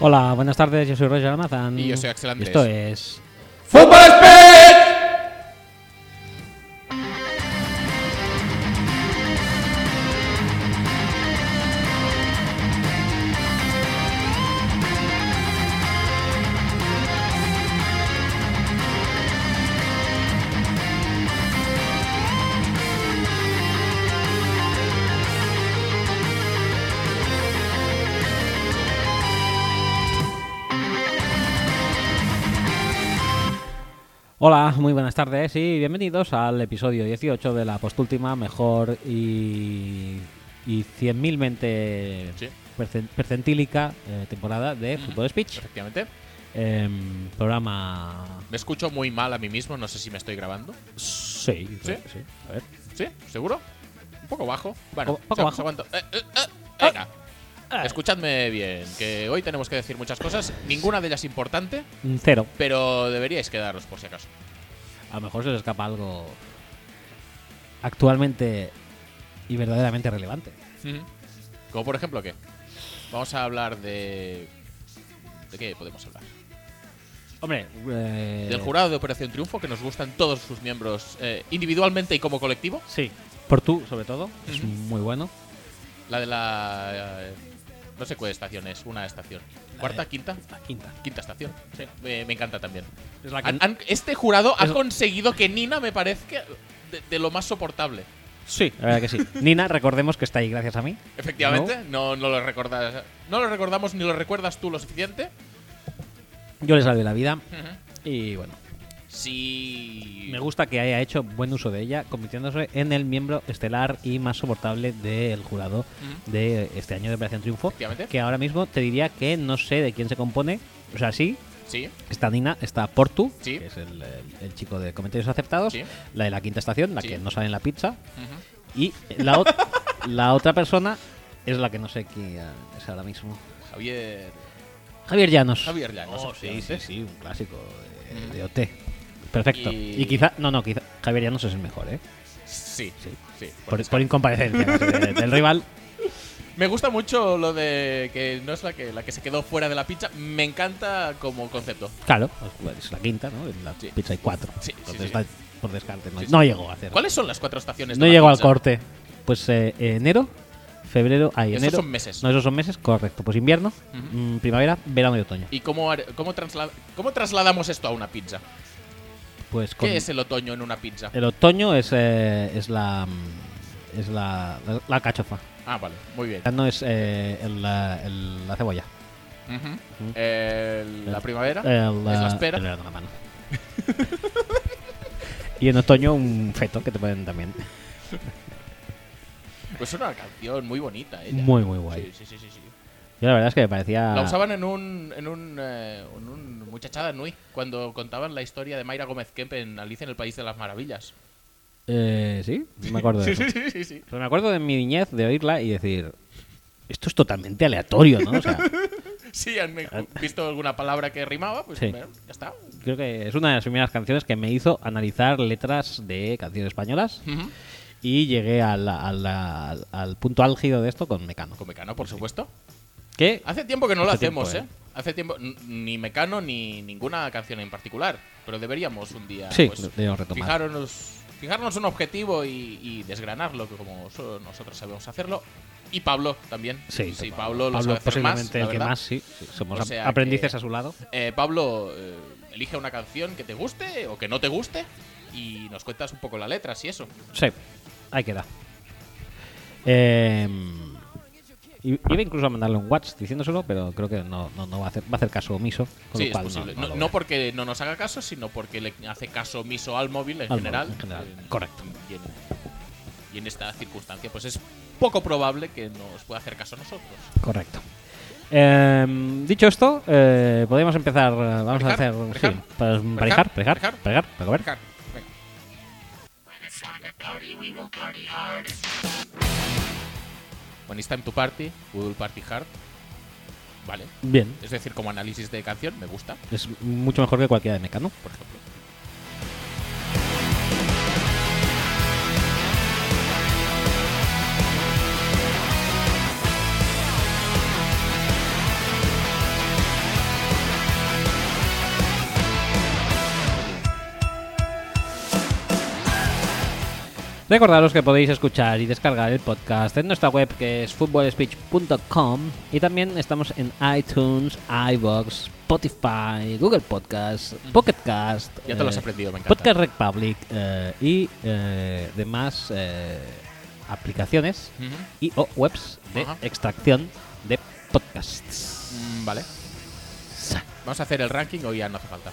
Hola, buenas tardes, yo soy Roger Almazán. Y yo soy Axel Andrés. Y esto es... ¡Fútbol Speed! Hola, muy buenas tardes y bienvenidos al episodio 18 de la postúltima mejor y, y 100.000 mente Sí. percen- percentílica eh, temporada de Fútbol Speech. Efectivamente. Em, programa... Me escucho muy mal a mí mismo, no sé si me estoy grabando. Sí, creo que sí. A ver. ¿Sí? ¿Seguro? Un poco bajo. Bueno, Poco- poco se- bajo. Ah. se aguanto. Eh, eh, eh, venga. Escuchadme bien, que hoy tenemos que decir muchas cosas, ninguna de ellas importante, Mm, Cero. pero deberíais quedaros por si acaso. A lo mejor se les escapa algo actualmente y verdaderamente relevante. Como por ejemplo, ¿qué? Vamos a hablar de... ¿De qué podemos hablar? Hombre, eh, Del jurado de Operación Triunfo, que nos gustan todos sus miembros eh, individualmente y como colectivo. Sí. Por tú, sobre todo. Es muy bueno. La de la... eh, no sé cuál estación es, una estación. ¿Cuarta? ¿Quinta? La quinta. Quinta estación. Sí, me, me encanta también. Es la Han- han- este jurado ha Es- conseguido que Nina me parezca de, de lo más soportable. Sí, ah, la verdad que sí. Nina, recordemos que está ahí gracias a mí. Efectivamente, no, no, lo recordas, no lo recordamos ni lo recuerdas tú lo suficiente. Yo le salvé la vida y bueno, Sí. me gusta que haya hecho buen uso de ella, convirtiéndose en el miembro estelar y más soportable del jurado Ujú. de este año de Operación Triunfo. Efectivamente. Que ahora mismo te diría que no sé de quién se compone. O sea, sí, Sí, está Nina, está Portu, Sí. que es el, el- el chico de comentarios aceptados, Sí. la de la quinta estación, la Sí. que no sale en la pizza, ujú. y la, ot- la otra persona es la que no sé quién es ahora mismo. Javier. Javier Llanos. Javier Llanos. Oh, sí, sí, efectivamente. sí, un clásico de, Mm. de OT. Perfecto. Y- Y... quizá, no, no, quizá Javier Llanos es el mejor, ¿eh? Sí, Sí. sí, Por, por descarte. por incomparecencia no sé, de- del rival. Me gusta mucho lo de que no es la que, la que se quedó fuera de la pizza. Me encanta como concepto. Claro, pues, es la quinta, ¿no? En la Sí. pizza hay cuatro. Sí, sí, Entonces, sí. la- por descarte, no, Sí, sí. no llegó a hacer. ¿Cuáles son las cuatro estaciones No de la llegó al pizza? corte. Pues eh, enero, febrero, ahí Esos enero. son meses. No, esos son meses, correcto. Pues invierno, Ujú. mm, primavera, verano y otoño. ¿Y cómo, har- cómo, trasla- cómo trasladamos esto a una pizza? Pues con ¿Qué es el otoño en una pizza? el otoño es, eh, es la mm, es la, la, la cachofa. Ah, vale, muy bien. Verano es eh, el, eh, el- la cebolla. Ujú. El- la primavera El, es la Mm. eh, espera. el verano en la mano. y en otoño un feto que te ponen también. Pues una canción muy bonita, ella. Muy, muy guay. Ah. Sí, sí, sí, sí, sí. Yo la verdad es que me parecía... La usaban en un, en un, eh, en un muchachada Nui, cuando contaban la historia de Mayra Gómez Kemp en Alicia en el País de las Maravillas. Eh, sí, no me acuerdo de Sí, eso. sí, sí, sí, sí. Pero me acuerdo de mi niñez de oírla y decir... Esto es totalmente aleatorio, ¿no? O sea, Sí, han eh, visto alguna palabra que rimaba, pues Sí. bueno, ya está. creo que es una de las primeras canciones que me hizo analizar letras de canciones españolas Ujú. y llegué a la- a la- al, al punto álgido de esto con Mecano. Con Mecano, por supuesto. Que Hace tiempo que no lo Hace tiempo, eh. hacemos, ¿eh? Hace tiempo, n- ni Mecano ni ninguna canción en particular, pero deberíamos un día Sí, pues, lo debemos retomar. fijarnos, fijarnos un objetivo y, y desgranarlo, que como solo nosotros sabemos hacerlo. Y Pablo también. Sí, sí Pablo, lo Pablo sabe hacer más, posiblemente la el que verdad. más, sí. sí, Somos O ap- sea aprendices que- a su lado. Eh, Pablo, eh, elige una canción que te guste o que no te guste y nos cuentas un poco la letra, si eso. Sí, ahí queda. Eh, i- iba incluso a mandarle un WhatsApp diciéndoselo, pero creo que no, no, no va, a hacer, va a hacer caso omiso. Con sí, lo cual es posible. No, No, no lo no voy porque no nos haga caso, sino porque le hace caso omiso al móvil en Al móvil, general. en general, Eh, correcto. Y en, y en esta circunstancia, pues es poco probable que nos pueda hacer caso a nosotros. a- Correcto. Eh, dicho esto, eh, podemos empezar. eh, Vamos a ¿Parejar? hacer. sí, pues, ¿Parejar? para- ¿Parejar? parejar, parejar, ¿Parejar? parejar, para comer. Ricardo, venga. When it's time to party, we will party hard. Vale. Bien, Es decir, como análisis de canción, me gusta, es mucho mejor que cualquiera de Mecano. por ejemplo. Recordaros que podéis escuchar y descargar el podcast en nuestra web que es footballspeech.com y también estamos en iTunes, iBox, Spotify, Google Podcast, Pocket Cast, Mm. Ya te lo has eh, aprendido, me encanta. Podcast Republic eh, y eh, demás eh, aplicaciones Ujú. y o webs de Ajá. extracción de podcasts. Mm, Vale. Vamos a hacer el ranking o ya no hace falta.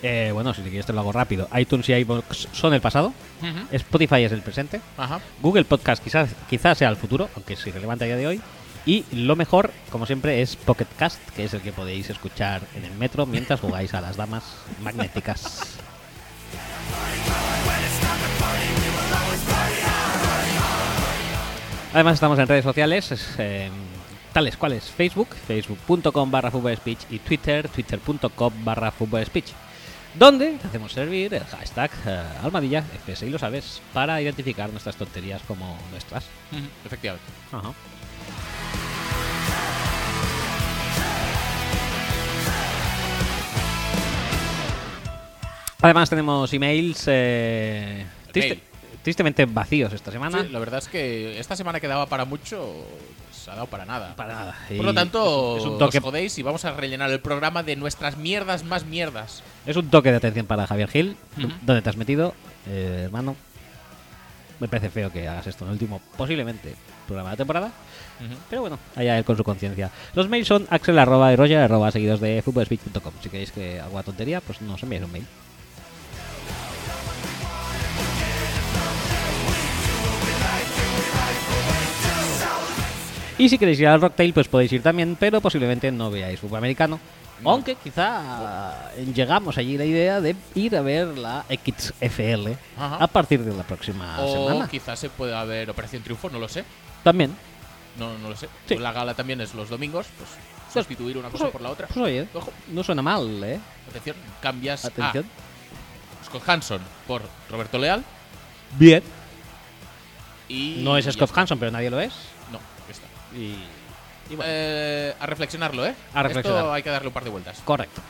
Eh, bueno, si quieres te lo hago rápido. iTunes y iBox son el pasado, Ujú. Spotify es el presente, Ajá. Google Podcast quizás, quizás sea el futuro, aunque es irrelevante a día de hoy. Y lo mejor, como siempre, es Pocket Cast, que es el que podéis escuchar en el metro mientras jugáis a las damas magnéticas. Además estamos en redes sociales, es, eh, tales cuales Facebook, facebook.com barra Fútbol speech y Twitter, twitter.com barra Fútbol speech donde te hacemos servir el hashtag eh, Almadilla FS y lo sabes para identificar nuestras tonterías como nuestras. Ujú. Efectivamente. Ajá. Además tenemos emails eh, triste- Mail. tristemente vacíos esta semana. Sí, la verdad es que esta semana que daba para mucho, se ha dado para nada. Para nada. Por Y lo tanto, es un- es un os toque jodéis y vamos a rellenar el programa de nuestras mierdas más mierdas. Es un toque de atención para Javier Gil. Ujú. ¿Dónde te has metido, eh, hermano? Me parece feo que hagas esto en el último, posiblemente, programa de temporada. Pero bueno, allá él con su conciencia. Los mails son axel arroba y roger arroba seguidos de footballspeech.com. Si queréis que haga tontería, pues nos enviáis un mail. Y si queréis ir al Rocktail, pues podéis ir también, pero posiblemente no veáis fútbol americano. No. Aunque quizá eh, llegamos allí la idea de ir a ver la XFL Ajá. a partir de Ah, la próxima o semana. quizás se pueda haber Operación Triunfo, no lo sé. También. No, no lo sé. Sí. La gala también es los domingos, pues sustituir una cosa por la otra. Pues oye, Ojo, no suena mal, ¿eh? atención, cambias Atención. a Scott Hanson por Roberto Leal Bien. y. No es y Scott ya Hanson, pero nadie lo es. está. No, ya está. Y, Eh, a reflexionarlo, ¿eh? A reflexionar. Esto hay que darle un par de vueltas. Correcto.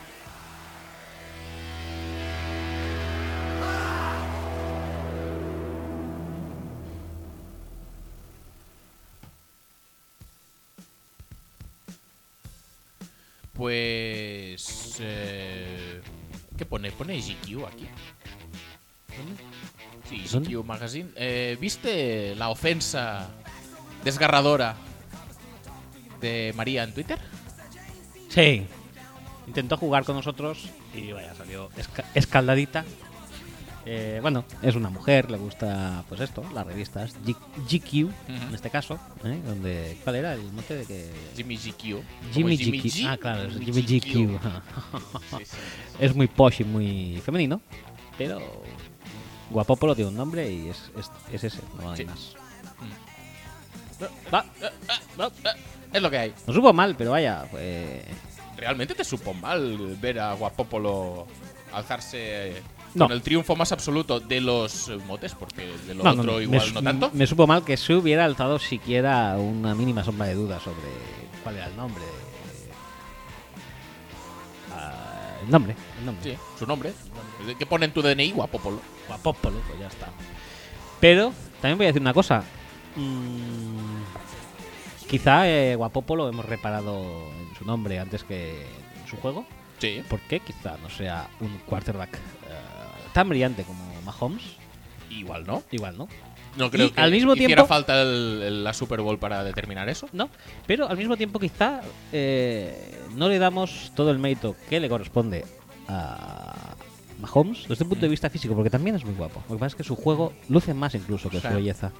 Pues. eh, ¿Qué pone? Pone GQ aquí. Sí, ¿Dónde? GQ Magazine. Eh, ¿Viste la ofensa desgarradora de María en Twitter? Sí. Intentó jugar con nosotros y vaya, salió esca- escaldadita. Eh, bueno, es una mujer, le gusta pues esto, las revistas G- GQ, en este caso, ¿eh? donde ¿cuál era el mote de que Jimmy GQ. Como Jimmy GQ? G, ah, claro, es Jimmy Jimmy GQ. Sí, sí. es muy posh y muy femenino, pero Guapopolo tiene un nombre y es, es, es ese, no hay Sí. más. Mm. Va, Eh, eh, va. eh, Es lo que hay. No supo mal, pero vaya, fue- ¿Realmente te supo mal ver a Guapopolo alzarse No. con el triunfo más absoluto de los eh, motes? Porque de lo otro me igual su- no tanto. Me supo mal que se hubiera alzado siquiera una mínima sombra de duda sobre cuál era el nombre. Ah, el nombre, el nombre. Sí, su nombre. ¿Qué pone en tu DNI? Guapopolo. Guapópolo, pues ya está. Pero también voy a decir una cosa. Mm, quizá eh, Guapópolo hemos reparado en su nombre antes que en su juego. Sí. ¿Por qué quizá no sea un quarterback eh, tan brillante como Mahomes? Igual no. Igual, ¿no? No creo Y que al mismo hiciera tiempo- falta el- el- la Super Bowl para determinar eso. ¿no? Pero al mismo tiempo quizá eh, no le damos todo el mérito que le corresponde a Mahomes desde un punto de Mm. vista físico, porque también es muy guapo. Lo que pasa es que su juego luce más incluso que O sea, su belleza.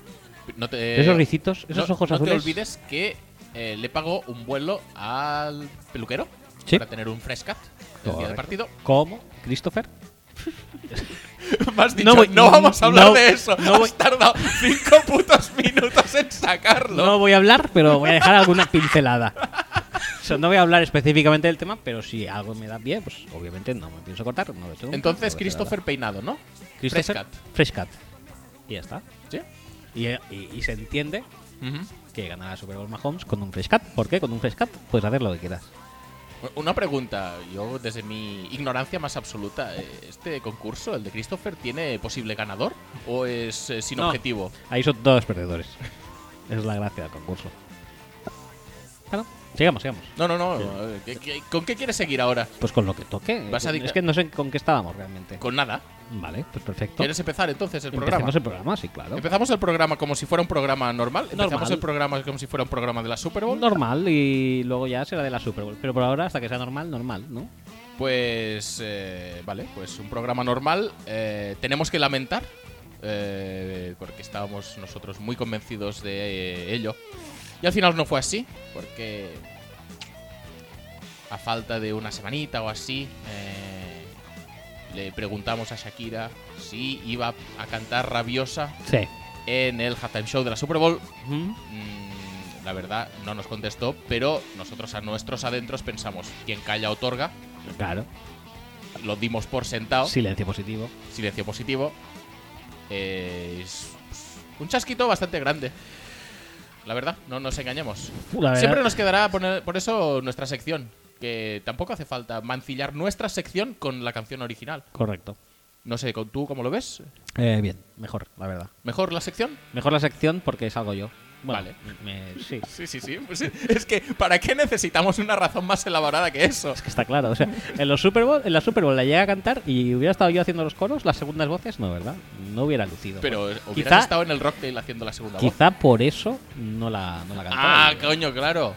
No te, esos ricitos, esos Eh, no- ojos no azules. te olvides que eh, le pagó un vuelo al peluquero Sí. para tener un fresh cut el día del Correcto. partido. ¿Cómo? ¿Christopher? Me has dicho, no, No voy- vamos a hablar no- de eso. no voy- Has tardado cinco putos minutos en sacarlo. No voy a hablar, pero voy a dejar alguna pincelada. O sea, no voy a hablar específicamente del tema, pero si algo me da pie, pues obviamente no me pienso cortar. no lo he hecho nunca, no Entonces, voy a hacer Christopher peinado, ¿no? nada. Christopher Prescott. Prescott. Y ya está. Sí. Y- eh, y- y se entiende Ujú. que ganará Super Bowl Mahomes con un fresh cut. ¿Por qué? Con un fresh cut puedes hacer lo que quieras. Una pregunta, yo desde mi ignorancia más absoluta, eh, ¿este concurso, el de Christopher, tiene posible ganador o es eh, sin No. objetivo? Ahí son todos perdedores. es la gracia del concurso. Bueno, sigamos, sigamos. No, no, no. eh, ¿qué- qué- con qué quieres seguir ahora? Pues con lo que toque. Vas a es dictar- que no sé con qué estábamos realmente. Con nada. Vale, pues perfecto. ¿Quieres empezar entonces el programa? Empecemos el programa, sí, claro. Empezamos el programa como si fuera un programa normal. Empezamos Normal. el programa como si fuera un programa de la Super Bowl. Normal y luego ya será de la Super Bowl. Pero por ahora, hasta que sea normal, normal, ¿no? Pues eh, vale, pues un programa normal. eh, tenemos que lamentar, eh, porque estábamos nosotros muy convencidos de eh, ello. Y al final no fue así, porque a falta de una semanita o así, eh, le preguntamos a Shakira si iba a cantar rabiosa Sí. en el halftime show de la Super Bowl. Mm, La verdad, no nos contestó, pero nosotros a nuestros adentros pensamos, quien calla otorga Claro. lo dimos por sentado, Silencio positivo. silencio positivo. Eh, es un chasquito bastante grande. La verdad, no nos engañemos. Uh, la verdad- Siempre nos quedará poner- por eso nuestra sección, que tampoco hace falta mancillar nuestra sección con la canción original. Correcto. No sé, ¿con- ¿tú cómo lo ves? Eh, bien, mejor, la verdad. ¿Mejor la sección? Mejor la sección porque salgo yo. Vale. me- sí. Sí, sí, sí. Pues es que, ¿para qué necesitamos una razón más elaborada que eso? Es que está claro. O sea, en, los Super Bowl, en la Super Bowl la llegué a cantar y hubiera estado yo haciendo los coros, las segundas voces, no, ¿verdad? No hubiera lucido. Pero hubieras quizá, estado en el Rocktail haciendo la segunda voz. quizá por eso no la, no la cantaba. Ah, coño, claro.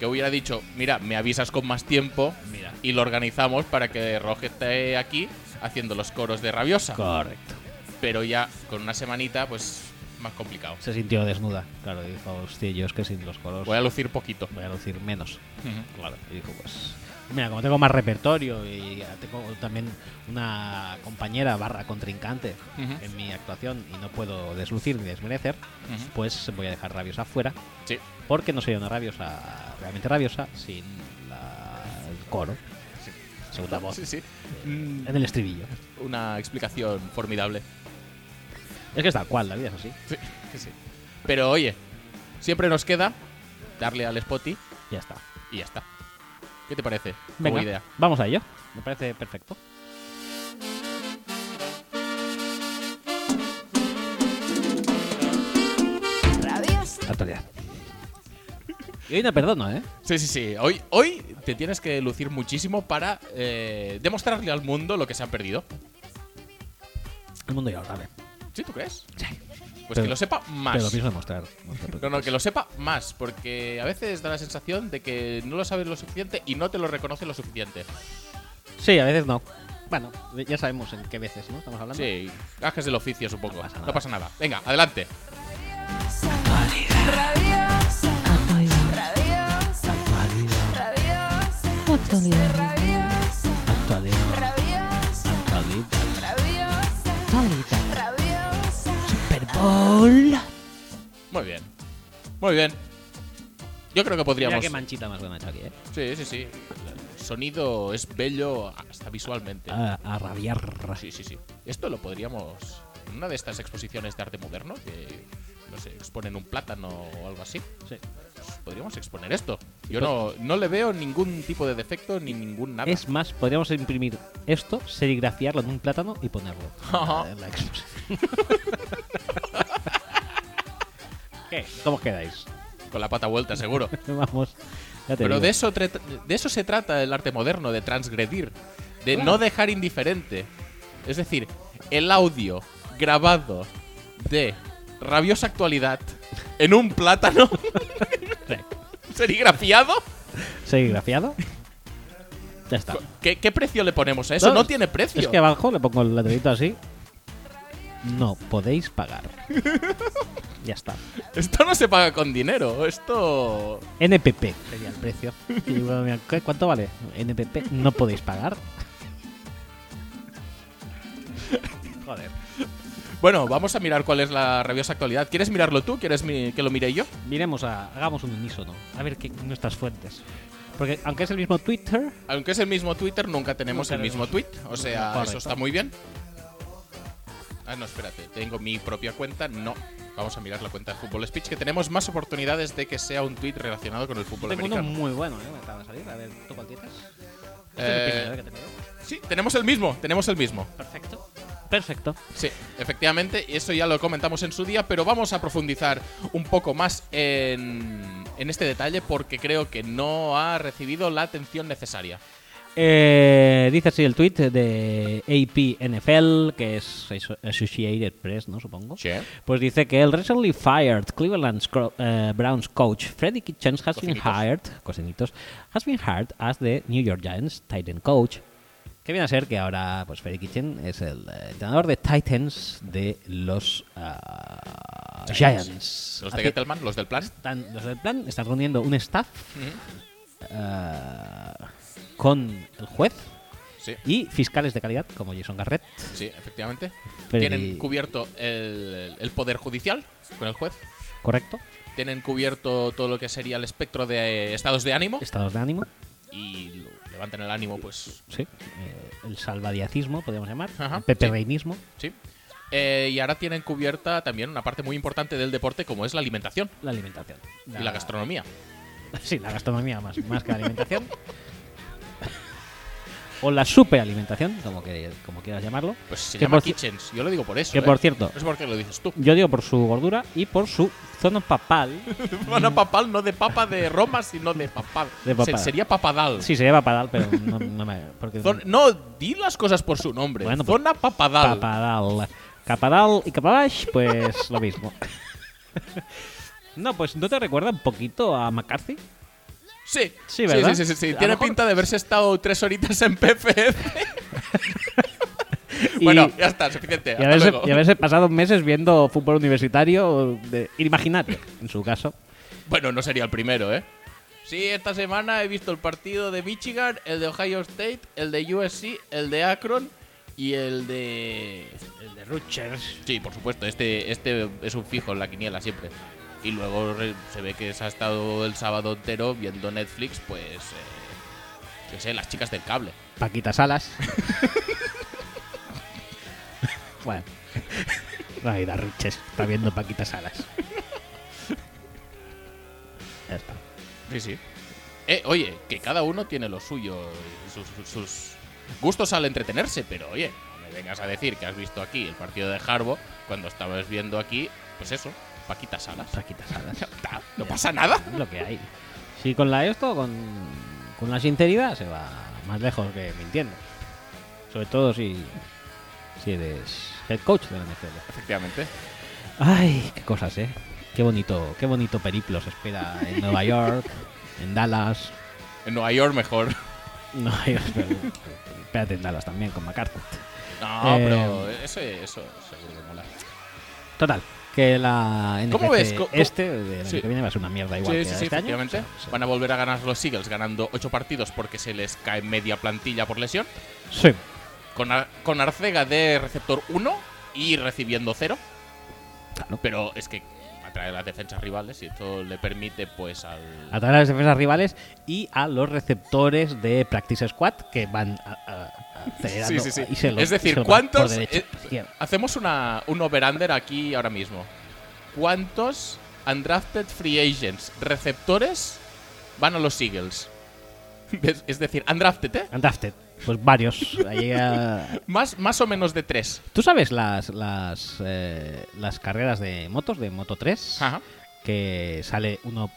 Que hubiera dicho, mira, me avisas con más tiempo Mira. y lo organizamos para que Roge esté aquí haciendo los coros de Rabiosa. Correcto. Pero ya con una semanita, pues más complicado. Se sintió desnuda. Claro, dijo, hostia, yo es que sin los coros Voy a lucir poquito. voy a lucir menos. Claro. Y dijo, pues. Mira, como tengo más repertorio y ya tengo también una compañera barra contrincante Ujú. en mi actuación y no puedo deslucir ni desmerecer, Ujú. pues voy a dejar rabiosa fuera, Sí, porque no sería una rabiosa, realmente rabiosa, sin la- el coro, Sí. segunda voz, sí, sí. Mm, en el estribillo. Una explicación formidable. Es que es tal cual, la vida es así. Sí, sí, sí. Pero oye, siempre nos queda darle al Spotty Ya está. y ya está. ¿Qué te parece? Como Venga, idea. vamos a ello. Me parece perfecto. Rabios. Actualidad. Y hoy no perdono, ¿eh? Sí, sí, sí. Hoy, hoy te tienes que lucir muchísimo para eh, demostrarle al mundo lo que se han perdido. El mundo ya lo sabe. ¿Sí, tú crees? Sí. Pues Pero- que lo sepa Pero lo más. pienso demostrar. No, te No, no, preocupes. que lo sepa más, porque a veces da la sensación de que no lo sabes lo suficiente y no te lo reconoce lo suficiente. Sí, a veces no. Bueno, ya sabemos en qué veces, ¿no? Estamos hablando. Sí, gajes del oficio, supongo. No pasa pasa, nada. nada. Venga, adelante. Rabiosa. Rabiosa. Rabiosa. Sé Actualidad. rabiosa. Rabiosa. Actualidad. Rabiosa. Rabiosa. Muy bien. Muy bien. Yo creo que Mira podríamos. qué manchita más buena hecha aquí, ¿eh? Sí, sí, sí. El sonido es bello hasta visualmente. A, a rabiar. Sí, sí, sí. Esto lo podríamos. En una de estas exposiciones de arte moderno, que no sé, exponen un plátano o algo así, Sí. pues podríamos exponer esto. Yo no, no le veo ningún tipo de defecto ni ningún nada. Es más, podríamos imprimir esto, serigrafiarlo en un plátano y ponerlo Ajá. en la exposición. ¿Qué? ¿Cómo os quedáis? Con la pata vuelta, seguro. Vamos. ya te Pero digo. de eso, tre- de eso se trata el arte moderno, de transgredir, de Claro. no dejar indiferente. Es decir, el audio grabado de rabiosa actualidad en un plátano Sí. serigrafiado. Serigrafiado. Ya está. ¿Qué, qué precio le ponemos a eso? No, No, tiene precio. Es que abajo le pongo el letrerito así. No podéis pagar. ya está. Esto no se paga con dinero, esto... NPP sería el precio. Y digo, mira, ¿qué- ¿Cuánto vale? NPP, no podéis pagar. Joder. Bueno, vamos a mirar cuál es la rabiosa actualidad. ¿Quieres mirarlo tú? ¿Quieres mi- que lo mire yo? Miremos a. Hagamos un unísono. A ver qué nuestras fuentes. Porque aunque es el mismo Twitter. Aunque es el mismo Twitter, nunca tenemos Nunca el mismo tweet. O sea, Correcto. eso está muy bien. Ah, no, espérate. Tengo mi propia cuenta. No. Vamos a mirar la cuenta de Fútbol Speech, que tenemos más oportunidades de que sea un tweet relacionado con el fútbol Tengo uno americano. muy bueno, ¿eh? Me acaba de salir. A ver, ¿tú cuál tienes? Este Eh, es el primero que te leo. Sí, tenemos el mismo, tenemos el mismo. Perfecto. Perfecto. Sí, efectivamente, y eso ya lo comentamos en su día, pero vamos a profundizar un poco más en, en este detalle porque creo que no ha recibido la atención necesaria. Eh, dice así el tweet de AP NFL, que es Aso- Associated Press, ¿no? Supongo. Sí. Pues dice que el recently fired Cleveland Scro- eh, Browns coach Freddie Kitchens has been Cocinitos. hired, cocinitos, has been hired as the New York Giants Titan coach. Que viene a ser que ahora pues Freddie Kitchens es el eh, entrenador de Titans de los ah, Giants. Giants. Los Así- de Gettleman, los del plan. están- los del plan están reuniendo un staff eh, con el juez Sí, y fiscales de calidad como Jason Garrett. sí, efectivamente. Pero y- Tienen cubierto el, el poder judicial con el juez. Correcto. Tienen cubierto todo lo que sería el espectro de eh, estados de ánimo. Estados de ánimo. Y lo- levantan el ánimo, pues Sí. Eh, el salvadiacismo, podríamos llamar. Ajá, el pepe sí. reinismo. sí. Eh, y ahora tienen cubierta también una parte muy importante del deporte como es la alimentación La alimentación. y la gastronomía. Sí, la gastronomía más, más que la alimentación. o la superalimentación, como, que, como quieras llamarlo. Pues se Que llama por ci- Kitchens. Yo lo digo por eso. que ¿eh? por cierto- No es porque lo dices tú. Yo digo por su gordura y por su zona papal. Bueno, papal no de papa de Roma, sino de papal. De papal. Se- sería papadal. Sí, se lleva papadal, pero no, no me. Porque Zon- no, di las cosas por su nombre. Bueno, pues- Zona papadal. Capadal. Capadal y Capabash, pues lo mismo. No, pues ¿no te recuerda un poquito a McCarthy? Sí. Sí, ¿verdad? Sí, sí, sí, sí. A Tiene lo mejor- pinta de haberse estado tres horitas en PFF. bueno, ya está, suficiente. y Hasta haberse, luego. y haberse pasado meses viendo fútbol universitario de, imaginario, en su caso. Bueno, no sería el primero, ¿eh? Sí, esta semana he visto el partido de Michigan, el de Ohio State, el de USC, el de Akron y el de. El de Rutgers. Sí, por supuesto, este, este es un fijo en la quiniela siempre. Y luego re- se ve que se ha estado el sábado entero viendo Netflix, pues. eh, yo sé, las chicas del cable. Paquita Salas. bueno. La vida Rutgers está viendo Paquita Salas. Ya está. Sí, sí. Eh, oye, que cada uno tiene lo suyo, y sus, sus- sus gustos al entretenerse, pero oye, no me vengas a decir que has visto aquí el partido de Harbo cuando estabas viendo aquí, pues eso, Paquita Salas. Paquita Salas. Ya está, No pasa nada. Es lo que hay. Si con la esto, con, con la sinceridad, se va más lejos que mintiendo. Sobre todo si, si eres head coach de la NFL. Efectivamente. Ay, qué cosas, ¿eh? Qué bonito, qué bonito periplo se espera en Nueva York, en Dallas. En Nueva York mejor. No, yo- espérate en Dallas también con McCarthy. No, Eh, pero eso, eso seguro que mola. Total, que la NFC ¿Cómo ves? Co- co- este del año Sí. que viene va a ser una mierda igual Sí, que sí, la sí, de este año. efectivamente. O sea, Van a volver a ganar los Eagles ganando 8 partidos porque se les cae media plantilla por lesión. sí. Con, Ar- con Arcega de receptor 1 y recibiendo 0. Pero es que atrae a las defensas rivales y esto le permite pues al... a todas las defensas rivales y a los receptores de Practice Squad que van a- a- a- acelerando Sí, sí, sí. y se lo- Es decir, y se lo van ¿cuántos, por derecha, eh, por izquierda? Hacemos una, un over-under aquí ahora mismo. ¿Cuántos undrafted free agents receptores van a los Eagles? Es- Es decir, undrafted, ¿eh? Undrafted. Pues varios. Ahí, eh, Más, más o menos de 3. ¿Tú sabes las las, eh, las carreras de motos, de Moto 3? Ajá. Que sale uno,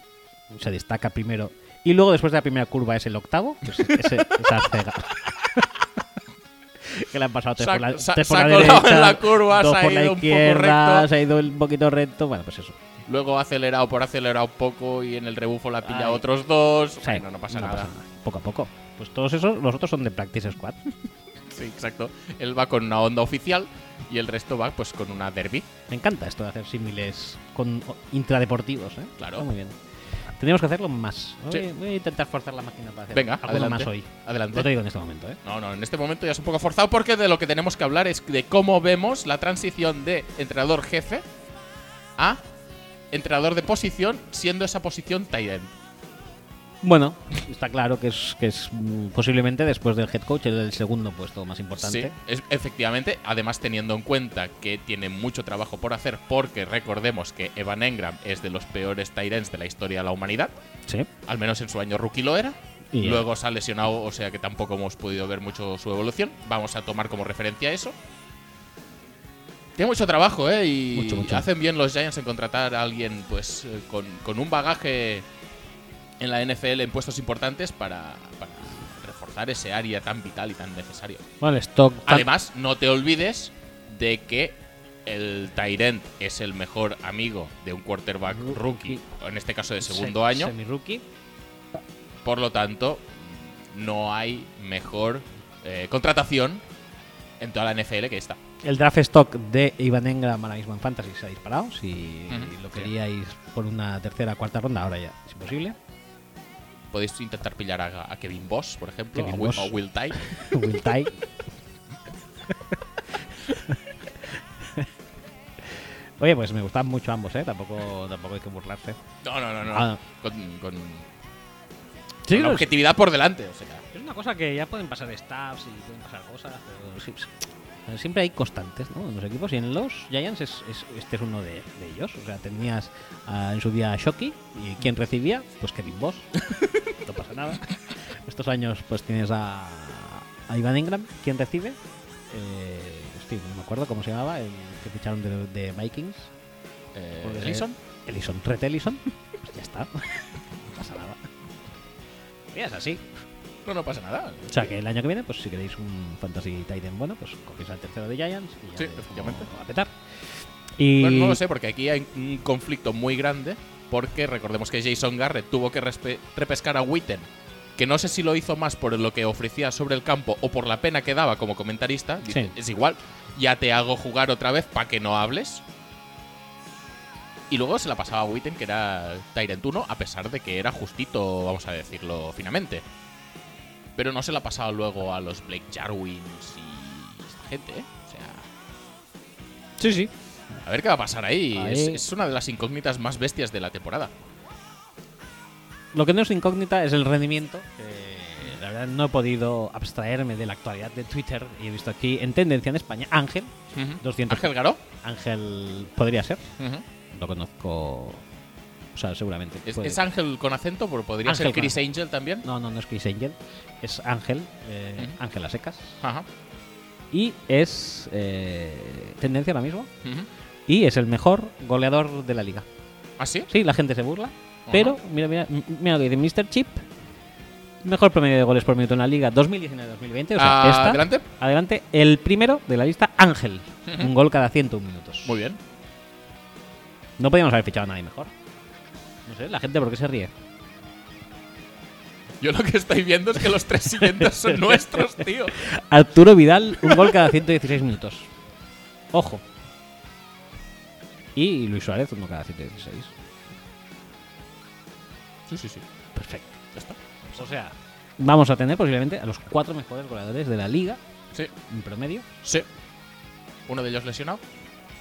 se destaca primero y luego después de la primera curva es el octavo. Pues ese, esa cega. que le han pasado tres Se ha- por la, se ha- tres se por ha la colado en derecha, la curva, dos se ha por la ido un poco izquierda, recto. se ha ido un poquito recto. Bueno, pues eso. Luego ha acelerado por acelerado un poco y en el rebufo la pilla Ay. otros dos. Sí, Bueno, no pasa nada. Poco a poco. Pues todos esos, los otros son de Practice Squad. Sí, exacto. Él va con una onda oficial y el resto va pues con una derby. Me encanta esto de hacer símiles con o- intradeportivos, ¿eh? Claro. Está muy bien. Tenemos que hacerlo más. Voy, Sí. voy a intentar forzar la máquina para hacer Venga, alguno adelante. más hoy. No te Adelante. digo en este momento, ¿eh? No, no, en este momento ya es un poco forzado porque de lo que tenemos que hablar es de cómo vemos la transición de entrenador jefe a entrenador de posición, siendo esa posición tight end. Bueno, está claro que es, que es mm, posiblemente después del head coach el segundo puesto más importante. Sí, es- efectivamente. Además, teniendo en cuenta que tiene mucho trabajo por hacer, porque recordemos que Evan Engram es de los peores Tyrants de la historia de la humanidad. Sí. Al menos en su año rookie lo era. Y, eh, Luego se ha lesionado, o sea que tampoco hemos podido ver mucho su evolución. Vamos a tomar como referencia eso. Tiene mucho trabajo, ¿eh? Y Mucho, mucho. hacen bien los Giants en contratar a alguien pues eh, con, con un bagaje en la NFL en puestos importantes para, para reforzar ese área tan vital y tan necesario. Bueno, el stock. tan- Además, no te olvides de que el Tyrant es el mejor amigo de un quarterback Rookie. rookie, o en este caso de se- segundo año. semi-rookie. Por lo tanto, no hay mejor eh, contratación en toda la NFL que esta. El draft stock de Ivan Engram ahora mismo en Fantasy se ha disparado. Si Ujú, lo sí. queríais por una tercera cuarta ronda, ahora ya es imposible. Podéis intentar pillar a, a Kevin Boss, por ejemplo, Kevin a, Will- Boss. a Will Tye. Will Tye. Oye, pues me gustan mucho ambos, ¿eh? Tampoco, tampoco hay que burlarse. No, no, no, no. Ah. Con, con- con Sí, la objetividad por delante. O sea, Es una cosa que ya pueden pasar staffs y pueden pasar cosas, pero Pues sí- sí. Pero siempre hay constantes ¿no? en los equipos y en los Giants es- es- este es uno de, de ellos. O sea, tenías ah, en su día a Shockey y quien recibía, pues Kevin Boss. no pasa nada. Estos años pues tienes a, a Ivan Ingram, quien recibe. Eh, hostia, no me acuerdo cómo se llamaba, el que ficharon de, de Vikings. eh, Puede ser. Ellison, Ellison, Red Ellison. Pues ya está. no pasa nada. Y es así. No, no pasa nada. O sea que el año que viene, pues si queréis un Fantasy Titan bueno, pues cogéis al tercero de Giants y ya Sí, veis cómo efectivamente. va a petar. Y Bueno, no lo sé, porque aquí hay un conflicto muy grande. Porque recordemos que Jason Garrett tuvo que respe- repescar a Witten. Que no sé si lo hizo más por lo que ofrecía sobre el campo o por la pena que daba como comentarista. Dice, Sí. Es igual, ya te hago jugar otra vez para que no hables. Y luego se la pasaba a Witten, que era Tyrant 1, a pesar de que era justito, vamos a decirlo finamente. Pero no se la pasaba luego a los Blake Jarwins y esta gente, ¿eh? O sea, Sí, sí. a ver qué va a pasar ahí. Ahí. Es, es una de las incógnitas más bestias de la temporada. Lo que no es incógnita es el rendimiento. que la verdad no he podido abstraerme de la actualidad de Twitter y he visto aquí en tendencia en España Ángel. 200. Ángel Garó. Ángel podría ser. Ujú. Lo conozco. O sea, seguramente. ¿Es, puede- es Ángel con acento? pero Podría Ángel ser con Chris acento. Angel también. No, no, no es Chris Angel. Es Ángel. eh, Ujú. Ángel a secas. Ajá. Y es eh, tendencia ahora mismo. Ujú. Y es el mejor goleador de la liga. ¿Ah, sí? Sí, la gente se burla. Pero, mira, mira, m- mira lo que dice Mr. Chip. Mejor promedio de goles por minuto en la liga 2019-2020. O sea, esta. Ah, Adelante. Adelante. El primero de la lista, Ángel. Ujú. Un gol cada 101 minutos. Muy bien. No podíamos haber fichado a nadie mejor. No sé, la gente, ¿por qué se ríe? Yo lo que estoy viendo es que los tres siguientes son nuestros, tío. Arturo Vidal, un gol cada 116 minutos. Ojo. Y Luis Suárez, uno cada 116. Sí, sí, sí. Perfecto. Ya está. O sea, vamos a tener posiblemente a los cuatro mejores goleadores de la liga Sí. en promedio. Sí. Uno de ellos lesionado.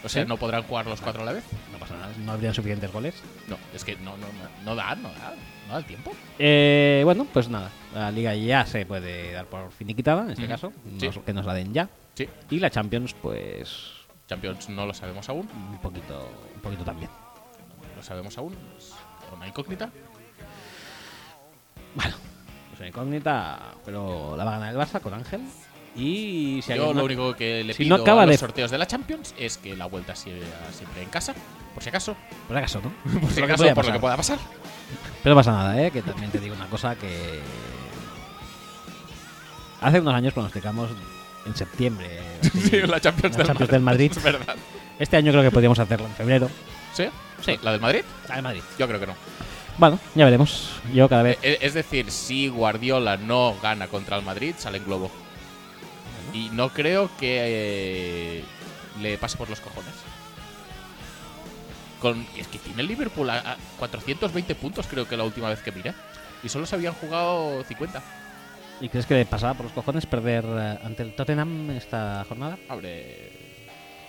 O sea, ¿Sí? no podrán jugar los cuatro a la vez. No pasa nada, no habrían suficientes goles. No, es que no, no, no, no da, no da. No da el tiempo. Eh, bueno, pues nada, la liga ya se puede dar por finiquitada, en este Ujú. caso, Sí. Nos- que nos la den ya. Sí. Y la Champions, pues Champions no lo sabemos aún. un poquito, un poquito también. Lo sabemos aún. Es una incógnita. Bueno, pues una incógnita, pero la va a ganar el Barça con Ángel. Y si Yo alguien lo más- único que le si pido no acaba a los de- sorteos de la Champions es que la vuelta sea siempre en casa, por si acaso. Por acaso, ¿no? Por si Lo que acaso, podía por lo pasar. que pueda pasar. Pero no pasa nada, ¿eh? Que también te digo una cosa que... Hace unos años pronosticamos en septiembre. así, Sí, la Champions, la del, Champions del Madrid. Es verdad. Este año creo que podríamos hacerlo en febrero. ¿Sí? Sí. ¿La del Madrid? La de Madrid. Yo creo que no. Bueno, ya veremos. Yo cada vez... E- Es decir, si Guardiola no gana contra el Madrid, sale en globo. Y no creo que eh, le pase por los cojones. Con, es que tiene el Liverpool a, a 420 puntos, creo que la última vez que miré. Y solo se habían jugado 50. ¿Y crees que le pasaba por los cojones perder eh, ante el Tottenham esta jornada? Hombre,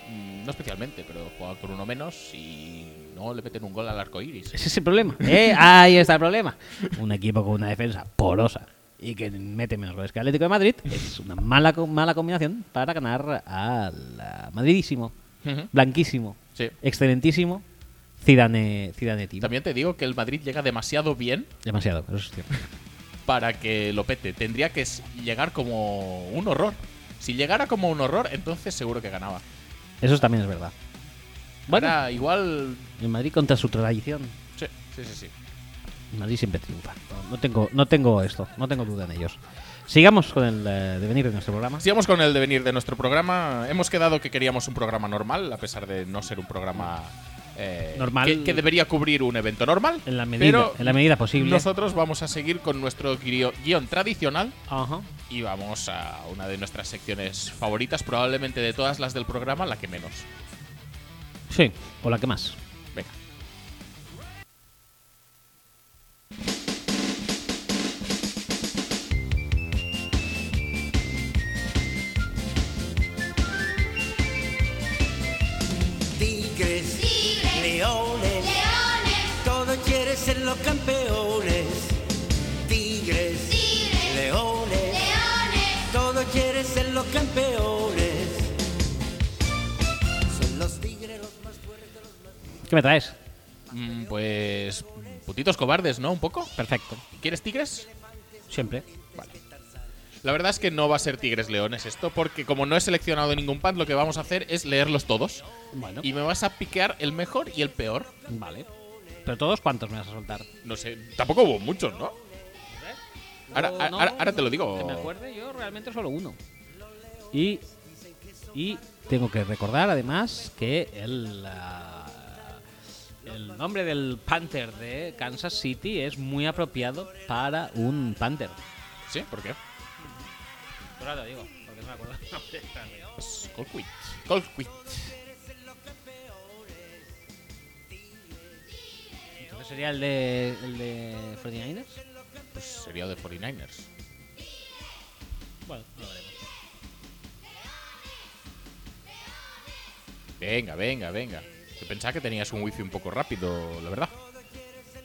mm, no especialmente, pero jugaba con uno menos y no no le meten un gol al arco iris. Ese es el problema. ¿eh? Ahí está el problema. Un equipo con una defensa porosa y que mete menos goles que el Atlético de Madrid es una mala, co- mala combinación para ganar al ah, madridísimo, Ujú. blanquísimo, Sí. excelentísimo Zidane, Zidane Team. También te digo que el Madrid llega demasiado bien Demasiado, eso es cierto. para que lo pete. Tendría que s- llegar como un horror. Si llegara como un horror, entonces seguro que ganaba. Eso también es verdad. Bueno, Ahora, igual. el Madrid contra su tradición. Sí, sí, sí. sí. El Madrid siempre triunfa. No- No tengo, no tengo esto, no tengo duda en ellos. Sigamos con el eh, devenir de nuestro programa. Sigamos con el devenir de nuestro programa. Hemos quedado que queríamos un programa normal, a pesar de no ser un programa eh, Normal. Que, que debería cubrir un evento normal. En la medida, Pero en la medida posible. Nosotros vamos a seguir con nuestro guio- guión tradicional Ajá. y vamos a una de nuestras secciones favoritas, probablemente de todas las del programa, la que menos. Sí, o la que más. Venga. Tigres, leones, todos quieren ser los campeones. Tigres, leones, todos quieren ser los campeones. Son los tigres los más fuertes, los más... ¿Qué me traes? Mm, Pues. Putitos cobardes, ¿no? Un poco. Perfecto. ¿Quieres tigres? Siempre. La verdad es que no va a ser Tigres Leones esto, porque como no he seleccionado ningún pad, lo que vamos a hacer es leerlos todos. Bueno. Y me vas a piquear el mejor y el peor. Vale. ¿Pero todos cuántos me vas a soltar? No sé, tampoco hubo muchos, ¿no? Ahora, No, ahora- no, ahora- ahora te lo digo. Que me acuerde, yo realmente solo uno. Y. Y tengo que recordar además que el. ah, el nombre del Panther de Kansas City es muy apropiado para un Panther. ¿Sí? ¿Por qué? Pero ahora te digo, porque no me acuerdo el nombre. Pues Colquitt. Colquitt. Entonces sería el de. el de 49ers. Pues sería de 49ers. Bueno, lo veremos. Venga, venga, venga. Yo pensaba que tenías un wifi un poco rápido, la verdad.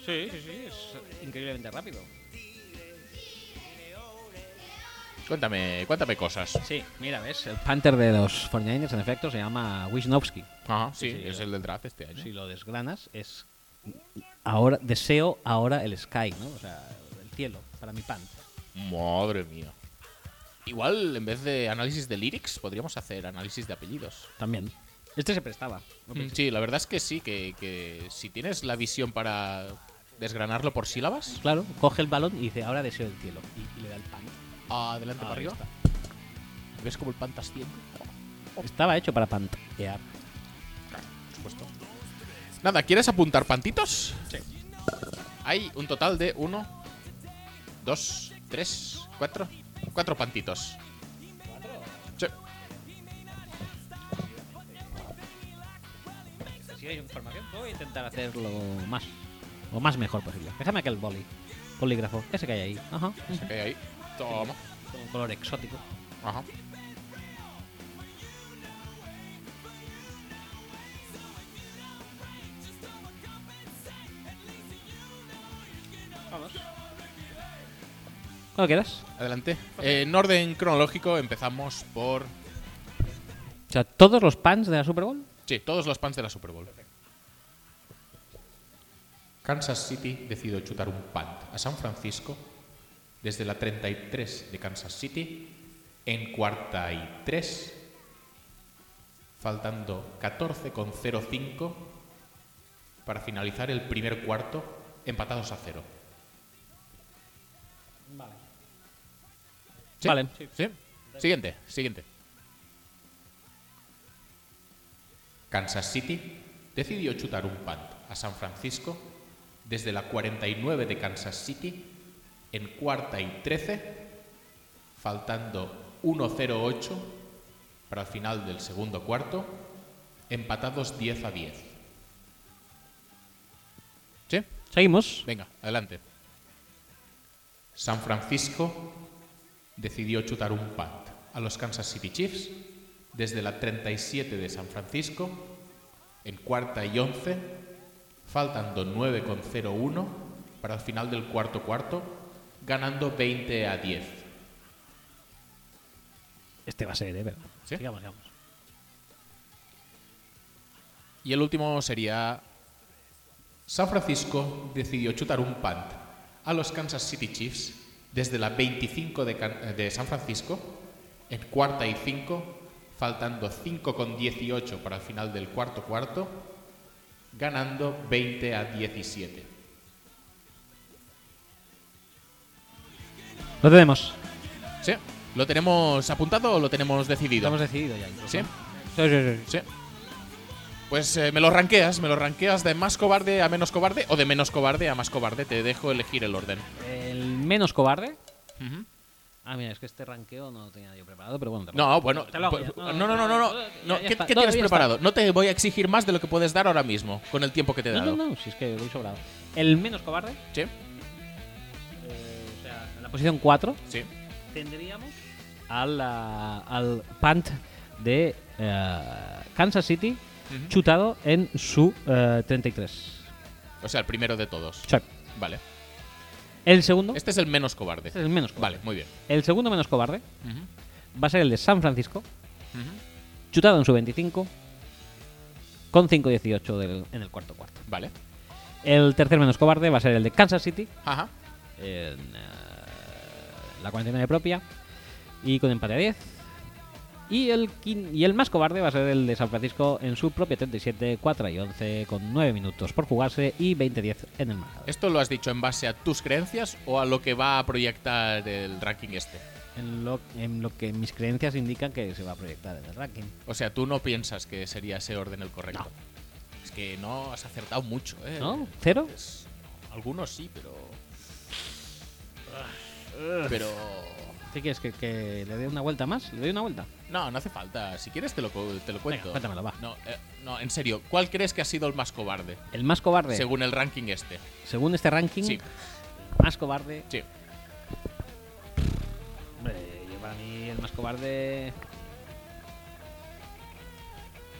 Sí, sí, sí, es increíblemente rápido. Cuéntame, cuéntame cosas. Sí, mira, ves, el Panther de los 49ers en efecto se llama Wisnowski. Ajá, sí, Sí, sí, es yo- el del draft este año. Si lo desgranas es ahora deseo ahora el sky, ¿no? O sea, el cielo para mi pan. Madre mía. Igual, en vez de análisis de lyrics, podríamos hacer análisis de apellidos. También. Este se prestaba. Mm, Sí, la verdad es que sí, que, que si tienes la visión para desgranarlo por sílabas, Claro, coge el balón y dice ahora deseo el cielo y, y le da el pan. adelante para Ah, Ahí arriba. está. ¿Ves como el pan asciende? Estaba hecho para pantear. Por supuesto. Nada, ¿quieres apuntar pantitos? Sí. Hay un total de uno, dos, tres, cuatro, cuatro pantitos. Sí. Si hay información, voy a intentar hacerlo más o más mejor posible. Déjame aquel boli, bolígrafo, ese que hay ahí. Ajá. Ok, ahí. Toma. Con un color exótico. Ajá. Vamos. ¿Cuándo quieras? Adelante. Eh, en orden cronológico empezamos por... O sea, todos los pans de la Super Bowl. Sí, todos los pans de la Super Bowl. Kansas City decidió chutar un punt a San Francisco desde la 33 de Kansas City en cuarta y tres, faltando 14,05 para finalizar el primer cuarto empatados a cero. ¿Sí? Vale. ¿Sí? Siguiente, siguiente. Kansas City decidió chutar un punt a San Francisco desde la 49 de Kansas City en cuarta y 13, faltando 1.08 para el final del segundo cuarto, empatados 10 a 10. ¿Sí? Seguimos. Venga, adelante. San Francisco decidió chutar un punt a los Kansas City Chiefs desde la 37 de San Francisco en cuarta y 11, faltando 9,01 para el final del cuarto cuarto, ganando 20 a 10. Este va a ser, ¿eh? Pero ¿Sí? Sigamos, sigamos. Y el último sería San Francisco decidió chutar un punt a los Kansas City Chiefs desde la 25 de, Can- de San Francisco en cuarta y 5, faltando 5,18 para el final del cuarto cuarto, ganando 20 a 17. Lo tenemos. ¿Sí? ¿Lo tenemos apuntado o lo tenemos decidido? Lo hemos decidido ya. incluso, ¿Sí? ¿no? Sí, sí, sí. Sí. Pues eh, me lo ranqueas, me lo ranqueas de más cobarde a menos cobarde o de menos cobarde a más cobarde. Te dejo elegir el orden. El menos cobarde. Ujú. Ah, mira, es que este ranqueo no lo tenía yo preparado, pero bueno. te lo- No, bueno. Te lo hago po- ya. No, no, no, no. no. ya No, ¿Qué, está. qué No, tienes ya está. preparado? No te voy a exigir más de lo que puedes dar ahora mismo, con el tiempo que te he No, dado. no, no, si es que voy sobrado. El menos cobarde, Sí, eh, o sea, en la posición 4, sí. tendríamos al, ah, al punt de eh, Kansas City Ujú. chutado en su eh, 33. O sea, el primero de todos. Chuck. Vale. El segundo, Este es el menos cobarde. este es el menos cobarde. Vale, muy bien. El segundo menos cobarde Ujú, va a ser el de San Francisco, ujú. chutado en su 25, con 5-18 del- en el cuarto cuarto. Vale. El tercer menos cobarde va a ser el de Kansas City, Ajá. en eh, la 49 propia y con empate a 10. Y el, quin- y el más cobarde va a ser el de San Francisco en su propia 37, 4 y 11, con 9 minutos por jugarse y 20-10 en el marcador. ¿Esto lo has dicho en base a tus creencias o a lo que va a proyectar el ranking este? En lo, en lo que mis creencias indican que se va a proyectar en el ranking. O sea, tú no piensas que sería ese orden el correcto. Es que no has acertado mucho, ¿eh? ¿No? ¿Cero? Es- algunos sí, pero. Pero. ¿Qué quieres? ¿Que, que le dé una vuelta más? ¿Le doy una vuelta? No, no hace falta. Si quieres, te lo, cu- te lo cuento. cuéntamelo, va. No, eh, no, en serio, ¿cuál crees que ha sido el más cobarde? El más cobarde, según, Según el ranking este. este ranking, Sí. el más cobarde. Sí. Hombre, yo para mí el más cobarde.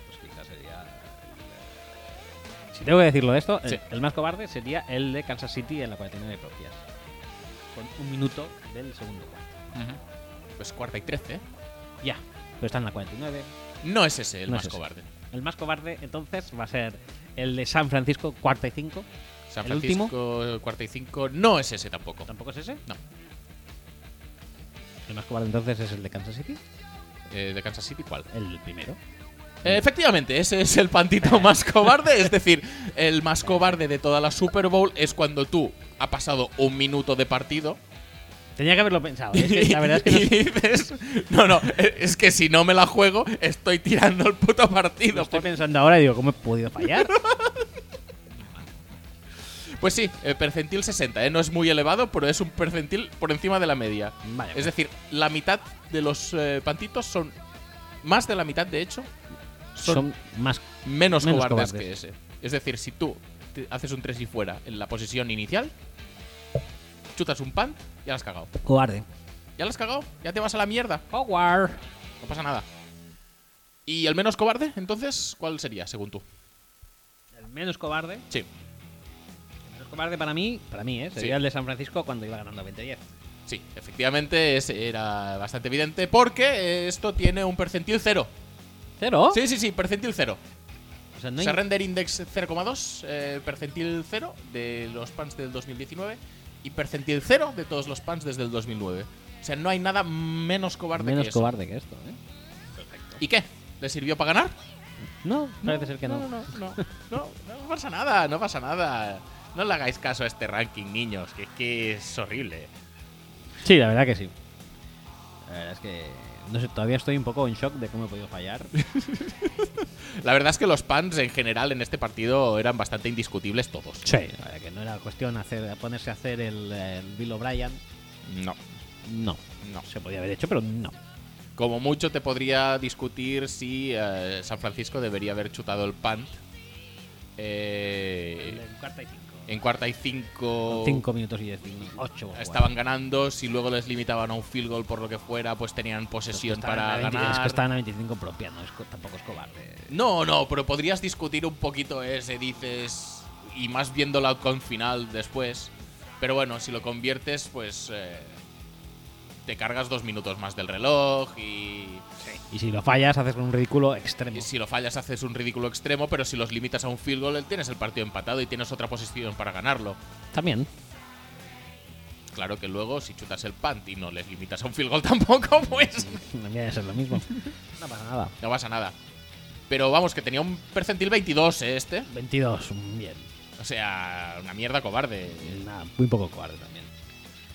Pues quizás sería. el- Si tengo que decirlo de esto, el- Sí. el, más cobarde sería el de Kansas City en la 49 propias. Con un minuto del segundo cuarto. Pues cuarta y trece. ¿eh? Ya, pero está en la 49. No es ese el No es más ese. cobarde. El más cobarde entonces va a ser el de San Francisco, cuarta y cinco. San ¿El último? Francisco, eh, cuarta y cinco. No es ese tampoco. ¿Tampoco es ese? No. El más cobarde entonces es el de Kansas City, Eh, de Kansas City, ¿cuál? el primero. Mm. Eh, Efectivamente, ese es el pantito más cobarde. Es decir, el más cobarde de toda la Super Bowl es cuando tú ha pasado un minuto de partido. Tenía que haberlo pensado. ¿eh? Es que la verdad es que no y dices, no, no, eh, es que si no me la juego, estoy tirando el puto Lo partido. estoy pensando ahora y digo, ¿cómo he podido fallar? Pues sí, eh, percentil 60, eh, no es muy elevado, pero es un percentil por encima de la media. Vale, Es pues. decir, la mitad de los eh, pantitos son, más de la mitad de hecho, son, pues, Son más. menos, menos cobardes, que cobardes. ese. Es decir, si tú te haces un 3 y fuera en la posición inicial, chutas un punt, ya la has cagado. Cobarde. Ya la has cagado, ya te vas a la mierda. Howard. No pasa nada. ¿Y el menos cobarde, entonces, cuál sería, según tú? El menos cobarde. Sí. El menos cobarde para mí, para mí, ¿eh? Sería Sí. el de San Francisco cuando iba ganando 20-10. Sí, efectivamente, ese era bastante evidente porque esto tiene un percentil cero. ¿Cero? Sí, sí, sí, percentil cero. O sea, ¿Oh? no hay- Surrender Index 0,2, eh, percentil cero de los pans del 2019 y percentil cero de todos los pans desde el 2009. O sea, no hay nada menos cobarde menos que eso. cobarde que esto, ¿eh? ¿Y qué? ¿Le sirvió para ganar? No, parece ser que no. No, no, no, no, no, no pasa nada, no pasa nada. No le hagáis caso a este ranking, niños, que es que es horrible. Sí, la verdad que sí. La verdad es que. No sé, todavía estoy un poco en shock de cómo he podido fallar. La verdad es que los pans en general en este partido eran bastante indiscutibles todos. Sí, la verdad que no era cuestión hacer, ponerse a hacer el, el Bill O'Brien. No, No. no. Se podía haber hecho, pero no. Como mucho te podría discutir si eh, San Francisco debería haber chutado el punt eh, cuarta y cinco. en cuarta y cinco. 5 minutos y pues, 18. Estaban ganando, si luego les limitaban a un field goal por lo que fuera, pues tenían posesión para ganar. Es que estaban a 25 propia, no es co- tampoco es cobarde. No, no, pero podrías discutir un poquito ese, dices. y más viendo la con final después. Pero bueno, si lo conviertes, pues eh, te cargas dos minutos más del reloj y, Y si lo fallas, haces un ridículo extremo. y si lo fallas haces un ridículo extremo, pero si los limitas a un field goal tienes el partido empatado y tienes otra posición para ganarlo. También. Claro que luego si chutas el punt y no les limitas a un field goal tampoco, pues No viene a ser lo mismo. No pasa nada. no pasa nada. Pero vamos, que tenía un percentil 22 ¿eh, este. 22, bien. O sea, una mierda cobarde. Nada, muy poco cobarde también.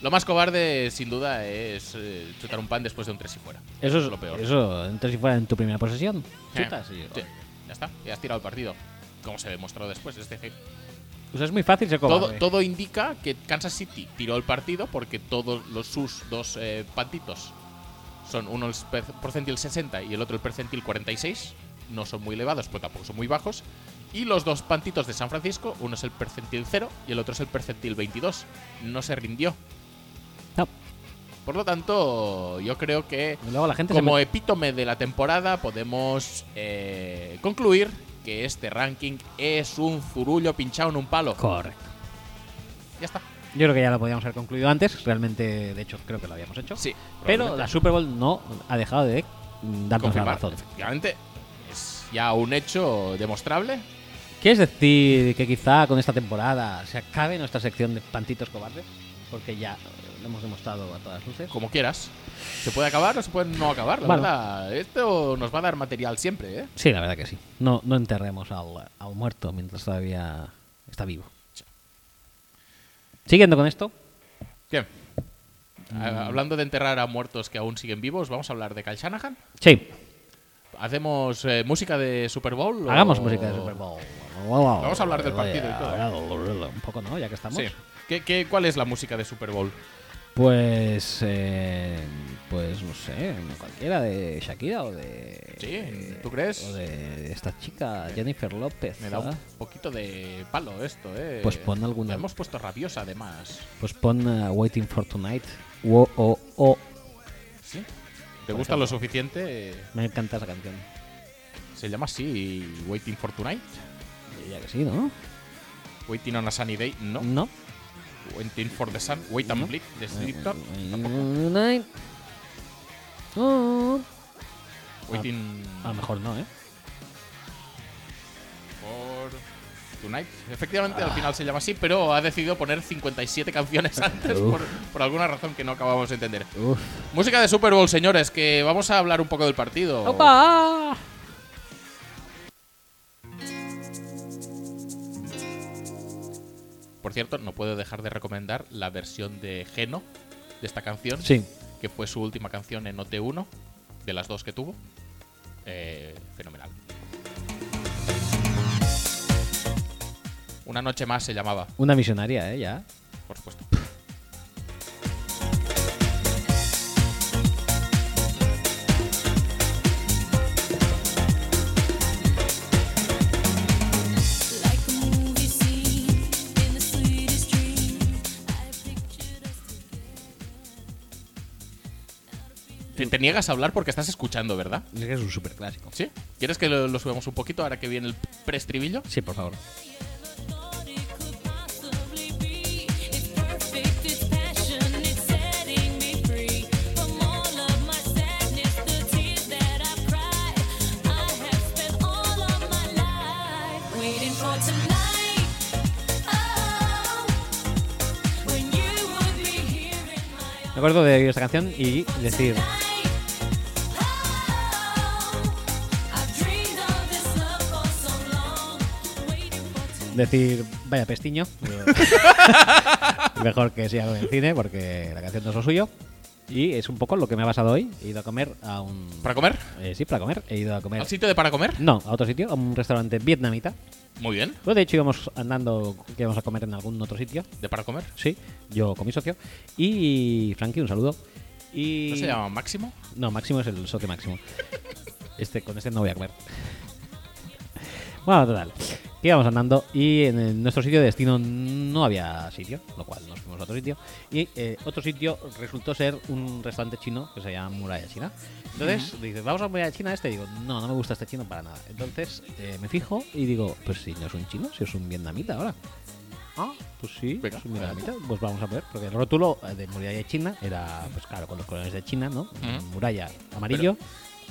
Lo más cobarde, sin duda, es eh, chutar un pan después de un 3 y fuera. Eso es lo peor. Eso, entonces si fuera en tu primera posesión, Eh, chutas y- sí, Ya está, ya has tirado el partido. Como se demostró después, es decir, O sea, es muy fácil ser todo, cobarde. todo indica que Kansas City tiró el partido porque todos los sus dos eh, pantitos son uno el per- percentil 60 y el otro el percentil 46. No son muy elevados, pero tampoco son muy bajos. Y los dos pantitos de San Francisco, uno es el percentil 0 y el otro es el percentil 22. No se rindió. No. Por lo tanto, yo creo que Y Luego la gente se como me- epítome de la temporada podemos eh, concluir que este ranking es un zurullo pinchado en un palo. Correcto. Ya está. Yo creo que ya lo podíamos haber concluido antes. Realmente, de hecho, creo que lo habíamos hecho. Sí. Pero probablemente. la Super Bowl no ha dejado de mm, darnos la confirmar, razón. efectivamente, es ya un hecho demostrable. ¿Quieres decir que quizá con esta temporada se acabe nuestra sección de pantitos cobardes? Porque ya eh, lo hemos demostrado a todas luces. Como quieras. Se puede acabar o se puede no acabar, la Bueno. verdad. Esto nos va a dar material siempre, ¿eh? Sí, la verdad que sí. No, no enterremos al, al muerto mientras todavía está vivo. Sí. Siguiendo con esto, Bien. Mm. Ah, Hablando de enterrar a muertos que aún siguen vivos, vamos a hablar de Kyle Shanahan. sí, ¿Hacemos eh, música de Super Bowl? o- hagamos música de Super Bowl. Vamos a hablar del partido y ¿eh? Un poco, ¿no? Ya que estamos. Sí. ¿Qué- qué, ¿Cuál es la música de Super Bowl? Pues, eh, pues no sé, cualquiera de Shakira o de. Sí, ¿tú crees? O de esta chica, Jennifer López. Me da un ¿ah? poquito de palo esto, eh. Pues pon alguna. La hemos puesto rabiosa además. Pues pon eh, Waiting for Tonight. Wo- o- o. ¿Sí? ¿Te gusta lo suficiente? Me encanta esa canción. Se llama así Waiting for Tonight. Ya que sí, ¿no? Waiting on a Sunny Day, no. No. Waiting for the Sun, Wait and Mm. No. Eh, Bleed, de Slipknot, tampoco. Tonight. Oh. Waiting A lo mejor no, ¿eh? for Tonight. Efectivamente, al final se llama así, pero ha decidido poner 57 canciones antes Uf. por, por alguna razón que no acabamos de entender. Uf. Música de Super Bowl, señores, que vamos a hablar un poco del partido. ¡Opa! Por cierto, no puedo dejar de recomendar la versión de Geno de esta canción, Sí. que fue su última canción en OT1, de las dos que tuvo. Eh, fenomenal. Una noche más se llamaba, Una misionaria, ¿eh? Ya. por supuesto. Like a movie scene in the sweetest dream, I pictured us Te, te niegas a hablar porque estás escuchando, ¿verdad? Es que es un súper clásico. ¿Sí? ¿Quieres que lo, lo subamos un poquito ahora que viene el preestribillo? Sí, por favor. thought it could possibly be. It's perfect, it's passion, it's setting me free from all of my sadness, the tears that I've cried. I have spent all of my life waiting for tonight. Oh, when you would be here in Me my acuerdo de oír esta canción y decir, night. Oh, I've dreamed of this love for so long, waiting for tonight. decir vaya pestiño. Mejor que sea algo en el cine porque la canción no es lo suyo. Y es un poco lo que me ha pasado hoy. He ido a comer a un... ¿Para comer? Eh, sí, para comer. He ido a comer... ¿Al sitio de para comer? No, a otro sitio, a un restaurante vietnamita. Muy bien. Luego, de hecho, íbamos andando, que íbamos a comer en algún otro sitio. ¿De para comer? Sí, yo con mi socio. Y Frankie, un saludo. Y... ¿No se llama Máximo? No, Máximo es el socio Máximo. Este, con este no voy a comer. Bueno, total. que íbamos andando y en, eh, nuestro sitio de destino no había sitio, lo cual nos fuimos a otro sitio. Y eh, otro sitio resultó ser un restaurante chino que se llama Muralla China. Entonces, dices, vamos a Muralla China este. digo, no, no me gusta este chino para nada. Entonces, eh, me fijo y digo, pues si no es un chino, si es un vietnamita ahora. Ah, pues sí, Venga, es un vietnamita. Pues vamos a ver, porque el rótulo eh, de Muralla China era, pues claro, con los colores de China, ¿no? Ujú. Muralla amarillo,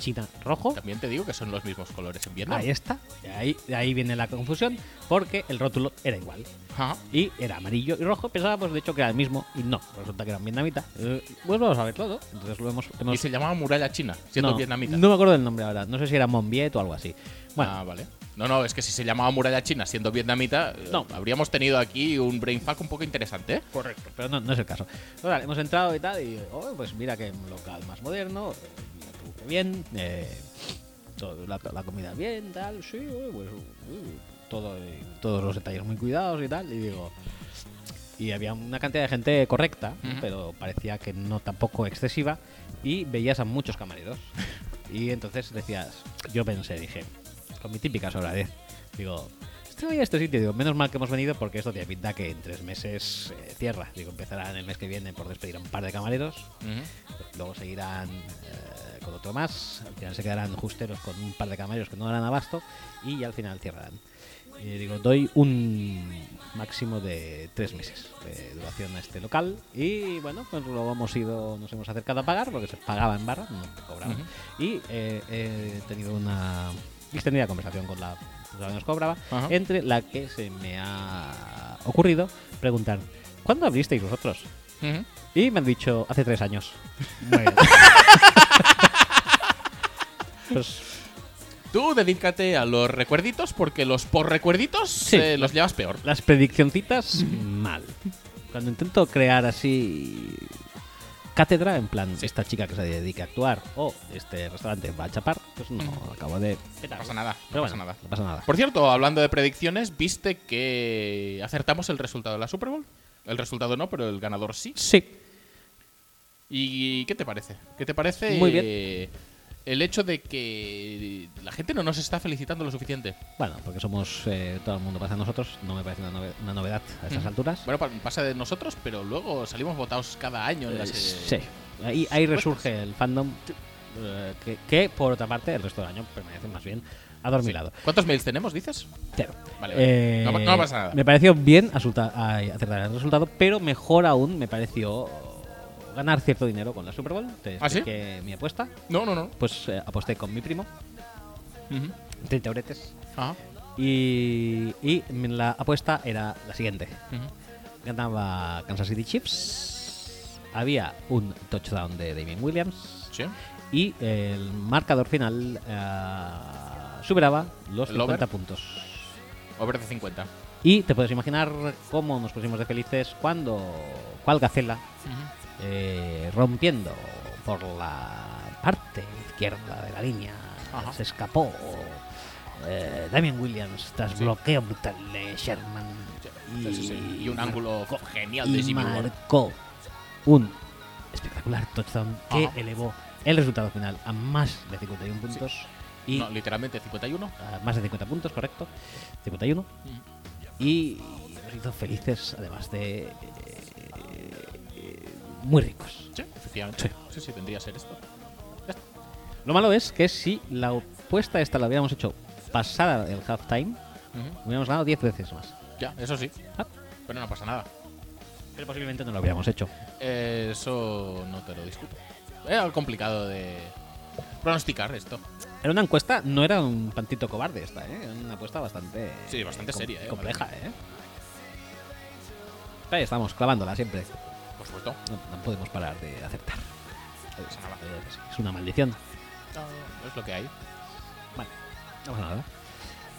China rojo. También te digo que son los mismos colores en Vietnam. Ahí está. Y Ahí, de ahí viene la confusión, porque el rótulo era igual. Ajá. Y era amarillo y rojo. Pensábamos, de hecho, que era el mismo. Y no, resulta que eran vietnamita. Eh, pues vamos a ver todo. Entonces lo hemos. hemos- Y se llamaba muralla china, siendo no, vietnamita. No me acuerdo del nombre ahora. No sé si era Mon Viet o algo así. Bueno, Ah, vale. No, no, es que si se llamaba muralla china siendo vietnamita, eh, No. habríamos tenido aquí un brain fuck un poco interesante. ¿eh? correcto. Pero no, no es el caso. Total, hemos entrado y tal. Y, oh, pues mira que un local más moderno. eh, mira tú, qué bien. eh, todo, la, la comida bien, tal. Sí, uy, pues. uy, todo, todos los detalles muy cuidados y tal. Y digo. y había una cantidad de gente correcta, ¿no? Ujú. pero parecía que no tampoco excesiva, y veías a muchos camareros. y entonces decías, yo pensé, dije, con mi típica sobradez, digo, este voy a este sitio, digo, menos mal que hemos venido porque esto tiene pinta que en tres meses eh, cierra. Digo, empezarán el mes que viene por despedir a un par de camareros, luego seguirán eh, con otro más, al final se quedarán justeros con un par de camareros que no darán abasto y ya al final cerrarán. Eh, digo, doy un máximo de tres meses de duración a este local y bueno, pues luego hemos ido, nos hemos acercado a pagar porque se pagaba en barra, no te cobraban. Y eh, he tenido una extendida conversación con la persona que nos cobraba, Ajá. entre la que se me ha ocurrido preguntar, ¿cuándo abristeis vosotros? Ujú. Y me han dicho hace tres años. Muy bien. pues, Tú dedícate a los recuerditos porque los por recuerditos Sí. eh, los llevas peor. las prediccioncitas, mal. Cuando intento crear así cátedra, en plan, esta chica que se dedica a actuar o este restaurante va a chapar, pues no, acabo de... No pasa nada, no Pero pasa bueno, nada. No pasa nada. Por cierto, hablando de predicciones, ¿viste que acertamos el resultado de la Super Bowl? El resultado no, pero el ganador sí. Sí. ¿Y qué te parece? ¿Qué te parece Muy bien. eh, el hecho de que la gente no nos está felicitando lo suficiente? Bueno, porque somos... eh, todo el mundo pasa a nosotros, no me parece una, nove- una novedad a estas Ujú. alturas. Bueno, pa- pasa de nosotros, pero luego salimos votados cada año en las... eh, Sí, ahí, ahí resurge el fandom eh, que, que, por otra parte, el resto del año permanece más bien adormilado. ¿Cuántos mails tenemos, dices? Cero. Vale, vale. Eh, No pa- no pasa nada. Me pareció bien asuta- a- acertar el resultado, pero mejor aún me pareció ganar cierto dinero con la Super Bowl. Te ¿Ah, sí? expliqué mi apuesta. No, no, no. Pues eh, aposté con mi primo, Ujú. Ah, 30 euretes, Ajá. y, y la apuesta era la siguiente. Ujú. Ganaba Kansas City Chips, había un touchdown de Damien Williams, Sí. y el marcador final eh, superaba los El 50 over. puntos. Over de 50. Y te puedes imaginar cómo nos pusimos de felices cuando cual gacela eh, rompiendo por la parte izquierda de la línea Ajá. se escapó eh, Damien Williams tras bloqueo brutal de Sherman Sí, sí, sí. Y un ángulo genial de y Jimmy Ward. marcó un espectacular touchdown que Ajá. elevó el resultado final a más de 51 puntos y No, literalmente 51. a más de 50 puntos, correcto, 51 y nos hizo felices además de eh, eh, muy ricos. Sí, efectivamente. Sí, sí, tendría que ser esto. Lo malo es que si la apuesta esta la hubiéramos hecho pasada el halftime, Ujú. hubiéramos ganado 10 veces más. Ya, eso sí. Ah. Pero no pasa nada. Pero posiblemente no lo habríamos hecho. Eh, Eso no te lo discuto. Era complicado de pronosticar esto. Era una encuesta, no era un pantito cobarde esta, ¿eh? Era una apuesta bastante... Sí, bastante com- seria, ¿eh? Compleja, ¿eh? Ahí estamos, clavándola siempre. Por supuesto. No, no podemos parar de aceptar. No pasa nada. Es una maldición. No, es lo que hay. Vale, no pasa nada.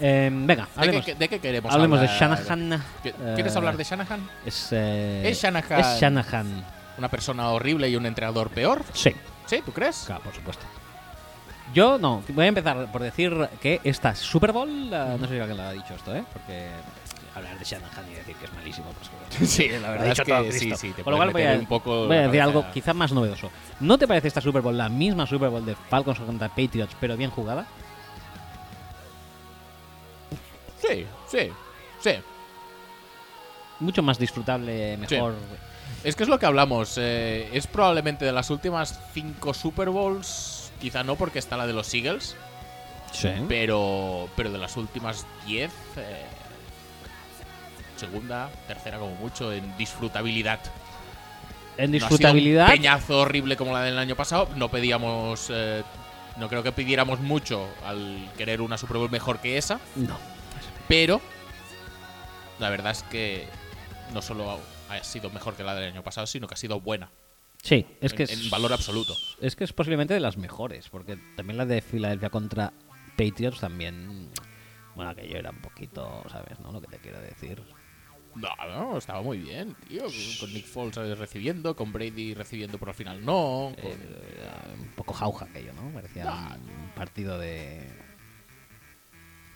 Eh, venga, ¿De qué- hablemos, qué, de qué queremos hablemos de hablar? Shanahan. ¿Qué- Eh, ¿Quieres hablar de Shanahan? Es, eh, Es Shanahan. Es Shanahan. ¿Una persona horrible y un entrenador peor? Sí. ¿Sí? ¿Tú crees? Claro, por supuesto. Yo no, voy a empezar por decir que esta Super Bowl, eh, no sé si alguien lo ha dicho esto, ¿eh? Porque hablar de Shanahan y decir que es malísimo, pues claro. Sí, la Lo ha dicho todo sí, Cristo. sí. Te Con lo pueden cual voy meter a, un poco voy a la decir algo cabeza- quizá más novedoso. ¿No te parece esta Super Bowl la misma Super Bowl de Falcons contra Patriots, pero bien jugada? Sí, sí, sí. Mucho más disfrutable, mejor. Es que es lo que hablamos. eh, es probablemente de las últimas cinco Super Bowls. Quizá no, porque está la de los Eagles. Sí. Pero, pero de las últimas 10, eh, segunda, tercera como mucho, en disfrutabilidad. En No ha sido disfrutabilidad. un peñazo horrible como la del año pasado. No pedíamos. eh, no creo que pidiéramos mucho al querer una Super Bowl mejor que esa. No. Pero la verdad es que no solo ha, ha sido mejor que la del año pasado, sino que ha sido buena. Sí, es que en, es- en valor absoluto. Es que es posiblemente de las mejores, porque también la de Filadelfia contra Patriots también. Bueno, aquello era un poquito, ¿sabes? ¿No? Lo que te quiero decir. No, no, estaba muy bien, tío. Con Nick Foles eh, recibiendo, con Brady recibiendo, pero al final no. con- Eh, Era un poco jauja aquello, ¿no? Parecía Ah. un, un partido de.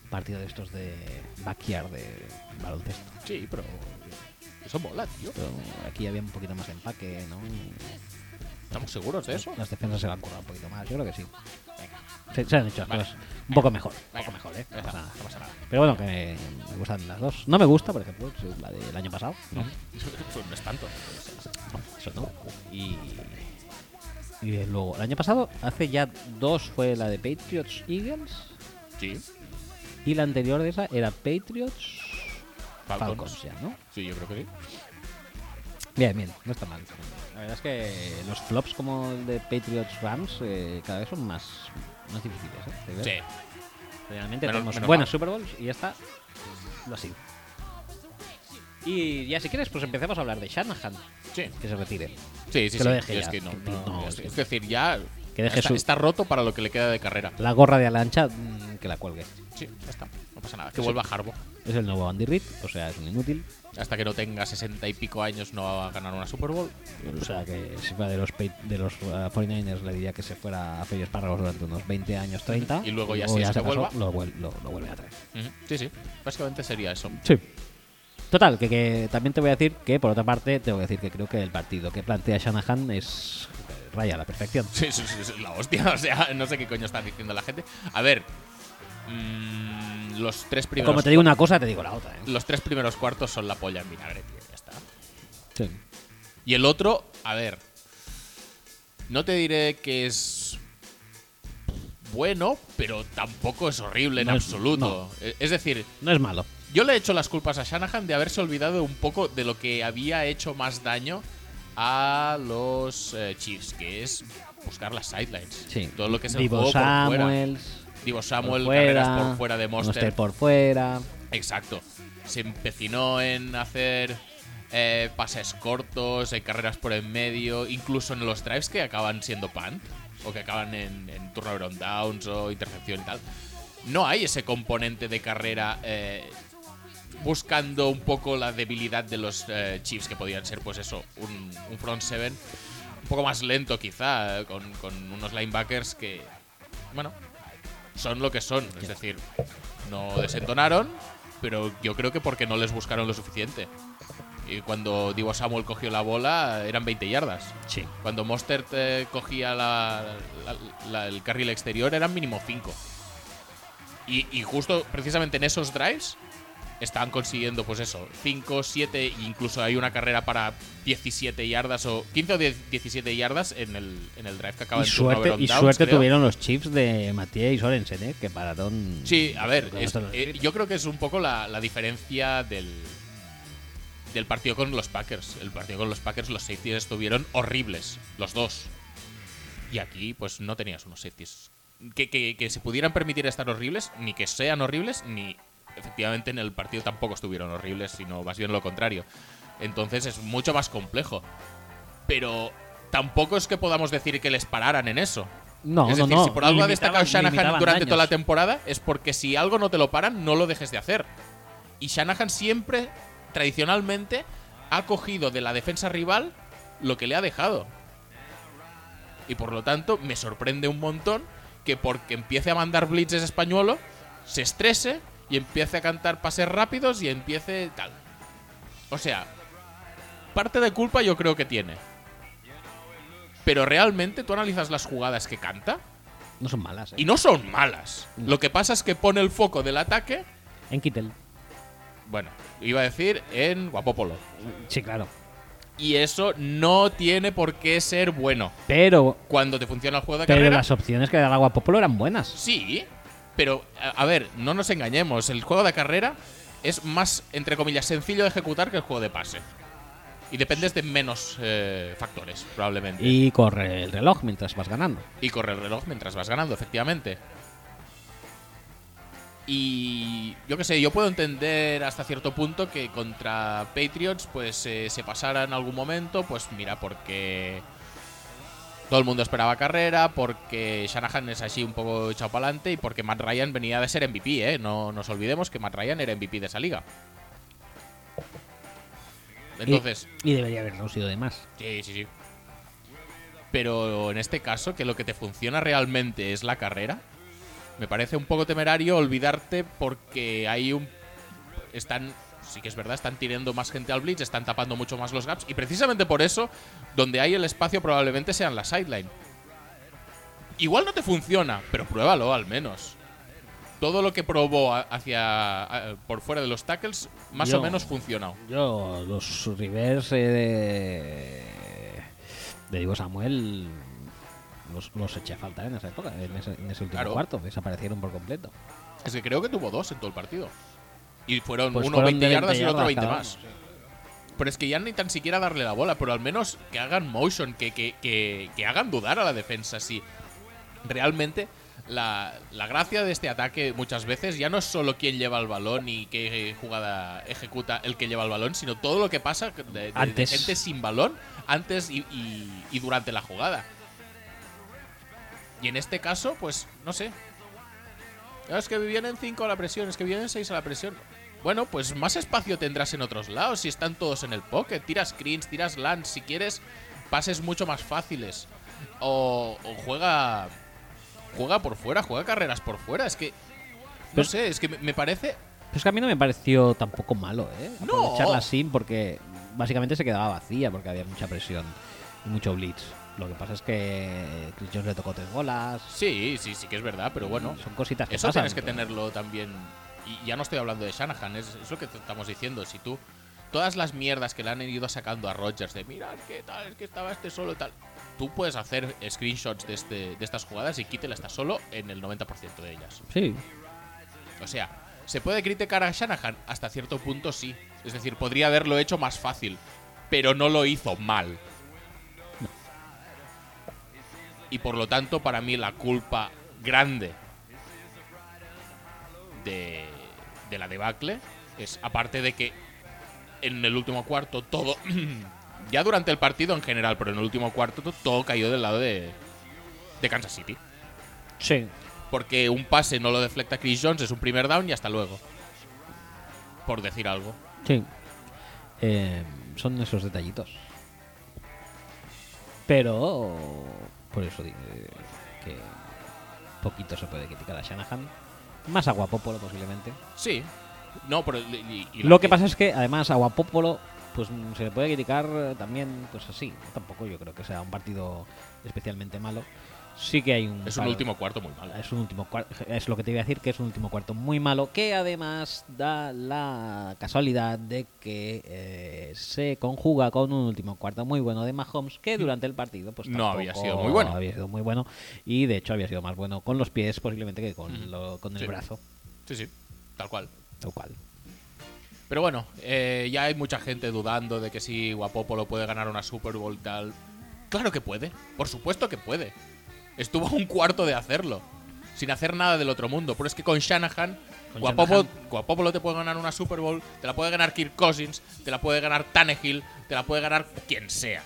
un partido de estos de backyard de baloncesto. Sí, pero. Eso mola, tío. Pero aquí había un poquito más de empaque, ¿no? ¿Estamos seguros de eso? Las defensas se van a currar un poquito más, yo creo que sí. Se, se han hecho las Vale. cosas un poco mejor. Un Venga, poco mejor, ¿eh? No ya pasa está, nada. no pasa nada. Pero bueno, que me, me gustan las dos. No me gusta, por ejemplo, la del año pasado. No, Pues no es tanto. eso no. Y, y luego, el año pasado, hace ya dos fue la de Patriots Eagles. Sí, Y la anterior de esa era Patriots Falcons. Falcons ya, ¿no? Sí, yo creo que sí. Bien, bien, no está mal. La verdad es que los flops como el de Patriots Rams eh, cada vez son más, más difíciles. ¿eh? de ver. Sí. Realmente Menos- tenemos menos buenos mal. Super Bowls y esta lo ha sido. Y ya si quieres, pues empecemos a hablar de Shanahan, Sí, que se retire. sí, sí. Que lo sí. deje Yo ya, Es, que no, que- no, no, es, que- es decir, ya. que deje está, su- está roto para lo que le queda de carrera. La gorra de Alancha, mm, que la cuelgue. Sí, ya está. No pasa nada. Que vuelva a Harbo. Es el nuevo Andy Reid, o sea, es un inútil. Hasta que no tenga sesenta y pico años no va a ganar una Super Bowl. O sea, que si fuera de los, Pay- de los eh, 49ers, le diría que se fuera a Ferio Espárragos durante unos 20 años, 30. Y luego ya si eso se se casó, vuelva. Lo, vuel- lo- lo vuelve a traer. Ujú. Sí, sí. Básicamente sería eso. Sí. Total, que, que también te voy a decir que, por otra parte, tengo que decir que creo que el partido que plantea Shanahan es eh, raya a la perfección. Sí, sí, sí, sí, la hostia. O sea, no sé qué coño está diciendo la gente. A ver. mm, los tres primeros. Como te digo una cosa, te digo la otra. ¿eh? Los tres primeros cuartos son la polla en vinagre, tío. Ya está. Sí. Y el otro, a ver. No te diré que es bueno, pero tampoco es horrible en No es- absoluto. E- Es decir, No es malo. yo le he hecho las culpas a Shanahan de haberse olvidado un poco de lo que había hecho más daño a los eh, Chiefs, que es buscar las sidelines. Sí. Todo lo que es el Divo juego por fuera. Samuels. Divo por Samuel, fuera, carreras por fuera de Monster. Monster por fuera. Exacto. Se empecinó en hacer eh, pases cortos, eh, carreras por en medio, incluso en los drives que acaban siendo pan o que acaban en, en turnover on downs o intercepción y tal. No hay ese componente de carrera eh, buscando un poco la debilidad de los eh, Chiefs que podían ser, pues eso, un, un front seven un poco más lento quizá, eh, con, con unos linebackers que, bueno, son lo que son. Es decir, no desentonaron, pero yo creo que porque no les buscaron lo suficiente. Y cuando Divo Samuel cogió la bola, eran 20 yardas. Sí. Cuando Mostert eh, cogía la- la- la- el carril exterior eran mínimo 5. Y, y justo precisamente en esos drives estaban consiguiendo pues eso, 5, 7, incluso hay una carrera para 17 yardas o 15 o 10 17 yardas en el, en el drive que acaba Y en suerte, turnover on y downs, suerte creo. tuvieron los chips de Matías y Sorensen, ¿eh? que pararon. Sí, a ver, con es- estos- eh, yo creo que es un poco la, la diferencia del, del partido con los Packers. El partido con los Packers, los safeties estuvieron horribles, los dos. Y aquí, pues no tenías unos safeties que, que- que se pudieran permitir estar horribles, ni que sean horribles, ni efectivamente en el partido tampoco estuvieron horribles, sino más bien lo contrario. Entonces es mucho más complejo. Pero tampoco es que podamos decir que les pararan en eso. No, es no, decir, no. si por algo ha destacado Limitaban- Shanahan limitaban durante toda la daños. temporada es porque si algo no te lo paran, no lo dejes de hacer. Y Shanahan siempre, tradicionalmente, ha cogido de la defensa rival lo que le ha dejado. Y por lo tanto, me sorprende un montón que porque empiece a mandar blitzes españolo, se estrese y empiece a cantar pases rápidos y empiece tal. O sea, parte de culpa yo creo que tiene. Pero realmente tú analizas las jugadas que canta No son malas. ¿eh? Mm. y no son malas. Lo que pasa es que pone el foco del ataque En Kittel. Bueno, iba a decir en Guapopolo. Sí, claro. Y eso no tiene por qué ser bueno. Pero, Cuando te funciona el juego de pero carrera, las opciones que da la Guapopolo eran buenas. sí. Pero, a, a ver, no nos engañemos. El juego de carrera es más, entre comillas, sencillo de ejecutar que el juego de pase. Y dependes de menos eh, factores, probablemente. Y corre el reloj mientras vas ganando. Y corre el reloj mientras vas ganando, efectivamente. Y yo qué sé, yo puedo entender hasta cierto punto que contra Patriots pues eh, se pasara en algún momento, pues mira, porque todo el mundo esperaba carrera, porque Shanahan es así un poco echado para adelante y porque Matt Ryan venía de ser MVP, ¿eh? No nos olvidemos que Matt Ryan era MVP de esa liga. Entonces... Y, y debería haberlo sido de más. Sí, sí, sí. Pero en este caso, que lo que te funciona realmente es la carrera, me parece un poco temerario olvidarte porque hay un... Están... Sí que es verdad, están tirando más gente al blitz, están tapando mucho más los gaps y precisamente por eso, donde hay el espacio probablemente sean la sideline. Igual no te funciona, pero pruébalo al menos. Todo lo que probó a- hacia a- por fuera de los tackles más Yo- o menos funcionó. Yo, los Rivers eh, de, de Diego Samuel los, los eché a falta en esa época, en ese, en ese último Claro. cuarto. Desaparecieron por completo. Es que creo que tuvo dos en todo el partido. Y fueron Pues uno fueron 20 de 20 yardas y el otro yardas 20 cada más. Pero es que ya ni tan siquiera darle la bola, pero al menos que hagan motion, que, que, que- que hagan dudar a la defensa. Si realmente la, la gracia de este ataque muchas veces ya no es solo quién lleva el balón y qué jugada ejecuta el que lleva el balón, sino todo lo que pasa de- de, de Antes. gente sin balón antes y- y- y durante la jugada. Y en este caso, pues, no sé. Ah, Es que vienen 5 a la presión, es que vienen 6 a la presión. Bueno, pues más espacio tendrás en otros lados si están todos en el pocket. Tiras screens, tiras lands, si quieres, pases mucho más fáciles. O, o juega. Juega por fuera, juega carreras por fuera. Es que. No Pero- sé, es que me- me parece. Pues que a mí no me pareció tampoco malo, ¿eh? No. Aprovecharla así porque básicamente se quedaba vacía porque había mucha presión y mucho blitz. Lo que pasa es que eh, Chris Jones le tocó tres bolas. Sí, sí, sí que es verdad, pero bueno. Son cositas que Eso pasan. tienes que tenerlo también. Y ya no estoy hablando de Shanahan, es, es lo que te estamos diciendo. Si tú. Todas las mierdas que le han ido sacando a Rogers de mira, es que tal, es que estaba este solo, tal. Tú puedes hacer screenshots de, este, de estas jugadas y Kittel está solo en el 90% de ellas. Sí. O sea, ¿se puede criticar a Shanahan? Hasta cierto punto sí. Es decir, podría haberlo hecho más fácil, pero no lo hizo mal. Y por lo tanto, para mí la culpa grande de, de la debacle es, aparte de que en el último cuarto todo... ya durante el partido en general, pero en el último cuarto to- todo cayó del lado de, de Kansas City Sí. porque un pase no lo deflecta Chris Jones, es un primer down y hasta luego. Por decir algo. Sí. Eh, son esos detallitos. Pero. Por eso digo eh, que. Poquito se puede criticar a Shanahan. Más a Guapopolo posiblemente. Sí. No, pero. y- y- y Lo que pasa es que además a Guapopolo. Pues mm, se le puede criticar eh, también, pues así. Tampoco yo creo que sea un partido especialmente malo. Sí que hay un. es un par- último cuarto muy malo. es un último cuarto, es lo que te iba a decir, que es un último cuarto muy malo, que además da la casualidad de que eh, se conjuga con un último cuarto muy bueno de Mahomes, que durante el partido pues Mm. No había tampoco sido muy bueno. había sido muy bueno y de hecho había sido más bueno con los pies posiblemente que con, Mm. lo- con el Sí. brazo, Sí, sí. Tal cual. tal cual. Pero bueno, eh, ya hay mucha gente dudando de que si Guapopolo puede ganar una Super Bowl tal. Claro que puede. Por supuesto que puede. Estuvo a un cuarto de hacerlo. Sin hacer nada del otro mundo. Pero es que con Shanahan. Con Guapopolo, Shanahan. Guapopolo te puede ganar una Super Bowl. Te la puede ganar Kirk Cousins. Te la puede ganar Tannehill. Te la puede ganar quien sea.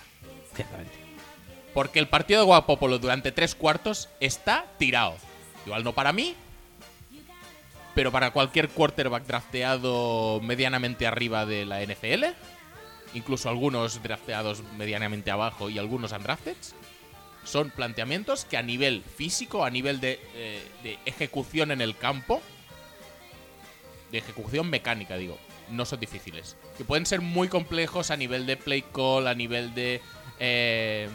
Ciertamente. Porque el partido de Guapopolo durante tres cuartos está tirado. Igual no para mí, pero para cualquier quarterback drafteado medianamente arriba de la NFL, incluso algunos drafteados medianamente abajo y algunos undrafted, son planteamientos que a nivel físico, a nivel de, eh, de ejecución en el campo, de ejecución mecánica, digo, no son difíciles. Que pueden ser muy complejos a nivel de play call, a nivel de... eh,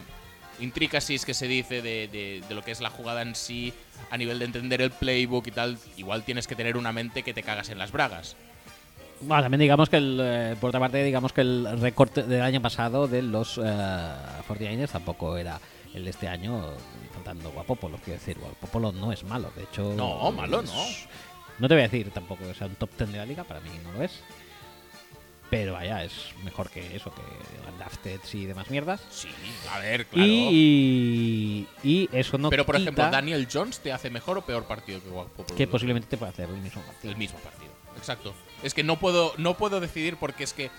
intricacies que se dice de, de- de lo que es la jugada en sí, a nivel de entender el playbook y tal, igual tienes que tener una mente que te cagas en las bragas. Bueno, también digamos que, el, eh, por otra parte, digamos que el recorte del año pasado de los eh, 49ers tampoco era el de este año faltando a Popolo, quiero decir. Bueno, Popolo no es malo, de hecho... No, malo no. No te voy a decir tampoco que sea un top 10 de la liga, para mí no lo es. Pero vaya, es mejor que eso, que Drafted y demás mierdas. Sí, a ver, claro. Y, y eso no Pero por ejemplo, quita Daniel Jones te hace mejor o peor partido que Guapo. que posiblemente te pueda hacer el mismo partido. el mismo partido. Exacto. Es que no puedo, no puedo decidir porque es que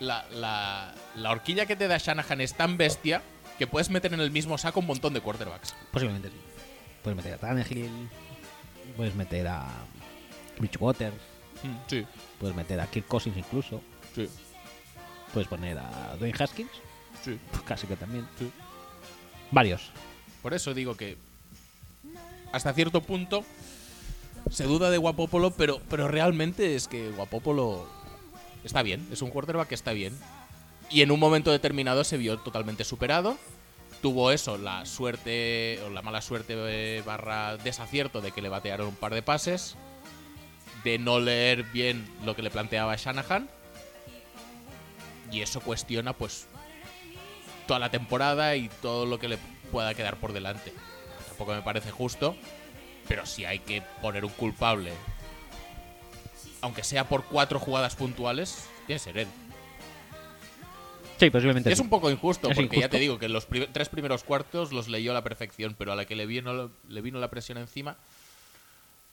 la, la, la horquilla que te da Shanahan es tan bestia que puedes meter en el mismo saco un montón de quarterbacks. Posiblemente sí. Puedes meter a Tannehill, puedes meter a Bridgewater, Sí, puedes meter a Kirk Cousins incluso, sí, puedes poner a Dwayne Haskins, sí. pues casi que también. Sí. Varios. Por eso digo que hasta cierto punto se duda de Guapopolo, pero, pero realmente es que Guapopolo está bien, es un quarterback que está bien. Y en un momento determinado se vio totalmente superado. Tuvo eso, la suerte, o la mala suerte eh, barra desacierto de que le batearon un par de pases, de no leer bien lo que le planteaba Shanahan. Y eso cuestiona pues toda la temporada y todo lo que le pueda quedar por delante. Tampoco me parece justo, pero si hay que poner un culpable, aunque sea por cuatro jugadas puntuales, tiene que ser él. Sí, posiblemente Es sí. un poco injusto, Es porque ya injusto. te digo que los pri- tres primeros cuartos los leyó a la perfección, pero a la que le vino, la- le vino la presión encima,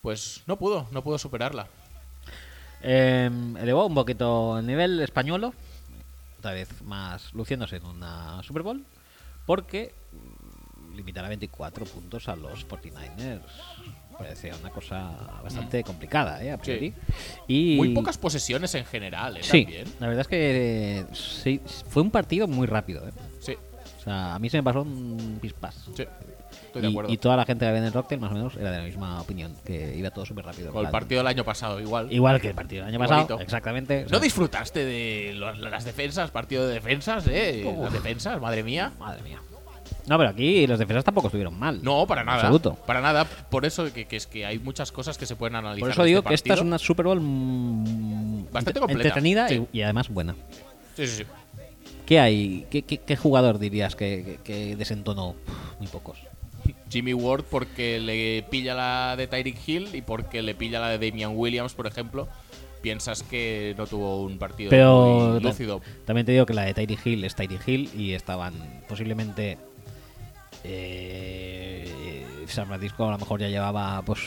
pues no pudo, no pudo superarla. Eh, elevó un poquito el nivel españolo, otra vez más luciéndose en una Super Bowl, porque mm, limitar a 24 puntos a los 49ers parecía una cosa bastante complicada, ¿eh? A priori. Y Muy pocas posesiones en general, ¿eh? Sí, También. la verdad es que eh, sí, fue un partido muy rápido, ¿eh? Sí, O sea, a mí se me pasó un pispás. sí. Estoy de Y- acuerdo. Y, toda la gente que había en el Rocktail, más o menos, era de la misma opinión, que iba todo súper rápido. Con el Plan- partido del año pasado, igual. Igual que el partido del año pasado, Igualito. exactamente. O sea, ¿No disfrutaste de lo- las defensas, partido de defensas, eh? Uf. Las defensas, madre mía. Madre mía. No, pero aquí los defensas tampoco estuvieron mal. No, para En nada. Absoluto. Para nada. Por eso que, que es que hay muchas cosas que se pueden analizar. Por de eso este digo que esta es partido. una Super Bowl mm, Bastante entre- completa, entretenida sí. y, y además buena. Sí, sí, sí. ¿Qué hay? ¿Qué, qué, qué jugador dirías que, que- que desentonó? Uf, Muy pocos. Jimmy Ward porque le pilla la de Tyreek Hill y porque le pilla la de Damian Williams, por ejemplo. Piensas que no tuvo un partido Pero muy lúcido. también te digo que la de Tyree Hill es Tyree Hill y estaban posiblemente eh, San Francisco a lo mejor ya llevaba pues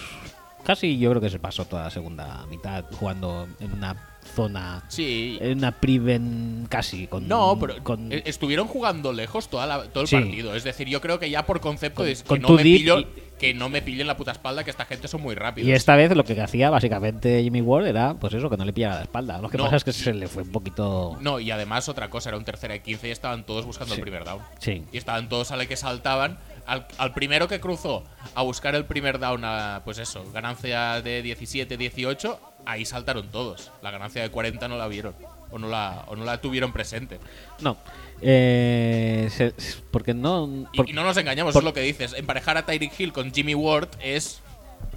casi yo creo que se pasó toda la segunda mitad jugando en una zona Sí. en una priven casi con no, pero con, e- estuvieron jugando lejos toda la- todo el Sí. partido. Es decir, yo creo que ya por concepto es con que, tu no me dip pillo- y- que no me pillen la puta espalda, que esta gente son muy rápidos. y esta vez lo que hacía básicamente Jimmy Ward era pues eso que no le pillaba la espalda lo que No. pasa es que se le fue un poquito No, y además otra cosa, era un tercera y 15 y estaban todos buscando Sí. el primer down. Sí. Y estaban todos a la que saltaban. Al, al primero que cruzó a buscar el primer down, a, pues eso, ganancia de 17, 18, ahí saltaron todos. La ganancia de 40 no la vieron. O no la, o no la tuvieron presente. no Eh, se- porque no Y, por- y no nos engañamos, por- es lo que dices. Emparejar a Tyreek Hill con Jimmy Ward es,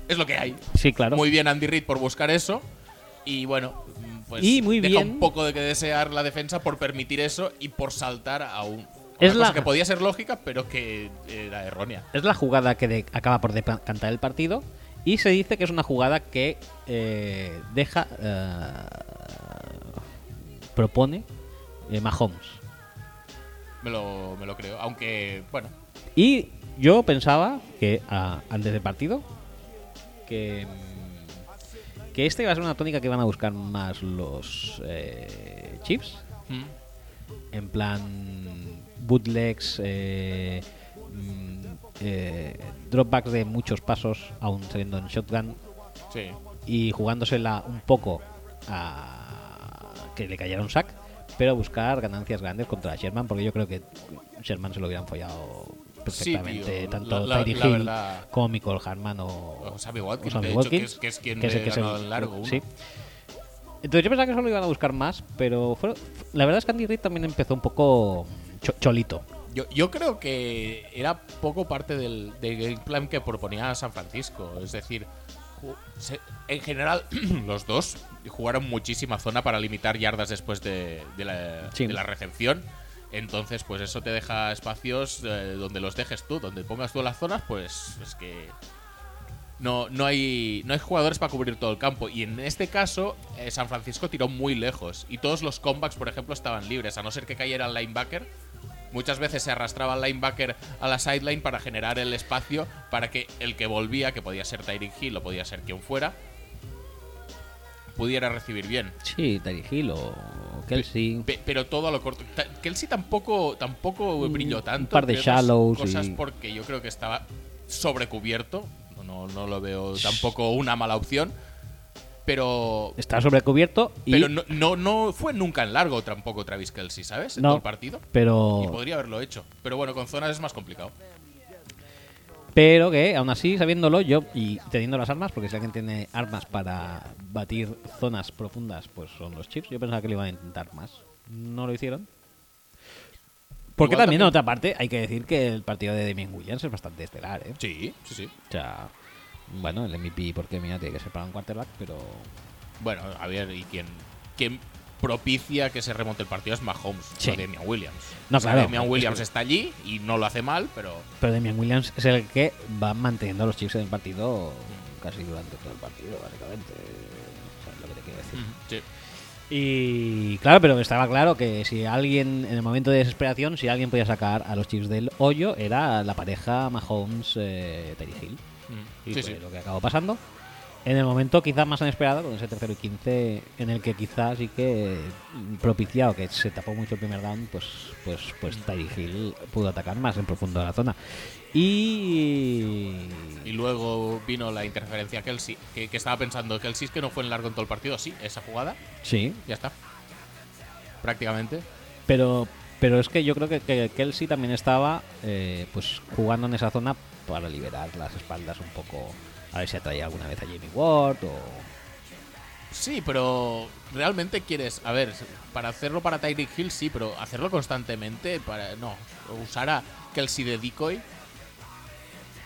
es lo que hay. sí claro Muy bien Andy Reid por buscar eso. Y bueno, mm, pues Y muy deja bien. un poco de que desear la defensa por permitir eso y por saltar a un... Es una cosa la- que podía ser lógica, pero que era errónea. Es la jugada que de- acaba por decantar el partido y se dice que es una jugada que eh, deja, eh, propone eh, Mahomes. Me lo, me lo creo. Aunque, bueno, Y yo pensaba que ah, antes del partido que mm, que esta iba a ser una tónica que van a buscar más los eh, Chips mm, en plan bootlegs, eh, mm, eh, dropbacks de muchos pasos, aún saliendo en shotgun sí. y jugándosela un poco a que le cayera un sack, pero buscar ganancias grandes contra Sherman, porque yo creo que Sherman se lo hubieran follado Sí, tío, perfectamente, la- tanto la- Tyree la Hill verdad. como Michael Harman o, O Sammy Watkins, Sammy de hecho, que Watkins, es- que es quien es le el que ha se- ganado en largo, uno. sí. Entonces yo pensaba que solo iban a buscar más, pero fueron- la verdad es que Andy Reid también empezó un poco cho- cholito. Yo, yo creo que era poco parte del, del game plan que proponía San Francisco. Es decir, ju- se- en general, los dos jugaron muchísima zona para limitar yardas después de, de la, Sí. de la recepción. Entonces, pues eso te deja espacios eh, donde los dejes tú, donde pongas tú las zonas, pues es que no, no, hay, no hay jugadores para cubrir todo el campo. Y en este caso, eh, San Francisco tiró muy lejos. Y todos los comebacks, por ejemplo, estaban libres. A no ser que cayera el linebacker. Muchas veces se arrastraba el linebacker a la sideline para generar el espacio para que el que volvía, que podía ser Tyreek Hill o podía ser quien fuera, pudiera recibir bien. Sí, Terry Hill o Kelsey. Pe- pero todo a lo corto. Ta- Kelsey tampoco, tampoco brilló tanto. par de entre otras shallows Cosas y- porque yo creo que estaba sobrecubierto. No, no lo veo tampoco una mala opción. Pero. Está sobrecubierto y. Pero no, no, no fue nunca en largo tampoco Travis Kelsey, ¿sabes? En No. todo el partido. Y pero, podría haberlo hecho. Pero bueno, con zonas es más complicado. pero que aún así, sabiéndolo yo y teniendo las armas, porque si alguien tiene armas para batir zonas profundas, pues son los chips. Yo pensaba que lo iban a intentar más. No lo hicieron. Porque también, Igual también- en otra parte, hay que decir que el partido de Damien Williams es bastante estelar, ¿eh? Sí, sí, sí. O sea, bueno, el MVP, porque mira, tiene que ser para un quarterback, pero. Bueno, a ver, y quien, quien propicia que se remonte el partido es Mahomes, Sí. no Damian Williams. No, O sea, claro. Damian Williams está allí y no lo hace mal, pero Pero Damian Williams es el que va manteniendo a los chips en el partido casi durante todo el partido, básicamente. ¿Sabes lo que te quiero decir? sí. Y claro, pero estaba claro que si alguien, en el momento de desesperación, si alguien podía sacar a los chips del hoyo, era la pareja Mahomes-Terry Hill. Y Sí, fue sí. lo que acabó pasando. En el momento quizás más inesperado, con ese tercero y 15, en el que quizás sí que propiciado que se tapó mucho el primer down, pues pues pues Tyree Hill pudo atacar más en profundo de la zona. Y Y luego vino la interferencia a Kelsey, que, que estaba pensando, Kelsey es que no fue en largo en todo el partido, sí, esa jugada, sí, ya está. Prácticamente. pero pero es que yo creo que, que Kelsey también estaba eh, pues jugando en esa zona para liberar las espaldas un poco, a ver si atraía alguna vez a Jamie Ward o Sí, pero realmente quieres, a ver, para hacerlo para Tyreek Hill sí, pero hacerlo constantemente para no, usar a Kelsey de decoy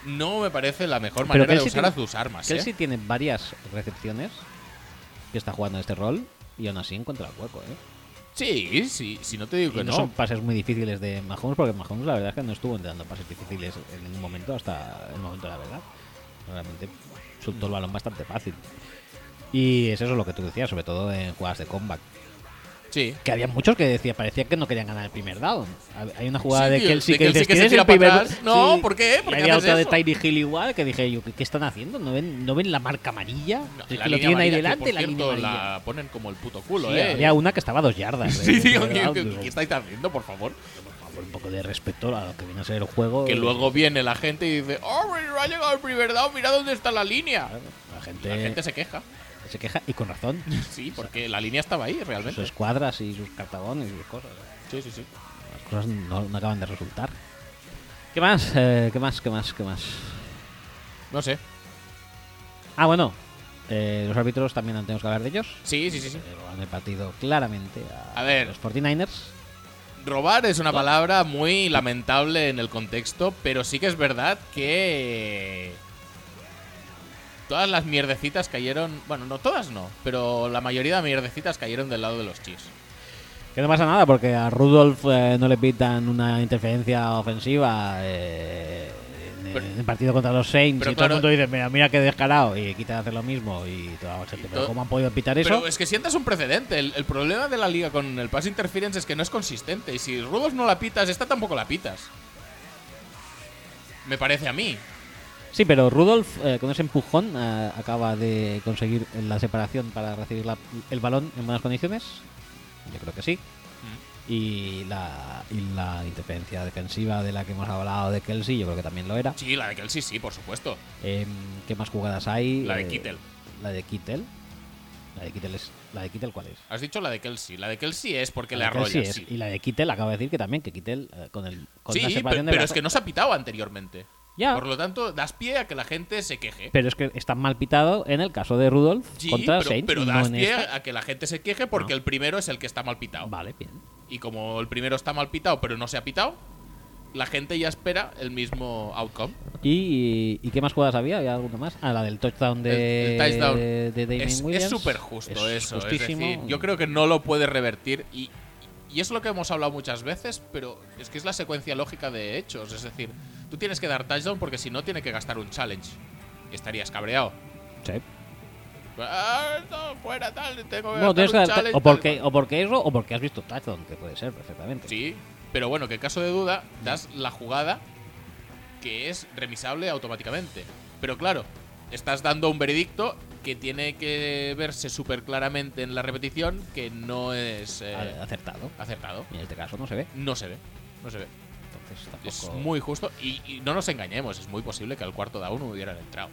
no me parece la mejor Pero manera de Kelce usar tiene- a tus armas, ¿eh? Kelsey tiene varias recepciones que está jugando este rol y aún así encuentra el hueco, ¿eh? Sí, sí, si no te digo Y que no no. son pases muy difíciles de Mahomes porque Mahomes la verdad es que no estuvo entrando pases difíciles en ningún momento hasta el momento de la verdad. Realmente soltó el balón bastante fácil. Y es eso lo que tú decías, sobre todo en jugadas de comeback. Sí. Que había muchos que decía, parecía que no querían ganar el primer down. Hab- Hay una jugada Sí, de tío, Kelsey de que, Kelce dices, que se "¿Quién es tira el pa' primer atrás". down?". No, ¿por qué? ¿Por Y qué había haces otra eso? de Tyree Hill igual que dije, yo, ¿qué, qué están haciendo? ¿No ven, ¿No ven la marca amarilla? No, Si es la que lo línea tienen ahí amarilla, que, delante, por la línea cierto, amarilla. la ponen como el puto culo, Sí, ¿eh? había una que estaba a dos yardas. de- Sí, de tío, ¿qué, verdad, qué- digo, qué estáis haciendo, por favor? por un poco de respeto a lo que viene a ser el juego. Que eh, luego viene la gente y dice, ¡Oh, ha llegado el primer down! ¡Mira dónde está la línea! la gente, La gente se queja. se queja y con razón. Sí, porque la línea estaba ahí, realmente. sus cuadras y sus cartagones y sus cosas. Sí, sí, sí. Las cosas no, no acaban de resultar. ¿Qué más? Eh, ¿Qué más? ¿Qué más? ¿Qué más? No sé. Ah, bueno. eh, los árbitros también tenemos que hablar de ellos. Sí, sí, sí, sí. Eh, roban el partido claramente a, A ver. los 49ers. Robar es una palabra muy lamentable en el contexto, pero sí que es verdad que. Todas las mierdecitas cayeron. Bueno, no todas no, pero la mayoría de mierdecitas cayeron del lado de los Chiefs. Que no pasa nada porque a Rudolf eh, no le pitan una interferencia ofensiva eh, en, Pero- en el partido contra los Saints pero y claro- todo el mundo dice, mira, mira qué descarado y quita de hacer lo mismo y toda la gente, pero todo- ¿cómo han podido pitar eso? Pero es que sientas un precedente. El, el problema de la liga con el pass interference es que no es consistente. Y si Rudolph no la pitas, esta tampoco la pitas. Me parece a mí. Sí, pero Rudolf eh, con ese empujón eh, acaba de conseguir la separación para recibir la- el balón en buenas condiciones. Yo creo que sí. Mm. Y la, y la interferencia defensiva de la que hemos hablado de Kelsey, yo creo que también lo era. Sí, la de Kelsey sí, por supuesto. Em, ¿Qué más jugadas hay? La de Eh, Kittel. La de Kittel. La de Kittel es. ¿La de Kittel cuál es? Has dicho la de Kelsey. La de Kelsey es porque le La de arrolla. Kelsey es. sí. Y la de Kittel acaba de decir que también, que Kittel eh, con el con Sí, la pe- separación pero, de es brazo- que no se ha pitado anteriormente. Ya. Por lo tanto, das pie a que la gente se queje. Pero es que está mal pitado en el caso de Rudolf Sí, contra pero, Sainz. pero no das en pie esta. a que la gente se queje porque el primero es el que está mal pitado. Vale, bien. Y como el primero está mal pitado, pero no se ha pitado, la gente ya espera el mismo outcome. ¿Y, y qué más jugadas había? ¿Había alguna más? Ah, la del touchdown de, El- el touchdown. de, de Damien Es- Williams. Es súper justo Es eso. justísimo. Es decir, yo creo que no lo puede revertir y, y es lo que hemos hablado muchas veces, pero es que es la secuencia lógica de hechos. Es decir, tú tienes que dar touchdown porque si no tiene que gastar un challenge. Estarías cabreado. Sí. Ah, no, fuera tal, tengo que Bueno, gastar tienes que un dar- challenge, o, tal. porque, o porque eso, o porque has visto touchdown, que puede ser perfectamente. Sí, pero bueno, que en caso de duda, das la jugada que es remisable automáticamente. Pero claro, estás dando un veredicto que tiene que verse súper claramente en la repetición que no es eh, Ah, Acertado. acertado. Y en este caso no se ve. No se ve, no se ve. Entonces Es tampoco. muy justo y, y no nos engañemos, es muy posible que al cuarto down hubieran entrado.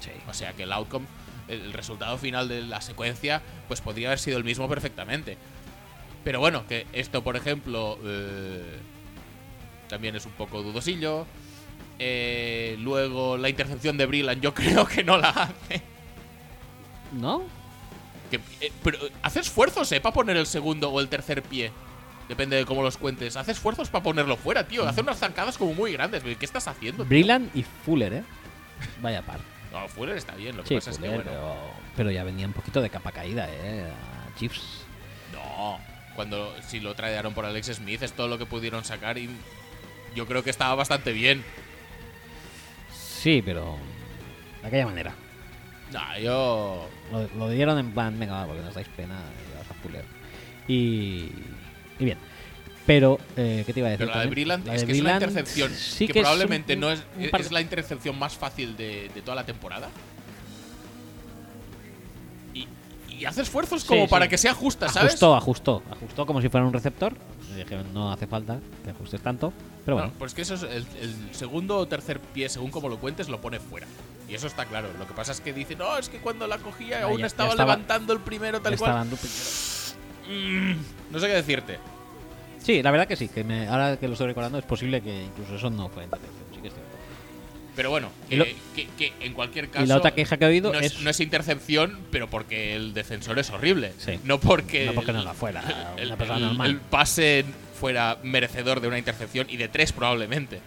Sí. O sea que el outcome, el resultado final de la secuencia, pues podría haber sido el mismo perfectamente. Pero bueno, que esto, por ejemplo, eh, también es un poco dudosillo. Eh, luego la intercepción de Brillan yo creo que no la hace. ¿No? Que, eh, pero eh, hace esfuerzos, ¿eh? Para poner el segundo o el tercer pie. Depende de cómo los cuentes. Hace esfuerzos para ponerlo fuera, Mm. tío. Hace unas zancadas como muy grandes. ¿Qué estás haciendo? tío? Brilland y Fuller, ¿eh? Vaya par. No, Fuller está bien. Lo que Sí, pasa Fuller, es que, bueno. pero, pero ya venía un poquito de capa caída, ¿eh? A Chiefs. No, cuando si lo tradearon por Alex Smith es todo lo que pudieron sacar y yo creo que estaba bastante bien. Sí, pero. De aquella manera. No, yo Lo, lo dieron en plan, venga, va, porque nos dais pena, y llevaos a Fuller. Y. Y bien. Pero, eh, ¿qué te iba a decir? Pero la de también? Brilland La es de que es una Brilland intercepción sí que, que es un- probablemente no es, un par- es la intercepción más fácil de, de toda la temporada. Y, y hace esfuerzos como Sí, para sí. Ah, que sea justa, ¿sabes? Ajustó, ajustó. Ajustó como si fuera un receptor. Le dije, no hace falta que ajustes tanto. Pero bueno. No, pues que eso es el, el segundo o tercer pie, según como lo cuentes, lo pone fuera. Y eso está claro. Lo que pasa es que dice, no, es que cuando la cogía Ya, Ah, aún ya- ya estaba, estaba- levantando el primero ya tal estaba cual. dando primero. Mm, No sé qué decirte. Sí, la verdad que sí. Que me- ahora que lo estoy recordando, es posible que incluso eso no fue intercepción. Sí que es cierto. Pero bueno, Y que, lo- que- que en cualquier caso. y la otra queja que he oído no es. no es intercepción, pero porque el defensor es horrible. Sí. No porque. no porque no el- la fuera. el- Una persona el- normal. el pase fuera merecedor de una intercepción y de tres probablemente.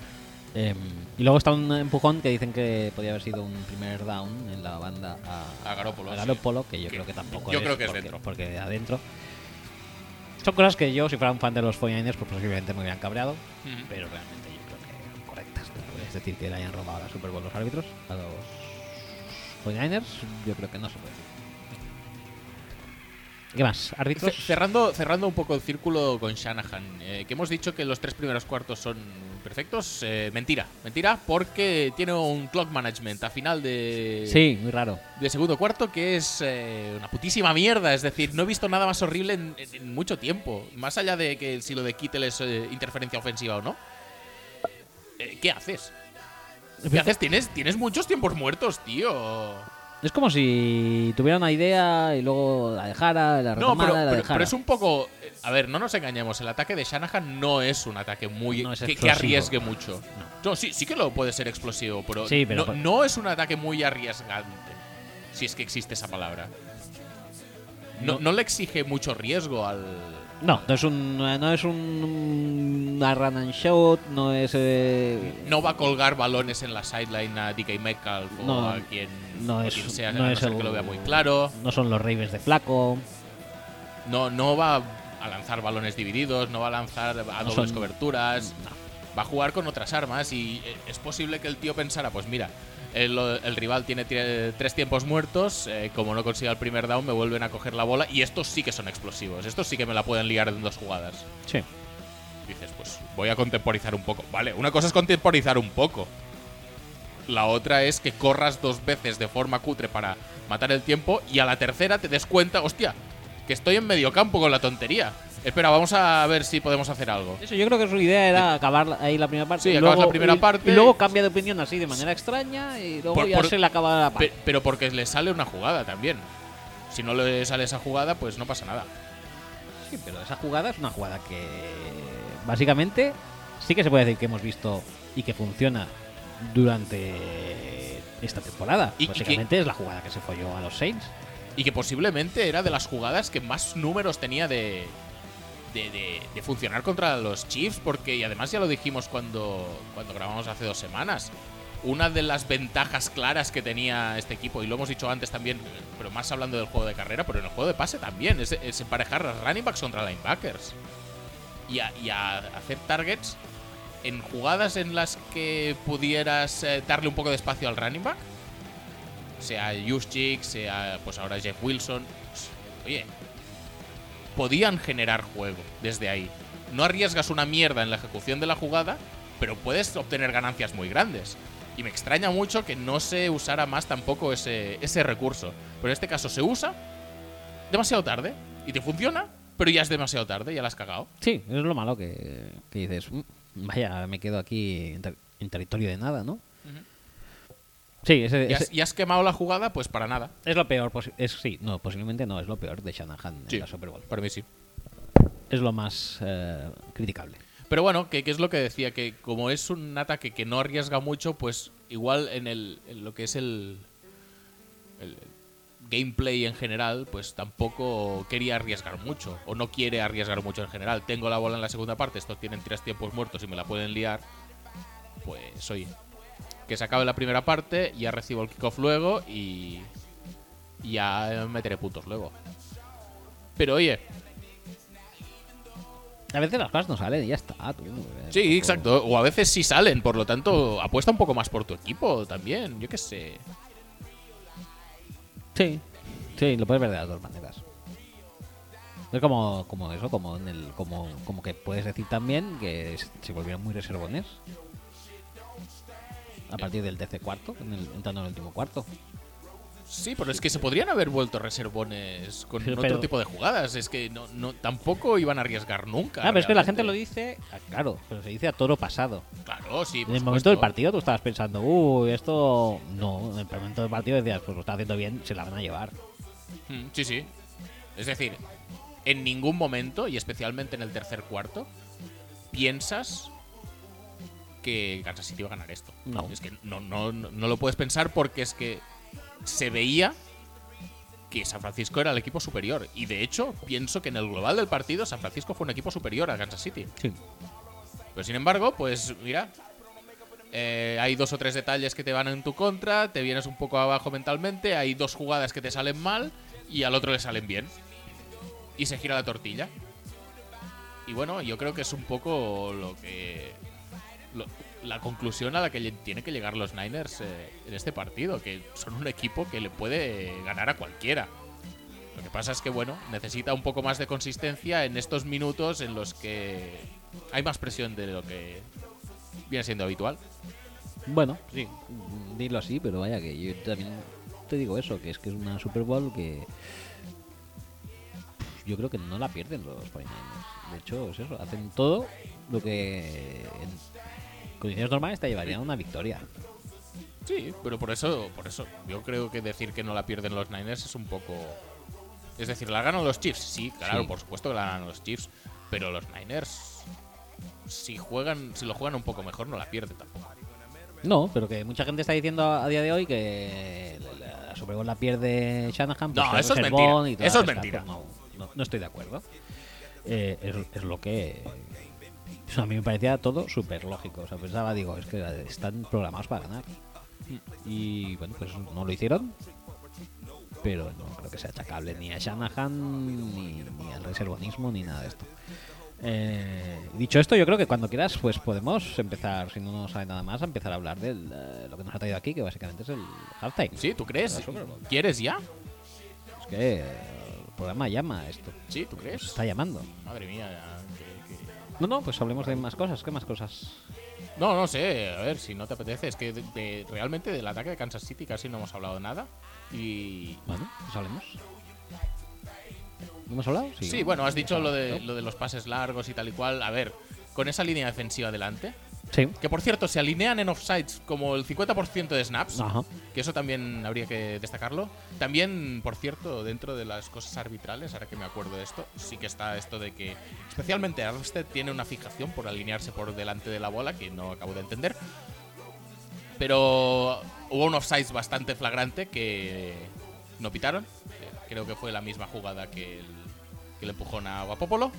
Em, y luego está un empujón que dicen que podía haber sido un primer down en la banda a, A Garoppolo, a sí. Garoppolo, que yo Que creo que tampoco yo creo que es porque, dentro. Porque adentro. Son cosas que yo, si fuera un fan de los 49ers, pues posiblemente me hubieran cabreado, Ujú. pero realmente yo creo que eran correctas. ¿no? Es decir, que le hayan robado la Super Bowl los árbitros a los 49ers, yo creo que no se puede decir. ¿Qué más? Ce- ¿Árbitros? Cerrando, cerrando un poco el círculo con Shanahan, eh, que hemos dicho que los tres primeros cuartos son perfectos. eh, mentira, mentira, porque tiene un clock management a final de, Sí, muy raro. de segundo cuarto que es eh, una putísima mierda. Es decir, no he visto nada más horrible en, en- en mucho tiempo. Más allá de que si lo de Kittel es eh, interferencia ofensiva o no. Eh, ¿Qué haces? ¿Qué haces? Tienes, tienes muchos tiempos muertos, tío. Es como si tuviera una idea y luego la dejara, la retomara, No, pero, la pero- dejara. pero es un poco... eh, A ver, no nos engañemos. El ataque de Shanahan no es un ataque muy... No es que, que explosivo. arriesgue mucho. No, sí, sí que lo puede ser explosivo, pero, Sí, pero no- por- no es un ataque muy arriesgante. Si es que existe esa palabra. No, no le exige mucho riesgo al. No, no es un, no es un una run and shoot, no es eh, No va a colgar balones en la sideline a DK Metcalf o No, a quien, no a es- quien sea, no a no es ser el- que lo vea muy claro. no son los Ravens de Flaco, No, no va a lanzar balones divididos, no va a lanzar a No dobles son- coberturas. Va a jugar con otras armas y eh, es posible que el tío pensara, pues mira, el, el rival tiene tre- tres tiempos muertos, eh, como no consiga el primer down me vuelven a coger la bola y estos sí que son explosivos, estos sí que me la pueden liar en dos jugadas. sí, Dices, pues voy a contemporizar un poco. Vale, una cosa es contemporizar un poco. La otra es que corras dos veces de forma cutre para matar el tiempo y a la tercera te des cuenta, hostia, que estoy en medio campo con la tontería. Espera, vamos a ver si podemos hacer algo. eso yo creo que su idea era acabar ahí la primera parte, Sí, y acabas luego- la primera y- parte y luego y- cambia de opinión así de manera extraña y luego Por- ya por- se le acaba la Pe- parte. pero porque le sale una jugada también. Si no le sale esa jugada, pues no pasa nada. Sí, pero esa jugada es una jugada que básicamente sí que se puede decir que hemos visto y que funciona durante esta temporada. Y- y que- básicamente es la jugada que se folló a los Saints. Y que posiblemente era de las jugadas que más números tenía de, de, de- de funcionar contra los Chiefs, porque, y además ya lo dijimos cuando, cuando grabamos hace dos semanas, una de las ventajas claras que tenía este equipo, y lo hemos dicho antes también, pero más hablando del juego de carrera, pero en el juego de pase también, es, es emparejar a running backs contra linebackers. Y a, y a hacer targets en jugadas en las que pudieras eh, darle un poco de espacio al running back sea Juszczyk, sea pues ahora Jeff Wilson. Oye, podían generar juego desde ahí. No arriesgas una mierda en la ejecución de la jugada, pero puedes obtener ganancias muy grandes. Y me extraña mucho que no se usara más tampoco ese, ese recurso. Pero en este caso se usa demasiado tarde y te funciona, pero ya es demasiado tarde, ya la has cagado. Sí, es lo malo que, que dices, "Mm, vaya, me quedo aquí en, ter- en territorio de nada, ¿no? Sí, ese, Y ese- has, y has quemado la jugada, pues para nada. es lo peor. posi- Es, sí, no, posiblemente no, es lo peor de Shanahan Sí. en la Super Bowl. Para mí sí. Es lo más eh, criticable. Pero bueno, que, que es lo que decía, que como es un ataque que no arriesga mucho, pues igual en, el, en lo que es el, el gameplay en general, pues tampoco quería arriesgar mucho, o no quiere arriesgar mucho en general. Tengo la bola en la segunda parte, estos tienen tres tiempos muertos y me la pueden liar. Pues oye, que se acabe la primera parte, ya recibo el kickoff luego y, y ya meteré puntos luego. Pero oye, A veces las cosas no salen y ya está. tú, eh, tampoco- Sí, exacto. O a veces sí salen, por lo tanto, apuesta un poco más por tu equipo también. Yo qué sé. Sí, sí, lo puedes ver de las dos maneras. Es como, como eso, como, en el, como, como que puedes decir también que s- se volvieron muy reservones a partir del tercer cuarto, en el, entrando en el último cuarto. Sí, pero es que se podrían haber vuelto reservones con Pero- otro tipo de jugadas. Es que no, no, tampoco iban a arriesgar nunca. Ah, pero es que la gente lo realmente. dice, ah, claro, pero se dice a toro pasado. Claro, sí. En por el momento del supuesto. partido tú estabas pensando, uy, esto. No, en el momento del partido decías, pues lo está haciendo bien, se la van a llevar. Mm, Sí, sí. Es decir, en ningún momento, y especialmente en el tercer cuarto, piensas que Kansas City va a ganar esto. No. Es que no, no, no- no lo puedes pensar porque es que se veía que San Francisco era el equipo superior. Y de hecho, pienso que en el global del partido, San Francisco fue un equipo superior a Kansas City. Sí. Pero sin embargo, pues mira, eh, hay dos o tres detalles que te van en tu contra, te vienes un poco abajo mentalmente, hay dos jugadas que te salen mal y al otro le salen bien. Y se gira la tortilla. Y bueno, yo creo que es un poco lo que... lo- la conclusión a la que lle- tienen que llegar los Niners eh, en este partido, que son un equipo que le puede ganar a cualquiera. Lo que pasa es que, bueno, necesita un poco más de consistencia en estos minutos en los que hay más presión de lo que viene siendo habitual. Bueno, Sí. mm, dilo así, pero vaya que yo también te digo eso, que es que es una Super Bowl que pff, yo creo que no la pierden los 49ers. De hecho, es eso, hacen todo lo que en condiciones normales te llevarían a una victoria. Sí, pero por eso, por eso, yo creo que decir que no la pierden los Niners es un poco. Es decir, la ganan los Chiefs, sí, claro, Sí. por supuesto que la ganan los Chiefs, pero los Niners, si juegan, si lo juegan un poco mejor, no la pierden tampoco. No, pero que mucha gente está diciendo a a día de hoy que la la Super Bowl la pierde Shanahan. pues No, que eso es Herbón mentira. y toda Eso es esta- mentira. No, no- no estoy de acuerdo. Eh, es, es lo que. eso A mí me parecía todo súper lógico. O sea, pensaba, digo, es que están programados para ganar. Y bueno, pues no lo hicieron. Pero no creo que sea achacable ni a Shanahan, ni, ni al reservonismo, ni nada de esto. Eh, dicho esto, yo creo que cuando quieras, pues podemos empezar, si no nos sale nada más, a empezar a hablar de eh, lo que nos ha traído aquí, que básicamente es el halftime. ¿Sí? ¿Tú crees? La Super Bowl. ¿Quieres ya? Es que eh, el programa llama a esto. ¿Sí? ¿Tú Nos crees? Pues está llamando. Madre mía, ya, que- que- No, no, pues hablemos de más cosas. ¿Qué más cosas? No, no sé, a ver, si no te apetece, es que de- de- realmente del ataque de Kansas City casi no hemos hablado nada. Y... Bueno, pues hablemos. ¿No hemos hablado? Sí, bueno, has Ya dicho está, lo de, ¿no? lo de los pases largos y tal y cual. A ver, con esa línea defensiva adelante, Sí. que por cierto se alinean en offsides como el 50% de snaps, Ajá. que eso también habría que destacarlo. También, por cierto, dentro de las cosas arbitrales, ahora que me acuerdo de esto, sí que está esto de que especialmente Armstead tiene una fijación por alinearse por delante de la bola, que no acabo de entender. Pero hubo un offside bastante flagrante que no Eh, pitaron. Creo que fue la misma jugada que el, que el empujón a Guapopolo.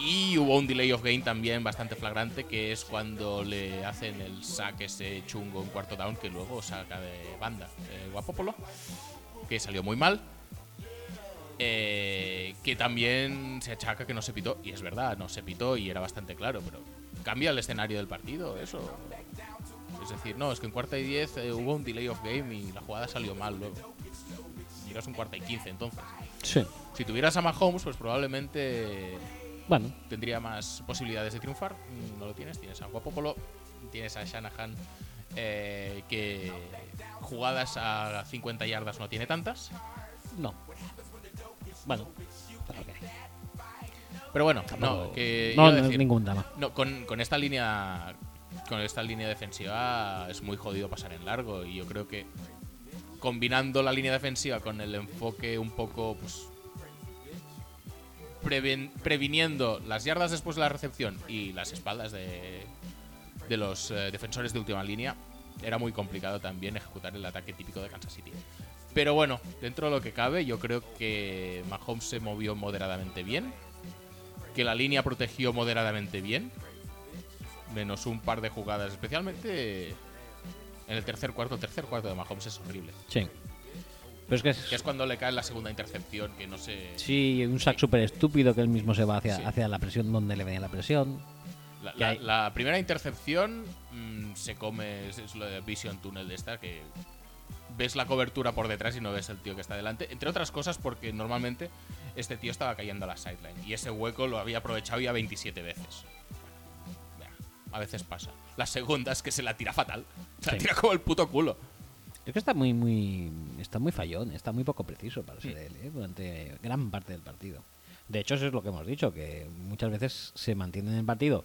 Y hubo un delay of game también bastante flagrante, que es cuando le hacen el sack ese chungo en cuarto down, que luego saca de banda eh, Guapopolo, que salió muy mal. Eh, que también se achaca que no se pitó, y es verdad, no se pitó y era bastante claro, pero cambia el escenario del partido, eso. Es decir, no, es que en cuarta y diez eh, hubo un delay of game y la jugada salió mal luego. Llegas a un cuarta y quince entonces. Sí. Si tuvieras a Mahomes, pues probablemente Bueno, tendría más posibilidades de triunfar. Mm, No lo tienes, tienes a Guapopolo, tienes a Shanahan, eh, que jugadas a 50 yardas no tiene tantas. no. Bueno. claro que hay. Pero bueno, Tampoco- no, que no, iba a no decir, ningún drama. no, con, con esta línea con esta línea defensiva es muy jodido pasar en largo y yo creo que combinando la línea defensiva con el enfoque un poco pues preven- previniendo las yardas después de la recepción y las espaldas de, de los eh, defensores de última línea era muy complicado también ejecutar el ataque típico de Kansas City. Pero bueno, dentro de lo que cabe, yo creo que Mahomes se movió moderadamente bien que la línea protegió moderadamente bien. Menos un par de jugadas, especialmente en el tercer cuarto. Tercer cuarto de Mahomes es horrible. Sí. Pero es que es, Que es cuando le cae la segunda intercepción, que no sé. sí, un sack súper estúpido que él mismo se va hacia, Sí. hacia la presión donde le venía la presión. La, que la- hay- la primera intercepción mm, se come. Es, es lo de Vision Tunnel de esta, que ves la cobertura por detrás y no ves el tío que está delante. Entre otras cosas, porque normalmente este tío estaba cayendo a la sideline. Y ese hueco lo había aprovechado ya 27 veces. Bueno, a veces pasa. La segunda es que se la tira fatal. Se la Sí. tira como el puto culo. Es que está muy, muy, está muy fallón, está muy poco preciso para Mm. ser él, ¿eh? durante gran parte del partido. De hecho, eso es lo que hemos dicho, que muchas veces se mantiene en el partido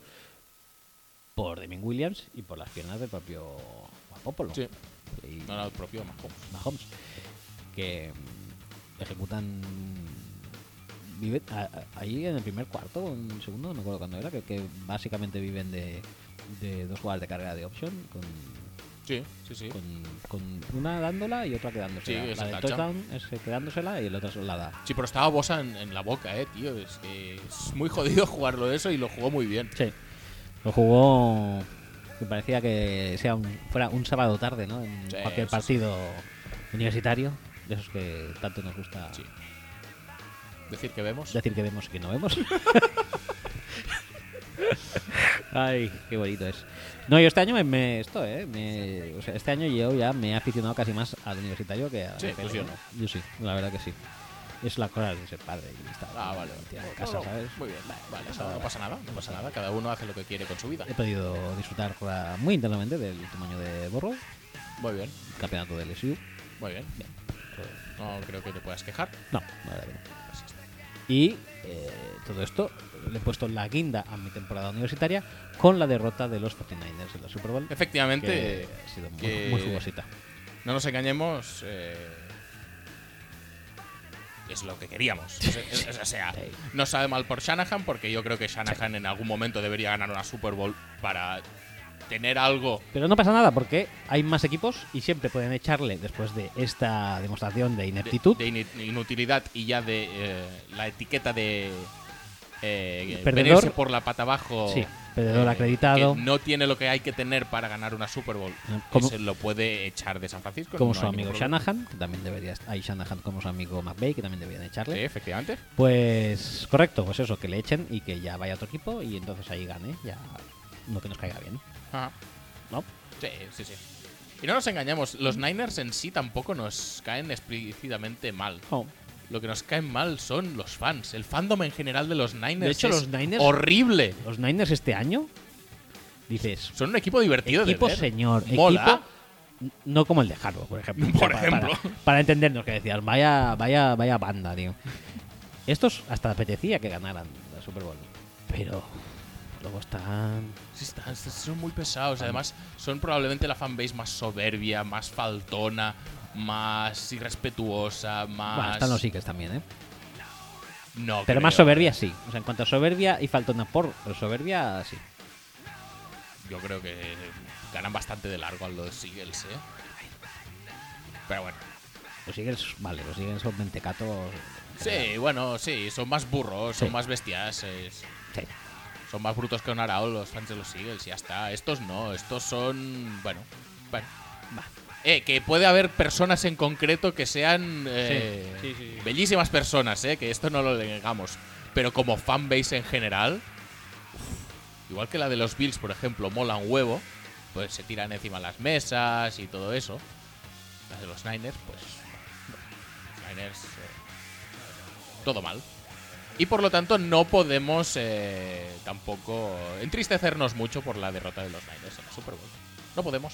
por Deming Williams y por las piernas del propio Guapopolo. Sí. Y No era el propio Mahomes. Mahomes, que mm, ejecutan viven a- a- ahí en el primer cuarto o en el segundo, no me acuerdo cuándo era, que, que básicamente viven de, de dos jugadas de carga de opción con Sí, sí, sí. con, con una dándola y otra quedándosela. Sí, la esa de tacha. touchdown es eh, quedándosela y la otra la da. Sí, pero estaba Bosa en, en la boca, eh, tío. Es que es muy jodido jugarlo eso y lo jugó muy bien. Sí. Lo jugó que parecía que sea un, fuera un sábado tarde, ¿no? En Sí, cualquier sí, partido universitario, de esos que tanto nos gusta Sí. Decir que vemos. decir que vemos y que no vemos. Ay, qué bonito es. No, yo este año me, me- esto, eh, me- o sea, este año yo ya me he aficionado casi más al universitario que a la Sí, NFL, pues yo no. Yo sí, la verdad que sí. Es la cosa de ser padre y estar Ah, vale. en la vale. casa, No, no, ¿sabes? Muy bien, vale. no, no pasa nada, no pasa nada. Cada uno hace lo que quiere con su vida. He podido disfrutar ah, muy internamente del último año de Borro, Muy bien, campeonato del SU. muy bien. No creo que te puedas quejar. No, la verdad que no. Así está. Y eh, todo esto le he puesto la guinda a mi temporada universitaria con la derrota de los 49ers en la Super Bowl. Efectivamente, que ha sido muy, que- muy jugosita. no nos engañemos. eh, es lo que queríamos. Es- es- es- o sea, Sí. no sabe mal por Shanahan, porque yo creo que Shanahan en algún momento debería ganar una Super Bowl para tener algo Pero no pasa nada porque hay más equipos y siempre pueden echarle después de esta demostración de de- ineptitud. De, ini- inutilidad y ya de eh, la etiqueta de. Eh, Perdedor. venirse por la pata abajo. eh, Sí, perdedor acreditado. que no tiene lo que hay que tener para ganar una Super Bowl. No, Que como- se lo puede echar de San Francisco. como no su hay ningún amigo problema. Shanahan, que también debería estar. Hay Shanahan como su amigo McVay, que también deberían echarle. Sí, efectivamente. Pues correcto, pues eso, que le echen y que ya vaya otro equipo y entonces ahí gane. Ya no que nos caiga bien, Ajá. ¿no? Sí, sí, sí. Y no nos engañemos, los Niners en sí tampoco nos caen explícitamente mal. No. Lo que nos caen mal son los fans. El fandom en general de los Niners hecho, es los Niners- horrible. Los Niners este año, dices, Son un equipo divertido equipo de ver. señor, Mola. equipo n- no como el de Harbaugh, por ejemplo. Por para- ejemplo. Para, para entendernos que decías, vaya, vaya, vaya banda, tío. Estos hasta apetecía que ganaran la Super Bowl. Pero luego están. Sí, están- son muy pesados. Además, son probablemente la fanbase más soberbia, más faltona, más irrespetuosa, más. Bueno, están los Eagles también, ¿eh? No, Pero creo. más soberbia sí. O sea, en cuanto a soberbia y faltona por soberbia, sí. Yo creo que ganan bastante de largo a los Eagles, ¿eh? Pero bueno. Los Eagles, vale, los Eagles son mentecatos. Sí, bueno, sí, son más burros, son Sí. más bestias, es- Sí. son más brutos que un arao los fans de los Eagles, ya está. Estos no, estos son. Bueno, bueno. Eh, que puede haber personas en concreto que sean eh, sí, sí, sí. bellísimas personas, eh, que esto no lo negamos. Pero como fanbase en general, uf, igual que la de los Bills, por ejemplo, mola un huevo, pues se tiran encima las mesas y todo eso. La de los Niners, pues. bueno, los Niners. eh, todo mal. Y por lo tanto no podemos eh, tampoco entristecernos mucho por la derrota de los Niners en la Super Bowl. No podemos,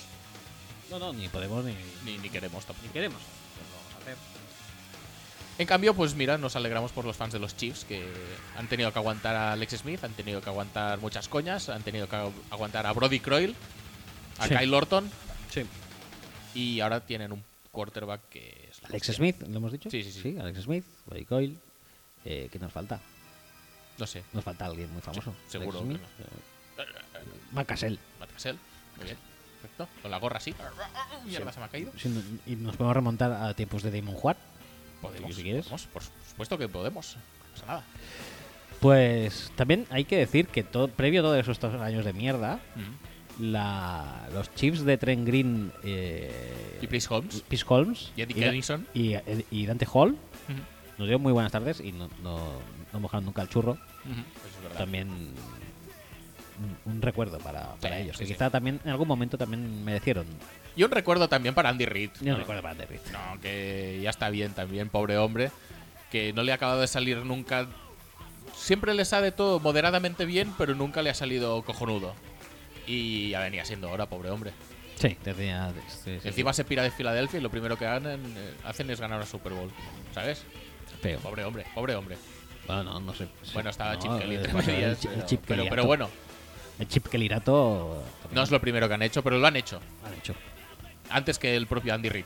No, no, ni podemos ni, ni, ni queremos tampoco. ni queremos. Pues lo vamos a hacer. En cambio, pues mira, nos alegramos por los fans de los Chiefs que han tenido que aguantar a Alex Smith, han tenido que aguantar muchas coñas, han tenido que aguantar a Brody Croyle, a Sí. Kyle Orton Sí. y ahora tienen un quarterback que es la Alex hostia. Smith, ¿lo hemos dicho? Sí, sí, sí. Alex Smith, Buddy Coyle. Eh, ¿Qué nos falta? No sé, Nos falta alguien muy famoso. Sí, seguro Alex Smith. eh, Matt Cassell. Matt Cassell. Muy bien, perfecto. Con la gorra así. Mierda, se me ha caído. Si no- y nos podemos remontar a tiempos de Damon Juan. Podemos, si quieres. podemos, por supuesto que podemos. No pasa nada. Pues también hay que decir que todo, previo a todos esos estos años de mierda, la- los chips de Trent Green eh, Y Chris Holmes. Chris Holmes Y Eddie Da- Kenningson. y, eh, y Dante Hall Ujú. nos dieron muy buenas tardes y no, no, no mojaron nunca el churro. Ujú, Eso es verdad. También un, un recuerdo para, para Sí, ellos, sí, que sí. quizá también en algún momento también merecieron. Y un recuerdo también para Andy Reid. Yo no recuerdo para Terry. No, que ya está bien también, pobre hombre. Que no le ha acabado de salir nunca. Siempre le sale todo moderadamente bien, pero nunca le ha salido cojonudo. Y ya venía siendo hora, pobre hombre. Sí, tenía- sí, sí, Encima se pira de Filadelfia y lo primero que ganan, eh, hacen es ganar una Super Bowl. ¿Sabes? sí, feo. Pobre hombre, pobre hombre. Bueno, no, no sé. sí. Bueno, estaba No, Chip Kelly eh, entre bueno, el medias, chi- el pero- Chip pero- Kelly pero Atom. bueno, El chip que Lirato no es lo primero que han hecho, pero lo han hecho. han hecho. Antes que el propio Andy Reid.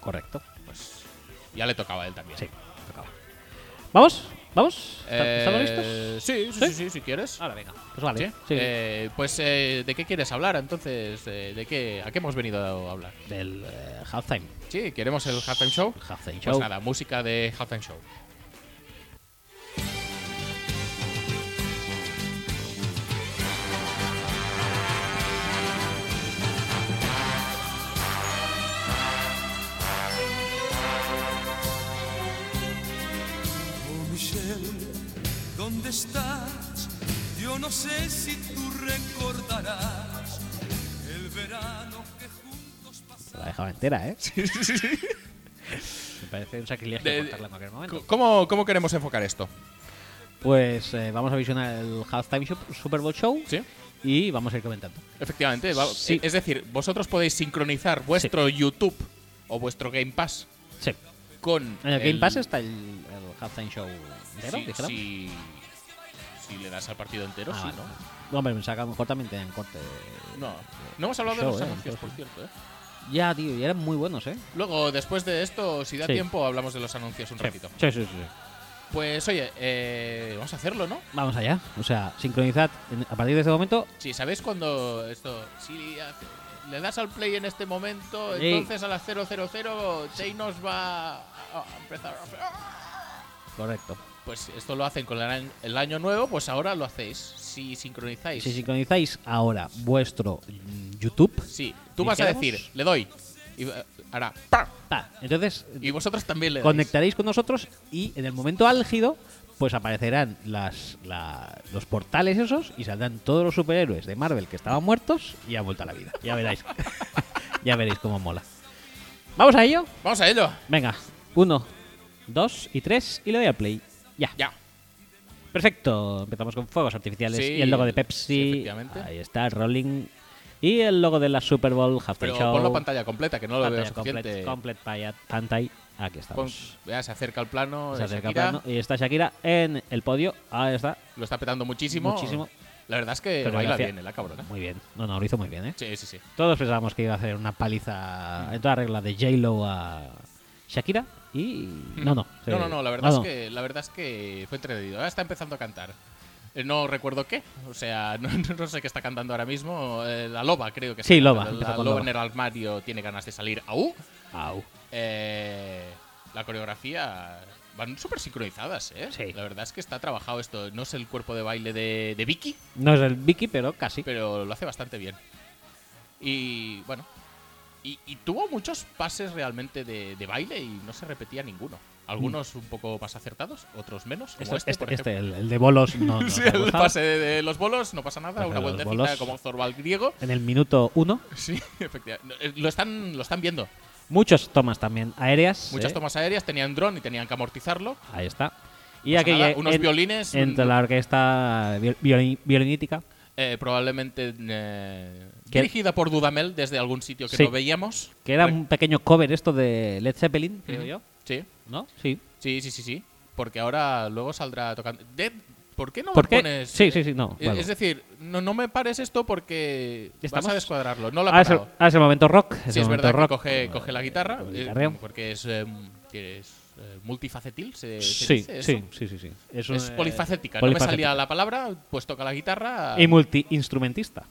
Correcto. Pues ya le tocaba a él también. Sí, tocaba. ¿Vamos? ¿Vamos? ¿Est- Eh, ¿Estamos listos? Sí, sí, sí, sí, si quieres. Ahora venga. Pues ¿Sí? vale. Sí. Eh, pues, eh, ¿de qué quieres hablar entonces? Eh, ¿De qué? ¿A qué hemos venido a hablar? Del eh, halftime. Sí, ¿queremos el halftime show? El halftime show. Pues nada, música de halftime show. Oh Michelle, ¿dónde estás? Yo no sé si tú recordarás el verano que juntos La pasamos. dejaba entera, ¿eh? Me parece un sacrilegio De- cortarla en cualquier momento. ¿Cómo, cómo queremos enfocar esto? Pues eh, vamos a visionar el halftime show- Super Bowl show Sí. y vamos a ir comentando. Efectivamente, va- eh, Sí. es decir, vosotros podéis sincronizar vuestro YouTube o vuestro Game Pass Sí. con En el, Game Pass está el, el halftime show entero, si, dijéramos. si, si le das al partido entero, Ah, sí, vale. ¿no? No, hombre, pensaba que a lo mejor también tenían corte. No, no hemos hablado Show, de los eh, anuncios, por entonces. cierto. ¿eh? Ya, tío, y eran muy buenos, ¿eh? Luego, después de esto, si da Sí. tiempo, hablamos de los anuncios un ratito. Sí, sí, sí. Pues oye, eh, vamos a hacerlo, ¿no? Vamos allá. O sea, sincronizad en- a partir de este momento. Si sabéis cuando esto. Si hace- le das al play en este momento, Sí. entonces a las 000 Thanos va a a empezar. a- Correcto. Pues esto lo hacen con el año- el año nuevo, pues ahora lo hacéis. Si sincronizáis. Si sincronizáis ahora vuestro mm, YouTube, Sí, tú vas a Dijéramos- decir, le doy. Y eh, hará. ¡pam! ta, ah, entonces Y vosotros también le dais. conectaréis con nosotros y en el momento álgido, pues aparecerán las, la- los portales esos y saldrán todos los superhéroes de Marvel que estaban muertos y han vuelto a la vida. Ya veréis. ya veréis cómo mola. ¿Vamos a ello? Vamos a ello. Venga. Uno, dos y tres y le doy al play. Ya. Ya. Perfecto, empezamos con fuegos artificiales Sí, y el logo de el- sí, Pepsi. efectivamente. Ahí está, Rolling. Y el logo de la Super Bowl, Halftime Pero Show. ponlo pantalla completa, que no lo pantalla veo suficiente. complete, complete paya- pantalla. Aquí Pon- estamos. vea, se acerca el plano. Se de acerca Shakira, plano y está Shakira en el podio. Ahí está. Lo está petando muchísimo. Muchísimo. La verdad es que baila Coreografía. bien, eh, la cabrona. Muy bien. No, no, lo hizo muy bien, ¿eh? Sí, sí, sí. Todos pensábamos que iba a hacer una paliza en toda regla de J-Lo a Shakira y... No, no. se- Mm. No, no, no, la verdad, no. Es que, la verdad es que fue entretenido. Ahora está empezando a cantar. Eh, No recuerdo qué, o sea, no, no sé qué está cantando ahora mismo. Eh, la loba, creo que Sí, está loba, cantando. empieza La con loba loba. en el armario tiene ganas de salir. ¡Au! Au. Eh, eh, la coreografía van súper sincronizadas, ¿eh? Sí. La verdad es que está trabajado esto. No es el cuerpo de baile de, de Vicky, No es el Vicky, pero casi. pero lo hace bastante bien. Y bueno. Y, y tuvo muchos pases realmente de, de baile y no se repetía ninguno. Algunos un poco más acertados, otros menos. Como Esto- este, este, por ejemplo. este, el, el de bolos, no, no Sí, te ha el gustado. pase de, de los bolos, no pasa nada, Pase una de los vueltecita bolos. como Zorba al griego. En el minuto 1, Sí, efectivamente. No, eh, Lo están, lo están viendo. muchos tomas también aéreas. Muchas ¿eh? tomas aéreas, tenían dron y tenían que amortizarlo. Ahí está. Y pasa aquella. Pues nada, unos violines, Entre mm. la orquesta viol- violin- violinítica. Eh, probablemente eh, ¿Qué? dirigida por Dudamel desde algún sitio que Sí. no veíamos. Que era Re- un pequeño cover esto de Led Zeppelin, creo yo. Sí, ¿No? Sí. sí, sí, sí, sí. Porque ahora luego saldrá tocando. De- ¿Por qué no ¿Por me qué? pones? Sí, sí, sí, no, Eh, bueno. Es decir, no, no me pares esto porque vas Estamos- a descuadrarlo. No lo ha Ahora Ah, es, el, parado. ahora es el momento rock. Es Sí, el es momento verdad que rock. coge, Eh, coge la guitarra, con eh, guitarreo. porque es, eh, que es, eh, multifacetil, se, se Sí, dice eso. sí, sí, sí, sí. Es, un, Es eh, polifacética, no me polifacética. salía la palabra, pues toca la guitarra, Y multiinstrumentista.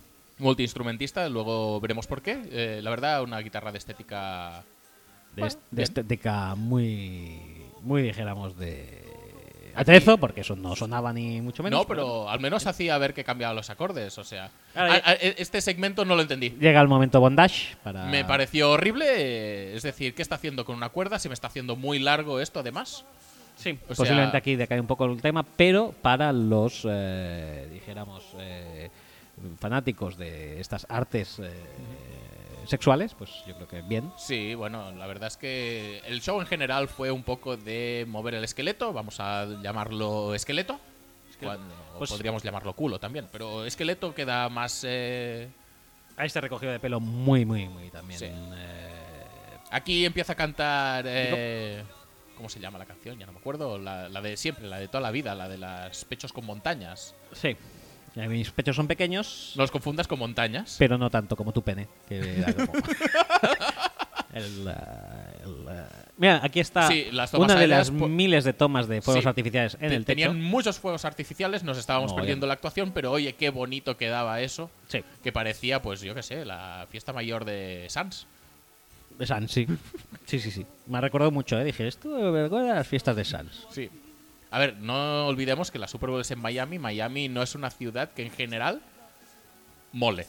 multiinstrumentista, luego veremos por qué. Eh, la verdad, una guitarra de estética... De, Bueno, est- de bien. estética muy, muy dijéramos, de atrezo, porque eso no sonaba ni mucho menos. no, pero al menos hacía ver que cambiaba los acordes, o sea... Ahora a- ya- a- este segmento no lo entendí. Llega el momento bondage para... Me pareció horrible, eh, es decir, ¿qué está haciendo con una cuerda? Se me está haciendo muy largo esto, además. Sí, o sea- posiblemente aquí decae un poco el tema, pero para los, eh, dijéramos, eh, fanáticos de estas artes eh, sexuales, pues yo creo que bien. Sí, bueno, la verdad es que el show en general fue un poco de mover el esqueleto, vamos a llamarlo esqueleto. Cuando- o Pues- podríamos llamarlo culo también, pero esqueleto queda más... eh, A este recogido de pelo muy, muy, muy también. Sí. eh, Aquí empieza a cantar... eh, ¿Cómo se llama la canción? Ya no me acuerdo. La, la de siempre, la de toda la vida, la de las pechos con montañas. sí. Eh, Mis pechos son pequeños, No los confundas con montañas. pero no tanto como tu pene. que era como- El, eh, el, eh, Mira, aquí está Sí, las tomas una de las aéreas po- miles de tomas de fuegos Sí, artificiales en Te- el techo. Tenían muchos fuegos artificiales, nos estábamos Mogollón. perdiendo la actuación, pero oye, qué bonito quedaba eso. Sí, Que parecía, pues yo qué sé, la fiesta mayor de Sans. de Sans, sí. Sí, sí, sí. Me ha recordado mucho, ¿eh? Dije, esto me recuerda a las fiestas de Sans. Sí. A ver, no olvidemos que la Super Bowl es en Miami. Miami no es una ciudad que en general mole.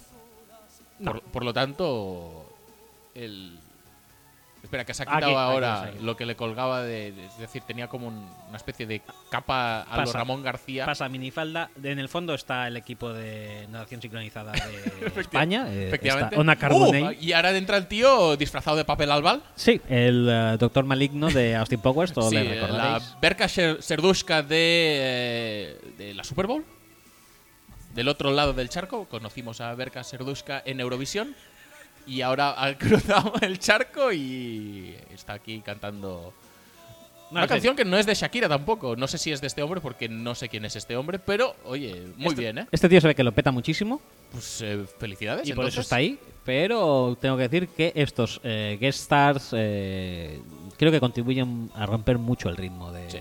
Por, por lo tanto, el... Espera, que se ha Aquí, quitado aquí, ahora aquí. lo que le colgaba de... de- Es decir, tenía como un- una especie de capa a lo Pasa. Ramón García. Pasa minifalda. En el fondo está el equipo de natación sincronizada de España. eh, Efectivamente. está Ona Carbonell. ¡Uh! y ahora entra el tío disfrazado de papel albal. Sí, el eh, doctor maligno de Austin Powers, todo Sí, le eh, la recordaréis. Berka Ser- Serdushka de, eh, de la Super Bowl. Del otro lado del charco conocimos a Berka Serdushka en Eurovisión. Y ahora ha cruzado el charco y está aquí cantando No, una en serio. canción que no es de Shakira tampoco. No sé si es de este hombre porque no sé quién es este hombre, pero oye, muy Este- bien, ¿eh? Este tío se ve que lo peta muchísimo. Pues eh, felicidades. y por eso entonces. está ahí. Pero tengo que decir que estos eh, guest stars eh, creo que contribuyen a romper mucho el ritmo de, Sí.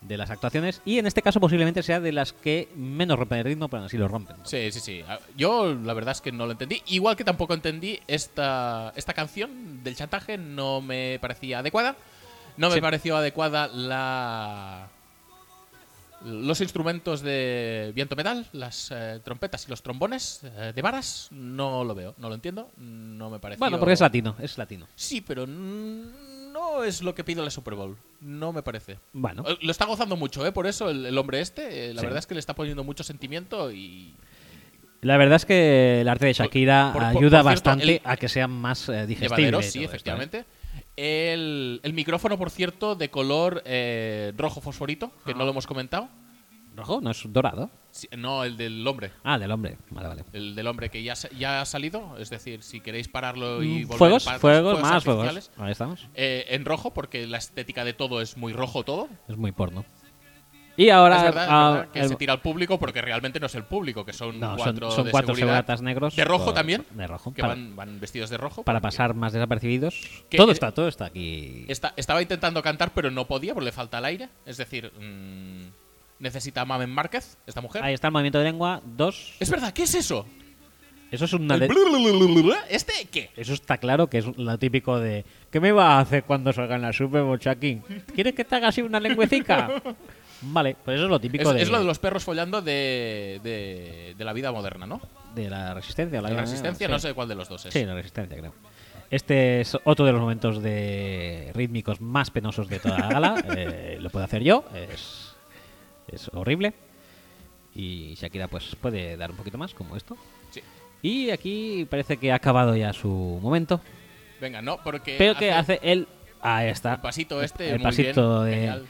de las actuaciones. Y en este caso posiblemente sea de las que menos rompen el ritmo, pero aún así lo rompen. Sí, sí, sí. A- Yo la verdad es que no lo entendí. Igual que tampoco entendí esta, esta canción del chantaje, no me parecía adecuada. No me Sí. pareció adecuada la los instrumentos de viento metal, las eh, trompetas y los trombones eh, de varas. No lo veo, no lo entiendo, no me parece. Bueno, porque es latino, es latino. Sí, pero n- no es lo que pido la Super Bowl. No me parece. Bueno, Eh, Lo está gozando mucho, ¿eh? Por eso el, el hombre este, eh, la Sí. verdad es que le está poniendo mucho sentimiento y, la verdad es que el arte de Shakira por- por- por ayuda cierto, bastante el- a que sea más eh, digestible. Llevadero, y todo sí, esto, ¿eh? efectivamente. El, el micrófono, por cierto, de color eh, rojo fosforito, que no lo hemos comentado. ¿Rojo? ¿No es dorado? Sí, no, el del hombre. Ah, del hombre. Vale, vale. El del hombre que ya, sa- ya ha salido. Es decir, si queréis pararlo y Mm, volver fuegos, para- fuegos, más artificiales, fuegos. Ahí estamos. eh, en rojo, porque la estética de todo es muy rojo todo. Es muy porno. Y ahora... es verdad, es ah, verdad que el- se tira al público porque realmente no es el público, que son No, son- cuatro, son de cuatro seguridad. seguratas negros ¿De rojo por- también? de rojo, Que para- van, van vestidos de rojo. para porque pasar más desapercibidos. Que- eh, Todo está, todo está aquí. Esta- estaba intentando cantar, pero no podía porque le falta el aire. Es decir, mm, necesita a Mamen Márquez, esta mujer. Ahí está el movimiento de lengua. Dos. Es verdad, ¿qué es eso? Eso es una Ah, de- ¿Este qué? Eso está claro que es lo típico de ¿Qué me va a hacer cuando salga en la Super Bowl, Shaquín? ¿Quieres que te haga así una lengüecica? Vale, pues eso es lo Es, típico de, es lo de los perros follando de, de, de la vida moderna, ¿no? de la resistencia. o De la resistencia, no sí. sé cuál de los dos es. Sí, la resistencia, creo. Este es otro de los momentos de rítmicos más penosos de toda la gala. Eh, lo puedo hacer yo, es, es horrible. Y Shakira pues puede dar un poquito más, como esto. Sí. Y aquí parece que ha acabado ya su momento. Venga, no, porque. Pero que hace él... Ahí está. Eh, El pasito este, El muy pasito bien, de- genial.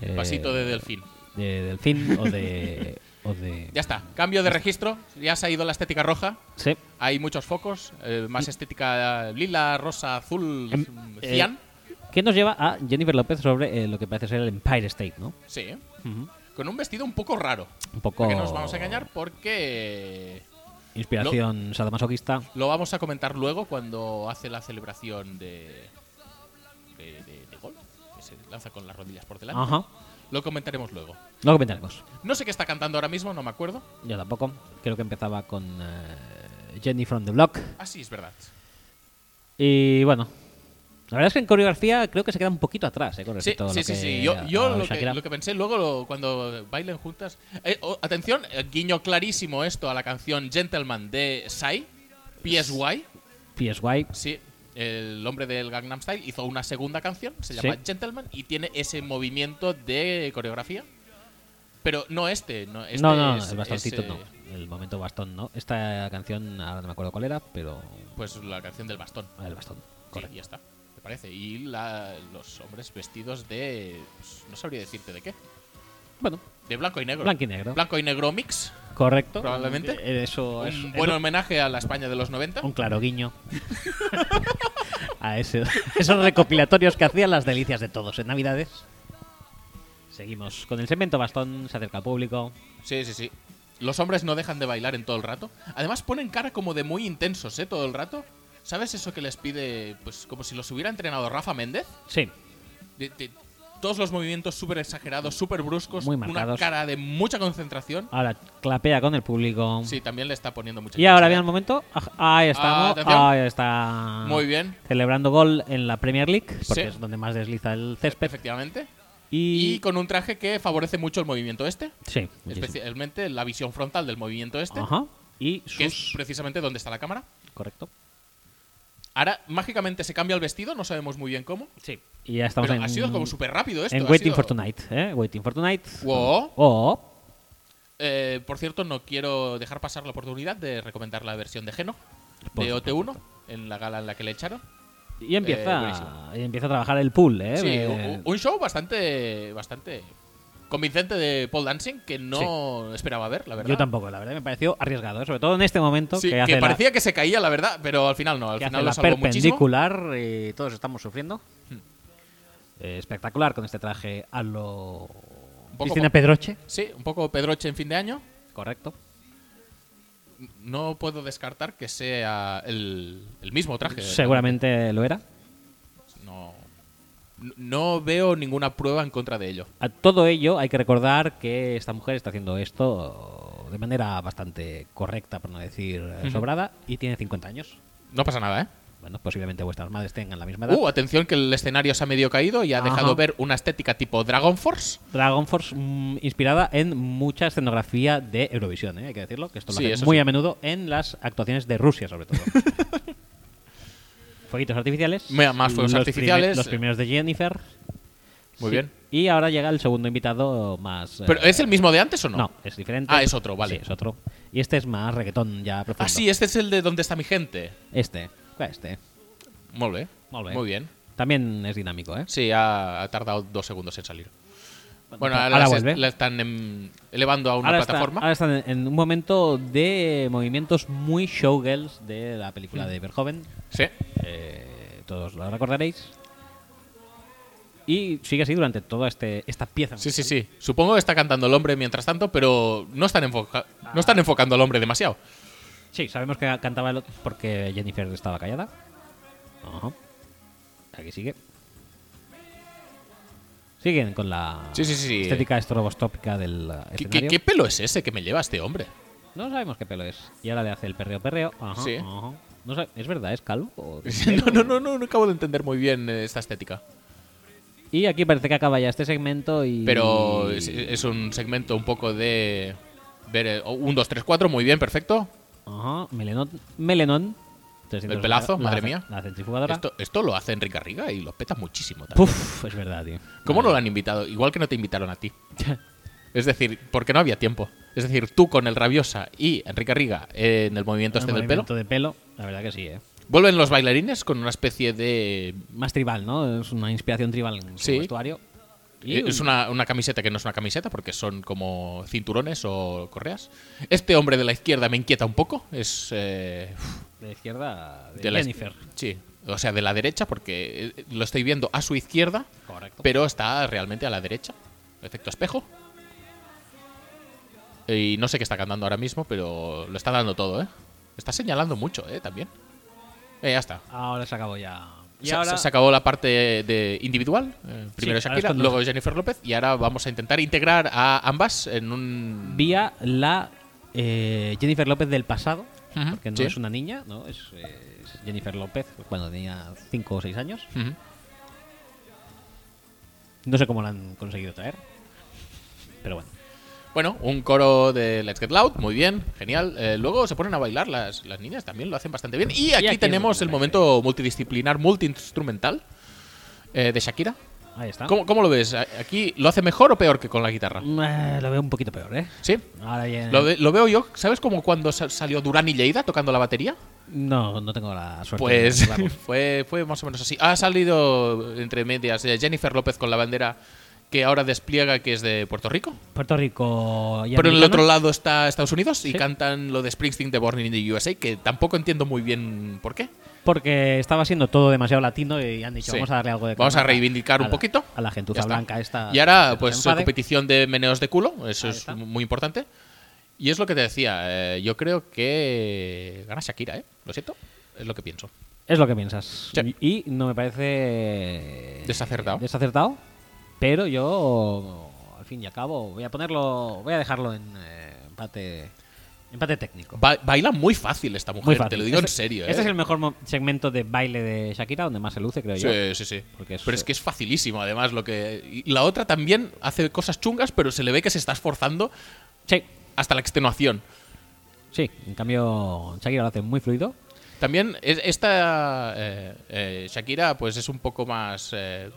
El eh, pasito de delfín. de delfín o de. o de. Ya está, cambio de registro. Ya se ha ido la estética roja. Sí. Hay muchos focos. eh, más estética lila, rosa, azul, mm, Em, eh, cian. Que nos lleva a Jennifer López sobre eh, lo que parece ser el Empire State, ¿no? Sí. ¿eh? Con un vestido un poco raro. Un poco. ¿Por qué nos vamos a engañar? Porque Inspiración sadomasoquista. lo vamos a comentar luego cuando hace la celebración de. de, de- de gol. Que se lanza con las rodillas por delante. Ajá. Lo comentaremos luego. Lo comentaremos. No sé qué está cantando ahora mismo, no me acuerdo. Yo tampoco. Creo que empezaba con eh, Jenny from the Block. Ah, sí, es verdad. Y bueno. La verdad es que en coreografía creo que se queda un poquito atrás, ¿eh? Con Sí, respecto a lo sí, sí, que sí. Yo, yo a lo, que, Shakira. lo que pensé luego lo- cuando bailen juntas. Eh, oh, atención, eh, guiño clarísimo esto a la canción Gentleman de Psy, PSY. PSY. Sí, el hombre del Gangnam Style hizo una segunda canción, se llama Sí. Gentleman, y tiene ese movimiento de coreografía. Pero no este, no este. no, no, no, es- el bastoncito es, eh, no. El momento bastón no. Esta canción, ahora no me acuerdo cuál era, pero. Pues la canción del bastón. El bastón. Sí, ya está. Me parece. Y la- los hombres vestidos de. pues, no sabría decirte de qué. Bueno, De blanco y negro. Blanco y negro. Blanco y negro mix. Correcto. Probablemente. Eh, Eso es, un es buen un- homenaje a la España de los 90. un claro guiño. a ese- esos recopilatorios que hacían las delicias de todos en Navidades. Seguimos con el segmento bastón, se acerca al público. Sí, sí, sí. Los hombres no dejan de bailar en todo el rato. Además ponen cara como de muy intensos, ¿eh? Todo el rato. ¿Sabes eso que les pide? Pues como si los hubiera entrenado Rafa Méndez. Sí, De- de- todos los movimientos súper exagerados, súper bruscos. Muy una marcados. cara de mucha concentración. ahora clapea con el público. Sí, también le está poniendo mucha Y ahora viene el intensidad. momento. Aj- Ahí estamos. Atención. ahí está. Muy bien. Celebrando gol en la Premier League, porque Sí. es donde más desliza el césped. Efectivamente. Y. Y con un traje que favorece mucho el movimiento este. Sí, muchísimo. Especialmente la visión frontal del movimiento este. Ajá. Y Que es sus. precisamente donde está la cámara. Correcto. Ahora, mágicamente se cambia el vestido, no sabemos muy bien cómo. Sí. Y ya estamos Pero en. ha sido como súper rápido esto. en ha Waiting sido- for Tonight, ¿eh? Waiting for Tonight. Wow. Oh, Eh, por cierto, no quiero dejar pasar la oportunidad de recomendar la versión de Geno, Por de OT1, en la gala en la que le echaron. Y Eh, empieza, buenísimo. y empieza a trabajar el pool, ¿eh? Sí, Eh, un- un show bastante, bastante convincente de Paul Dancing que no esperaba ver, la verdad. yo tampoco, la verdad, me pareció arriesgado, ¿eh? sobre todo en este momento Sí, que que, hace la- parecía que se caía, la verdad, pero al final no, al que hace final lo la salvó muchísimo. perpendicular y todos estamos sufriendo. Eh, espectacular con este traje a lo poco Cristina po- Pedroche, Sí, un poco Pedroche en fin de año. correcto. No puedo descartar que sea el, el mismo traje. Seguramente lo era. No, no veo ninguna prueba en contra de ello. A todo ello hay que recordar que esta mujer está haciendo esto de manera bastante correcta, por no decir eh, Ujú. sobrada, y tiene 50 años. No pasa nada, ¿eh? Bueno, posiblemente vuestras madres tengan la misma edad. Uh, atención que el escenario se ha medio caído y ha Ajá. dejado ver una estética tipo Dragon Force. Dragon Force mm, inspirada en mucha escenografía de Eurovisión, ¿eh? hay que decirlo, que esto lo Sí, hacen eso muy sí. a menudo en las actuaciones de Rusia, sobre todo. Fueguitos artificiales. Mea, más fuegos los artificiales. prime- los primeros de Jennifer. Muy Sí. bien. Y ahora llega el segundo invitado más... eh, ¿Pero es el mismo de antes o no? No, es diferente. Ah, es otro, vale. Sí, es otro. Y este es más reggaetón ya profundo. Ah, sí, este es el de donde está mi gente. Este. ¿Cuál es este? Molt bé. Molt bé. Muy bien. También es dinámico, ¿eh? Sí, ha, ha tardado dos segundos en salir. Bueno, Ahora ahora, se- vuelve. la están em, elevando a una ahora plataforma. Está, ahora están en un momento de movimientos muy showgirls de la Mm. película de Verhoeven. Sí. Eh, todos lo recordaréis. Y sigue así durante toda este, esta pieza. Sí, sí, sí. Supongo que está cantando el hombre mientras tanto, pero no están, enfoca- no Ah. están enfocando al hombre demasiado. Sí, sabemos que cantaba el otro porque Jennifer estaba callada. Ajá. Aquí sigue. Siguen con la Sí, sí, sí. estética estrobostópica del eh, ¿Qué, escenario. qué- qué pelo es ese que me lleva este hombre? No sabemos qué pelo es. Y ahora le hace el perreo, perreo. Ajá, Sí. ajá. No sabe- ¿Es verdad? ¿Es calvo? o- No, no, no, no, no acabo de entender muy bien eh, esta estética. Y aquí parece que acaba ya este segmento y... Pero es, es un segmento un poco de. Ver. eh, un, dos, tres, cuatro, muy bien, perfecto. Ajá, melenón. melenón 300 El pelazo, la- madre la- mía. La centrifugadora. Esto, esto lo hace Enrique Arriga y lo peta muchísimo también. Puf, es verdad, tío. ¿Cómo no lo han invitado? Igual que no te invitaron a ti. Es decir, porque no había tiempo. Es decir, tú con el Rabiosa y Enrique Arriga eh, en el movimiento Ah, El este del pelo. movimiento de pelo, la verdad que sí, ¿eh? Vuelven los bailarines con una especie de. eh, Más tribal, ¿no? Es una inspiración tribal en su Sí. vestuario. Y eh, Es un- una, una camiseta que no es una camiseta porque son como cinturones o correas. Este hombre de la izquierda me inquieta un poco. Es. eh, De izquierda, de, de la iz- Jennifer. Sí. O sea, de la derecha porque eh, lo estoy viendo a su izquierda, Correcto. pero está realmente a la derecha. Efecto espejo. Y no sé qué está cantando ahora mismo, pero lo está dando todo, ¿eh? Está señalando mucho, ¿eh? También. Eh, ya está. Ahora se acabó ya. Y se, ahora... se- se acabó la parte de individual. eh, ahora primero es Shakira, cuando- luego Jennifer López. Y ahora vamos a intentar integrar a ambas en un. vía la eh, Jennifer López del pasado, Ujú, porque no sí. es una niña, ¿no? Es, eh, es Jennifer López cuando tenía 5 o 6 años. Ujú. No sé cómo la han conseguido traer. Pero bueno. Bueno, un coro de Let's Get Loud, muy bien, genial. Eh, luego se ponen a bailar las, las niñas, también lo hacen bastante bien. Y aquí, aquí tenemos es el donde momento multidisciplinar, multiinstrumental eh, de Shakira. Ahí está. ¿Cómo, cómo lo ves? ¿A- ¿Aquí lo hace mejor o peor que con la guitarra? Eh, lo veo un poquito peor, ¿eh? ¿Sí? Ahora ya... Lo, ve- lo veo yo, ¿sabes como cuando sal- salió Durán y Lleida tocando la batería? No, no tengo la suerte. de Pues verlo. fue, fue más o menos así. Ha salido entre medias eh, Jennifer López con la bandera que ahora despliega que es de Puerto Rico. Puerto Rico y Pero en el americano. otro lado está Estados Unidos y Sí. cantan lo de Springsteen de Born in the USA, que tampoco entiendo muy bien por qué. Porque estaba siendo todo demasiado latino y han dicho, Sí. vamos a darle algo de... Vamos a calma reivindicar a un la- poquito. A la gentuza Ya está. blanca esta. Y que ahora, se pues, enfade. competición de meneos de culo, eso Ahí es está. muy importante. Y es lo que te decía, eh, yo creo que gana Shakira, ¿eh? Lo siento, es lo que pienso. Es lo que piensas. Sí. Y no me parece. eh, Desacertado. Desacertado. Pero yo, al fin y al cabo, voy a ponerlo. Voy a dejarlo en eh, empate. Empate técnico. Ba- baila muy fácil esta mujer, Muy fácil. te lo digo en Este- serio. Este ¿eh? es el mejor mo- segmento de baile de Shakira, donde más se luce, creo yo. Sí, sí, sí. Porque es- pero es que es facilísimo, además, lo que. y la otra también hace cosas chungas, pero se le ve que se está esforzando Sí, hasta la extenuación. sí. En cambio, Shakira lo hace muy fluido. También es- esta eh, eh, Shakira, pues es un poco más. eh,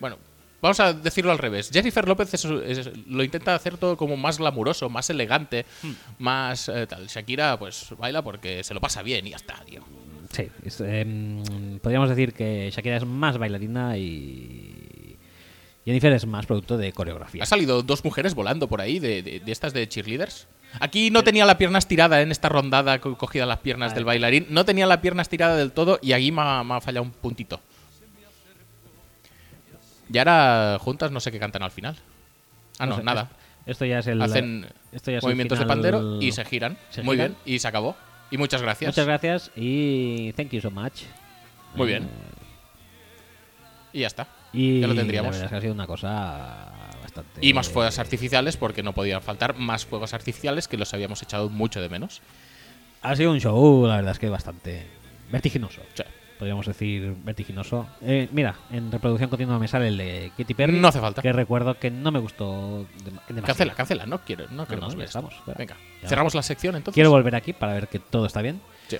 bueno, vamos a decirlo al revés. Jennifer López es- es- lo intenta hacer todo como más glamuroso, más elegante, más eh, tal. Shakira, pues baila porque se lo pasa bien y ya está, tío. Sí. es, eh, mm, podríamos decir que Shakira es más bailarina y. Jennifer es más producto de coreografía. Ha salido dos mujeres volando por ahí, de, de- de estas de cheerleaders. Aquí Eh. no tenía la pierna estirada en esta rondada co- cogida las piernas del bailarín. No tenía la pierna estirada del todo y aquí me ha, me ha fallado un puntito. Y ahora juntas no sé qué cantan al final. Ah, no, sé, nada. Esto ya es el. Hacen esto ya es el movimientos de final- pandero y se giran. se Muy giran. bien, y se acabó. Y muchas gracias. Muchas gracias y thank you so much. Muy bien. Y ya está. Y ya lo la tendríamos. verdad es que ha sido una cosa bastante. Y más fuegos artificiales, porque no podían faltar más fuegos artificiales que los habíamos echado mucho de menos. Ha sido un show, la verdad es que bastante vertiginoso. O sea, Podríamos decir vertiginoso. Eh, mira, en reproducción continua me sale el de Katy Perry. No hace falta. Que recuerdo que no me gustó. dem- demasiado. Cancela, cancela, no quiero, no No, queremos no, ya ver esto. estamos, fuera. Venga, Ya. cerramos la sección entonces. Quiero volver aquí para ver que todo está bien. Sí.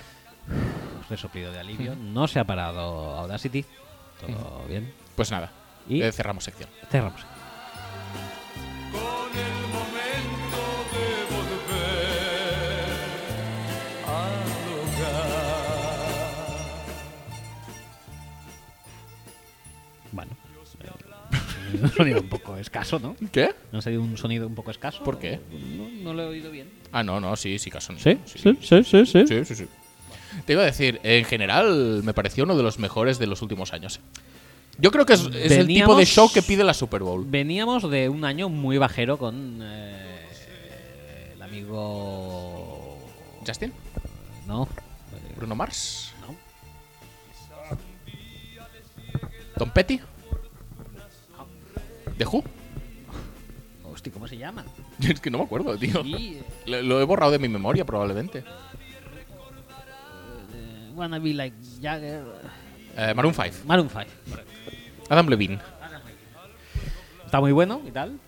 Resoplido de alivio. No se ha parado Audacity. Todo bien. Pues nada, Y- eh, cerramos sección. Cerramos. con el momento de volver al hogar. Bueno. eh, Un sonido un poco escaso, ¿no? ¿Qué? ¿No ha salido un sonido un poco escaso? ¿Por qué? No, no lo he oído bien. Ah, no, no, sí, sí, caso. sí, sí, sí, sí, sí. Te iba a decir, en general me pareció uno de los mejores de los últimos años. Yo creo que es, es el tipo de Veníamos- show que pide la Super Bowl. Veníamos de un año muy bajero con eh, el amigo... Justin, No. Bruno Mars, No. Tom Petty, The Who, Hostia, ¿cómo se llama? Es que no me acuerdo, tío. Sí, eh, Lo, lo he borrado de mi memoria, probablemente. eh, Wanna Be Like Jagger. Eh, Maroon 5. Maroon 5. Adam Levine. Está muy bueno y tal,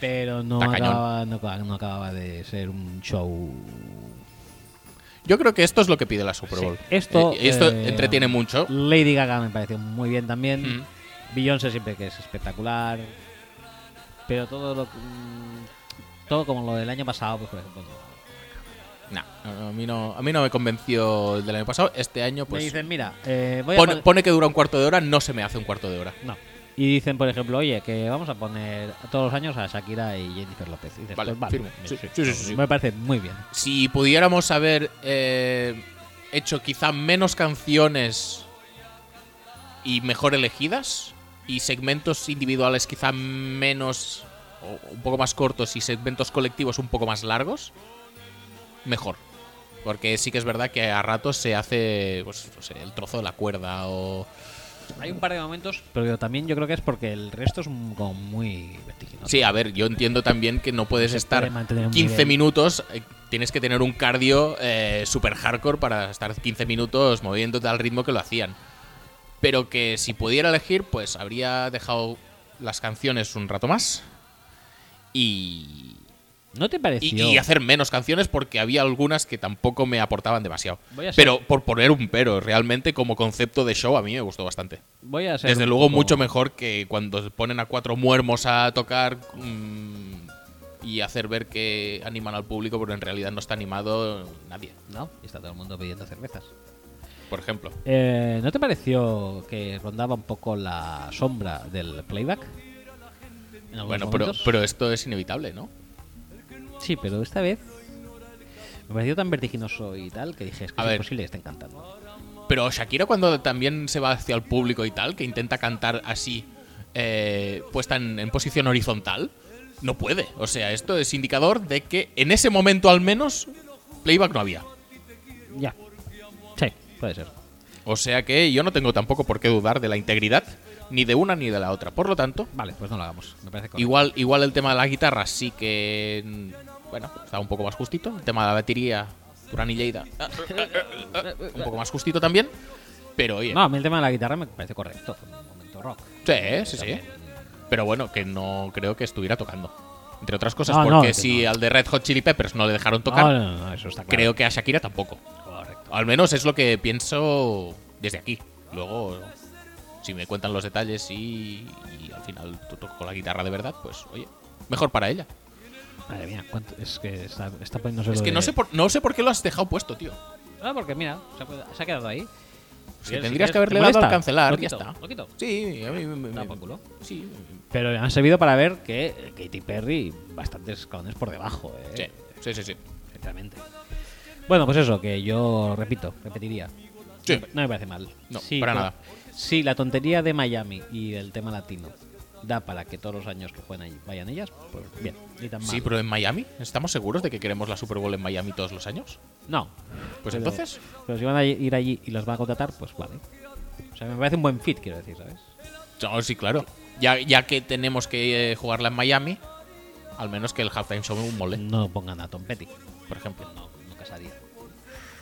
pero no Está cañón. acababa, no, acaba- no acababa de ser un show. Yo creo que esto es lo que pide la Super Sí, Bowl. esto, Eh, esto eh, entretiene mucho. Lady Gaga me pareció muy bien también. Mm. Beyoncé siempre que es espectacular. Pero todo lo mm, todo como lo del año pasado, pues por ejemplo. no. Nah, no, a, mí no, a mí no me convenció el del año pasado. Este año, Me pues. dicen, mira, eh, voy a Pone, pon- pone que dura un cuarto de hora, no se me hace un cuarto de hora. No. Y dicen, por ejemplo, oye, que vamos a poner todos los años a Shakira y Jennifer López. Y dices, Vale, pues firme. bien, Sí, sí, sí, sí, sí. Me parece muy bien. Si pudiéramos haber eh, hecho quizá menos canciones y mejor elegidas, y segmentos individuales quizá menos. o un poco más cortos y segmentos colectivos un poco más largos, mejor. Porque sí que es verdad que a ratos se hace pues, no sé, el trozo de la cuerda o. Hay un par de momentos, pero también yo creo que es porque el resto es un- como muy vertiginoso. Sí, a ver, yo entiendo también que no puedes Se estar puede mantener un 15 nivel. minutos, eh, tienes que tener un cardio eh, super hardcore para estar 15 minutos moviéndote al ritmo que lo hacían. Pero que si pudiera elegir, pues habría dejado las canciones un rato más y, ¿No te y, pareció? y hacer menos canciones porque había algunas que tampoco me aportaban demasiado. Voy a ser- Pero por poner un pero, realmente como concepto de show a mí me gustó bastante. Voy a ser Desde un luego poco- mucho mejor que cuando se ponen a cuatro muermos a tocar mm, y hacer ver que animan al público, pero en realidad no está animado nadie, No, y está todo el mundo pidiendo cervezas. por ejemplo. Eh, ¿No te pareció que rondaba un poco la sombra del playback? En algunos Bueno, pero, momentos. pero esto es inevitable, ¿no? Sí, pero esta vez me pareció tan vertiginoso y tal que dije, es que A es ver. imposible, está encantando. Pero Shakira cuando también se va hacia el público y tal, que intenta cantar así, eh, puesta en, en posición horizontal, no puede. O sea, esto es indicador de que en ese momento al menos playback no había. Ya. Sí, puede ser. O sea que yo no tengo tampoco por qué dudar de la integridad ni de una ni de la otra. Por lo tanto, Vale, pues no lo hagamos. Me parece correcto. Igual, igual el tema de la guitarra sí que. mm, Bueno, está un poco más justito. El tema de la batería, Duran y Lleida, ah, ah, ah, un poco más justito también. Pero oye, No, a mí el tema de la guitarra me parece correcto. Fue un momento rock. sí, eh, sí, sí. Pero bueno, que no creo que estuviera tocando. Entre otras cosas, No, no, porque que si no. al de Red Hot Chili Peppers no le dejaron tocar, No, no, no, eso está claro. creo que a Shakira tampoco. Correcto. Al menos es lo que pienso desde aquí. Luego, si me cuentan los detalles y, y al final to- toco la guitarra de verdad, pues oye, mejor para ella. Madre mía, cuánto- es que está, está poniéndose Es lo que de- no sé, por, no sé por qué lo has dejado puesto, tío. No, ah, porque mira, se ha, puede- se ha quedado ahí. Si Miguel, tendrías quieres, que haberle ¿te dado molesta? al cancelar, Lo ya quito, está. lo quito. Sí, a mí me- me- Da por culo. Sí, Pero han servido para ver que Katy Perry bastantes escalones por debajo, eh. sí, sí, sí, sí. Sinceramente. Bueno, pues eso, que yo repito, repetiría. Sí. No me- No me parece mal. No, Sí, para la- nada. Sí, la tontería de Miami y el tema latino da para que todos los años que jueguen ahí vayan ellas, pues bien, ni tan mal. Sí, pero en Miami, ¿estamos seguros de que queremos la Super Bowl en Miami todos los años? No. Pues Pero- entonces. Pero si van a ir allí y los van a contratar, pues vale. O sea, me parece un buen fit, quiero decir, ¿sabes? No, sí, claro. Ya, ya que tenemos que eh, jugarla en Miami, al menos que el halftime show un mole, No pongan a Tom Petty, por ejemplo. no, no casaría.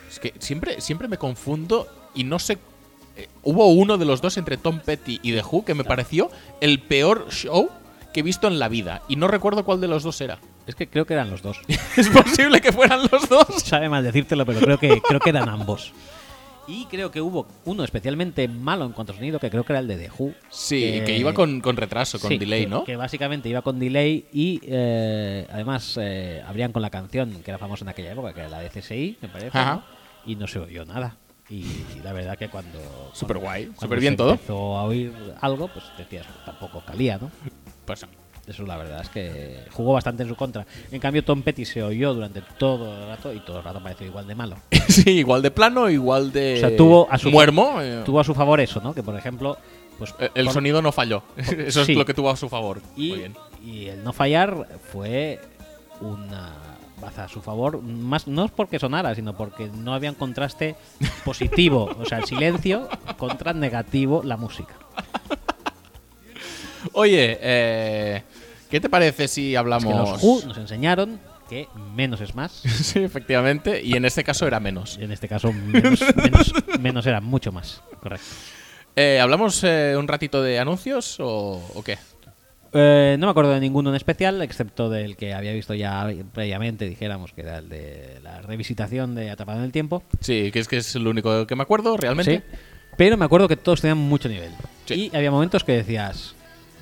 Es que siempre, siempre me confundo y no sé. eh, hubo uno de los dos entre Tom Petty y The Who que me pareció el peor show que he visto en la vida. Y no recuerdo cuál de los dos era. Es que creo que eran los dos. Es posible que fueran los dos. Sabe mal decírtelo, pero creo que, creo que eran ambos. Y creo que hubo uno especialmente malo en cuanto a sonido, que creo que era el de The Who. Sí, que iba con, con retraso, con Eh, sí, delay, que- ¿no? Que básicamente iba con delay y eh, además eh, abrían con la canción que era famosa en aquella época, que era la de CSI, me parece, Ajá. ¿no? y no se oyó nada. Y, y la verdad que cuando... Súper guay, cuando súper bien se todo. empezó a oír algo, pues decías, tampoco calía, ¿no? Pues no. Eso la verdad es que jugó bastante en su contra. En cambio, Tom Petty se oyó durante todo el rato y todo el rato pareció igual de malo. sí, igual de plano, igual de. O sea, tuvo a su- Muermo. eh, Tuvo a su favor eso, ¿no? Que por ejemplo, pues eh, el por- sonido no falló. Eso Sí. es lo que tuvo a su favor. y, Muy bien. y el no fallar fue una baza a su favor, más no es porque sonara, sino porque no había un contraste positivo, o sea, el silencio contra negativo la música. Oye, eh, ¿Qué te parece si Es que hablamos? los Who nos enseñaron que menos es más. sí, efectivamente. Y en este caso era menos. En este caso, menos, menos- menos era mucho más. Correcto. Eh, ¿Hablamos eh, un ratito de anuncios o, o qué? Eh, no me acuerdo de ninguno en especial, excepto del que había visto ya previamente, dijéramos, que era el de la revisitación de Atrapado en el Tiempo. Sí, que es que es lo único que me acuerdo realmente. Sí. Pero me acuerdo que todos tenían mucho nivel. Sí. Y había momentos que decías,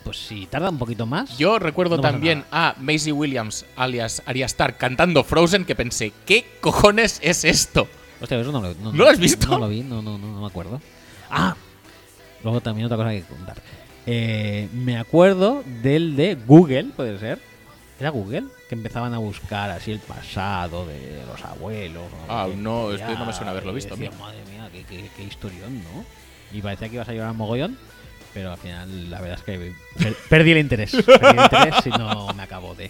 pues si tarda un poquito más. Yo recuerdo No pasa también a Maisie Williams, alias Arya Stark, cantando Frozen, que pensé, ¿qué cojones es esto? Hostia, eso no lo, no, ¿No lo has visto? No lo vi, no, no, no, no me acuerdo. Ah, luego también otra cosa que contar. Eh, me acuerdo del de Google, puede ser. ¿Era Google? Que empezaban a buscar así el pasado de los abuelos. Ah, sé qué no, historia, este no me suena haberlo y visto, decía, mira. Madre mía, qué, qué- qué historión, ¿no? Y parecía que ibas a llorar mogollón, pero al final la verdad es que per- perdí el interés. Perdí el interés y no me acabó de...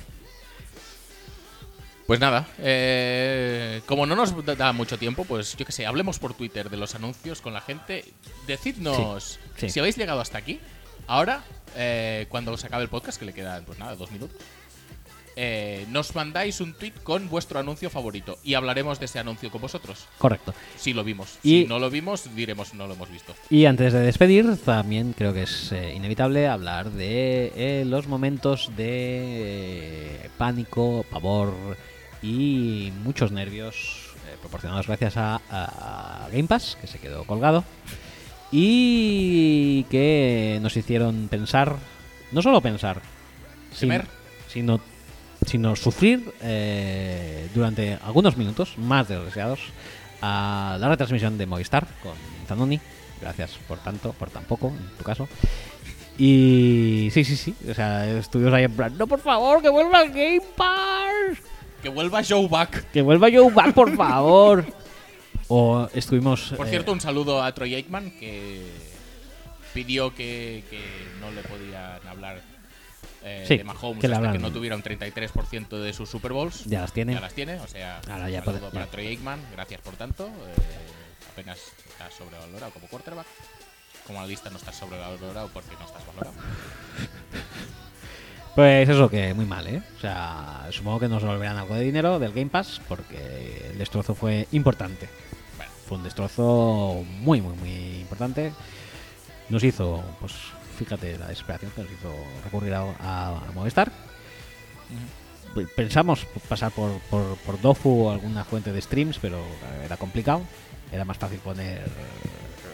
Pues nada, eh, como no nos da- da mucho tiempo, pues yo qué sé, hablemos por Twitter de los anuncios con la gente. Decidnos Sí, sí. si habéis llegado hasta aquí. Ahora, eh, cuando se acabe el podcast, que le quedan, pues nada, dos minutos, eh, nos mandáis un tweet con vuestro anuncio favorito y hablaremos de ese anuncio con vosotros. Correcto. Si lo vimos. Y- Si no lo vimos, diremos no lo hemos visto. Y antes de despedir, también creo que es eh, inevitable hablar de eh, los momentos de eh, pánico, pavor y muchos nervios eh, proporcionados gracias a, a Game Pass, que se quedó colgado, y que nos hicieron pensar, no solo pensar, sin- Temer. sino, sino sufrir eh, durante algunos minutos, más de los deseados, a la retransmisión de Movistar con Zanoni. Gracias por tanto, por tan poco, en tu caso. Y sí, sí, sí. O sea, estuvimos ahí en plan, no, por favor, que vuelva el Game Pass. Que vuelva Joe Buck. Que vuelva Joe Buck, por favor. O estuvimos... Por eh, cierto, un saludo a Troy Aikman que pidió que, que no le podían hablar eh, Sí, de Mahomes que le hasta que hablan. no tuviera un 33% de sus Super Bowls. Ya las tiene. Ya las tiene, o sea, Ahora ya un saludo puede- para ya. Troy Aikman, gracias por tanto. eh, apenas está sobrevalorado como quarterback. Como analista no está sobrevalorado porque no estás valorado. Pues eso que muy mal, ¿eh? O sea, supongo que nos volverán algo de dinero del Game Pass porque el destrozo fue importante. Bueno, Fue un destrozo muy, muy, muy importante. Nos hizo, pues fíjate la desesperación que nos hizo recurrir a, a- a Movistar. P- Pensamos pasar por, por, por Dofu o alguna fuente de streams, pero eh, era complicado. Era más fácil poner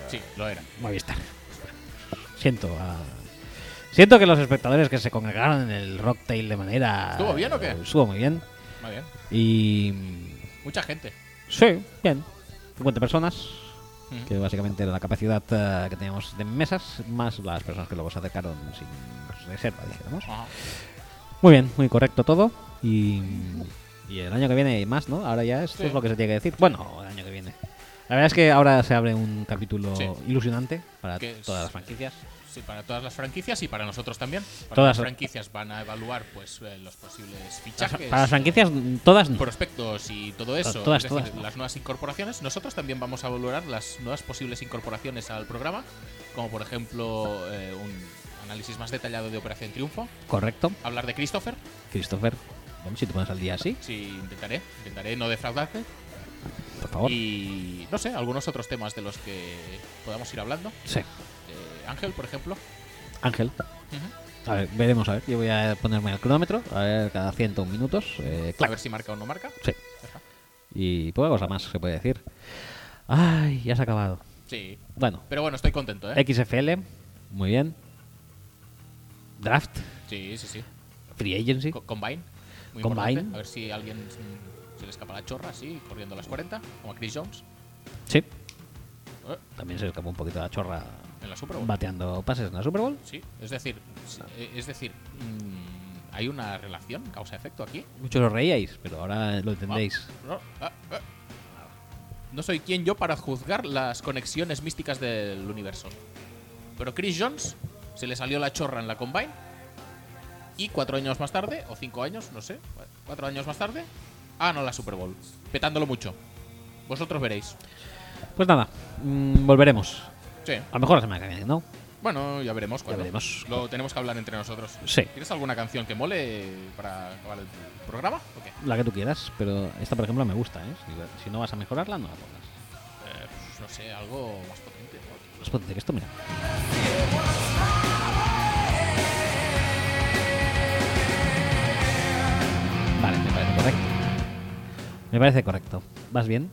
sí, lo era. Movistar. Siento a- Siento que los espectadores que se congregaron en el Rocktail de manera... ¿Estuvo bien o qué? Estuvo muy bien. Muy bien. Y... Mucha gente. Sí, bien. 50 personas, Ujú. que básicamente era la capacidad eh, que teníamos de mesas, más las personas que luego se acercaron sin reserva, dijéramos. Ajá. Muy bien, muy correcto todo. Y, y el año que viene hay más, ¿no? Ahora ya esto Sí. es lo que se tiene que decir. Bueno, el año que viene. La verdad es que ahora se abre un capítulo Sí. ilusionante para Que es- todas las franquicias. Sí, para todas las franquicias y para nosotros también. Para Todas. las franquicias van a evaluar pues eh, los posibles fichajes, Para las franquicias, todas no. prospectos y todo eso. todas, es decir, todas, ¿no? las nuevas incorporaciones. Nosotros también vamos a valorar las nuevas posibles incorporaciones al programa, como por ejemplo eh, un análisis más detallado de Operación Triunfo, Correcto, hablar de Christopher, Christopher. Bueno, si te pones al día así, si intentaré, intentaré no defraudarte por favor. y no sé, algunos otros temas de los que podamos ir hablando. Sí, Eh, Ángel, por ejemplo. Ángel. Ujú. A ver, veremos, a ver. Yo voy a ponerme al cronómetro, a ver, cada 101 minutos. Eh, A clac. ver si marca o no marca. Sí. Ya está. Y poca cosa más se puede decir. Ay, ya se ha acabado. Sí. Bueno, Pero bueno, estoy contento, ¿eh? XFL, muy bien. Draft, Sí, sí, sí. Free Agency, Co- Combine. Muy Combine. importante. A ver si alguien mm, se le escapa la chorra, sí, corriendo a las 40, como a Chris Jones sí. eh, También se escapó un poquito la chorra en la Super Bowl. bateando pases en la Super Bowl. Sí, es decir, sí, eh, es decir, mm, hay una relación causa-efecto aquí. Muchos os reíais, pero ahora lo entendéis. No, ah, ah. No soy quien yo para juzgar las conexiones místicas del universo. Pero Chris Jones se le salió la chorra en la Combine. Y cuatro años más tarde, o cinco años, no sé, cuatro años más tarde, ah, no, la Super Bowl. Petándolo mucho. Vosotros veréis. Pues nada, mm, volveremos. Sí. A lo mejor la semana que viene, ¿no? Bueno, ya veremos cuándo. veremos. Lo tenemos que hablar entre nosotros. Sí. ¿Tienes alguna canción que mole para acabar el programa? ¿O qué? La que tú quieras, pero esta, por ejemplo, me gusta, ¿eh? Si, si no vas a mejorarla, no la pongas. Eh, pues, no sé, algo más potente. ¿no? Más potente que esto, mira. Vale, me parece correcto. Me parece correcto. ¿Vas bien?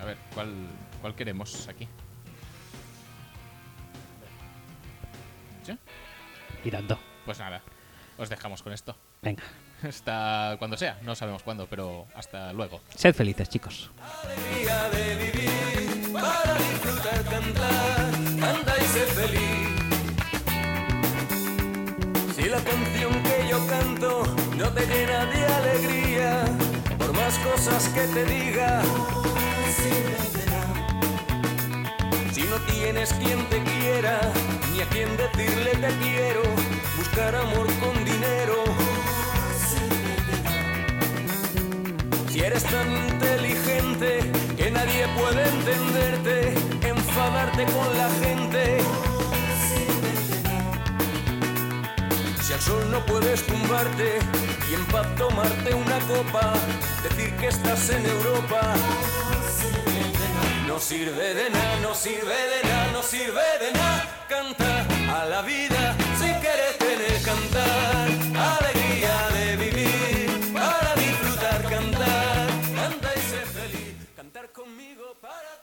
A ver, ¿cuál, cuál queremos aquí? ¿Sí? Y tanto. Pues nada, os dejamos con esto. Venga. Hasta cuando sea, no sabemos cuándo, pero hasta luego. Sed felices, chicos. alegría de vivir, para disfrutar, cantar, canta y ser feliz. Si la canción que yo canto no te llena de alegría, por más cosas que te diga, no sirve de nada. Si no tienes quien te quiera, ni a quien decirle te quiero, buscar amor con dinero. Si eres tan inteligente que nadie puede entenderte, enfadarte con la gente. Si al sol no puedes tumbarte y en paz tomarte una copa, decir que estás en Europa. No sirve de nada, no sirve de nada, no sirve de nada, canta a la vida.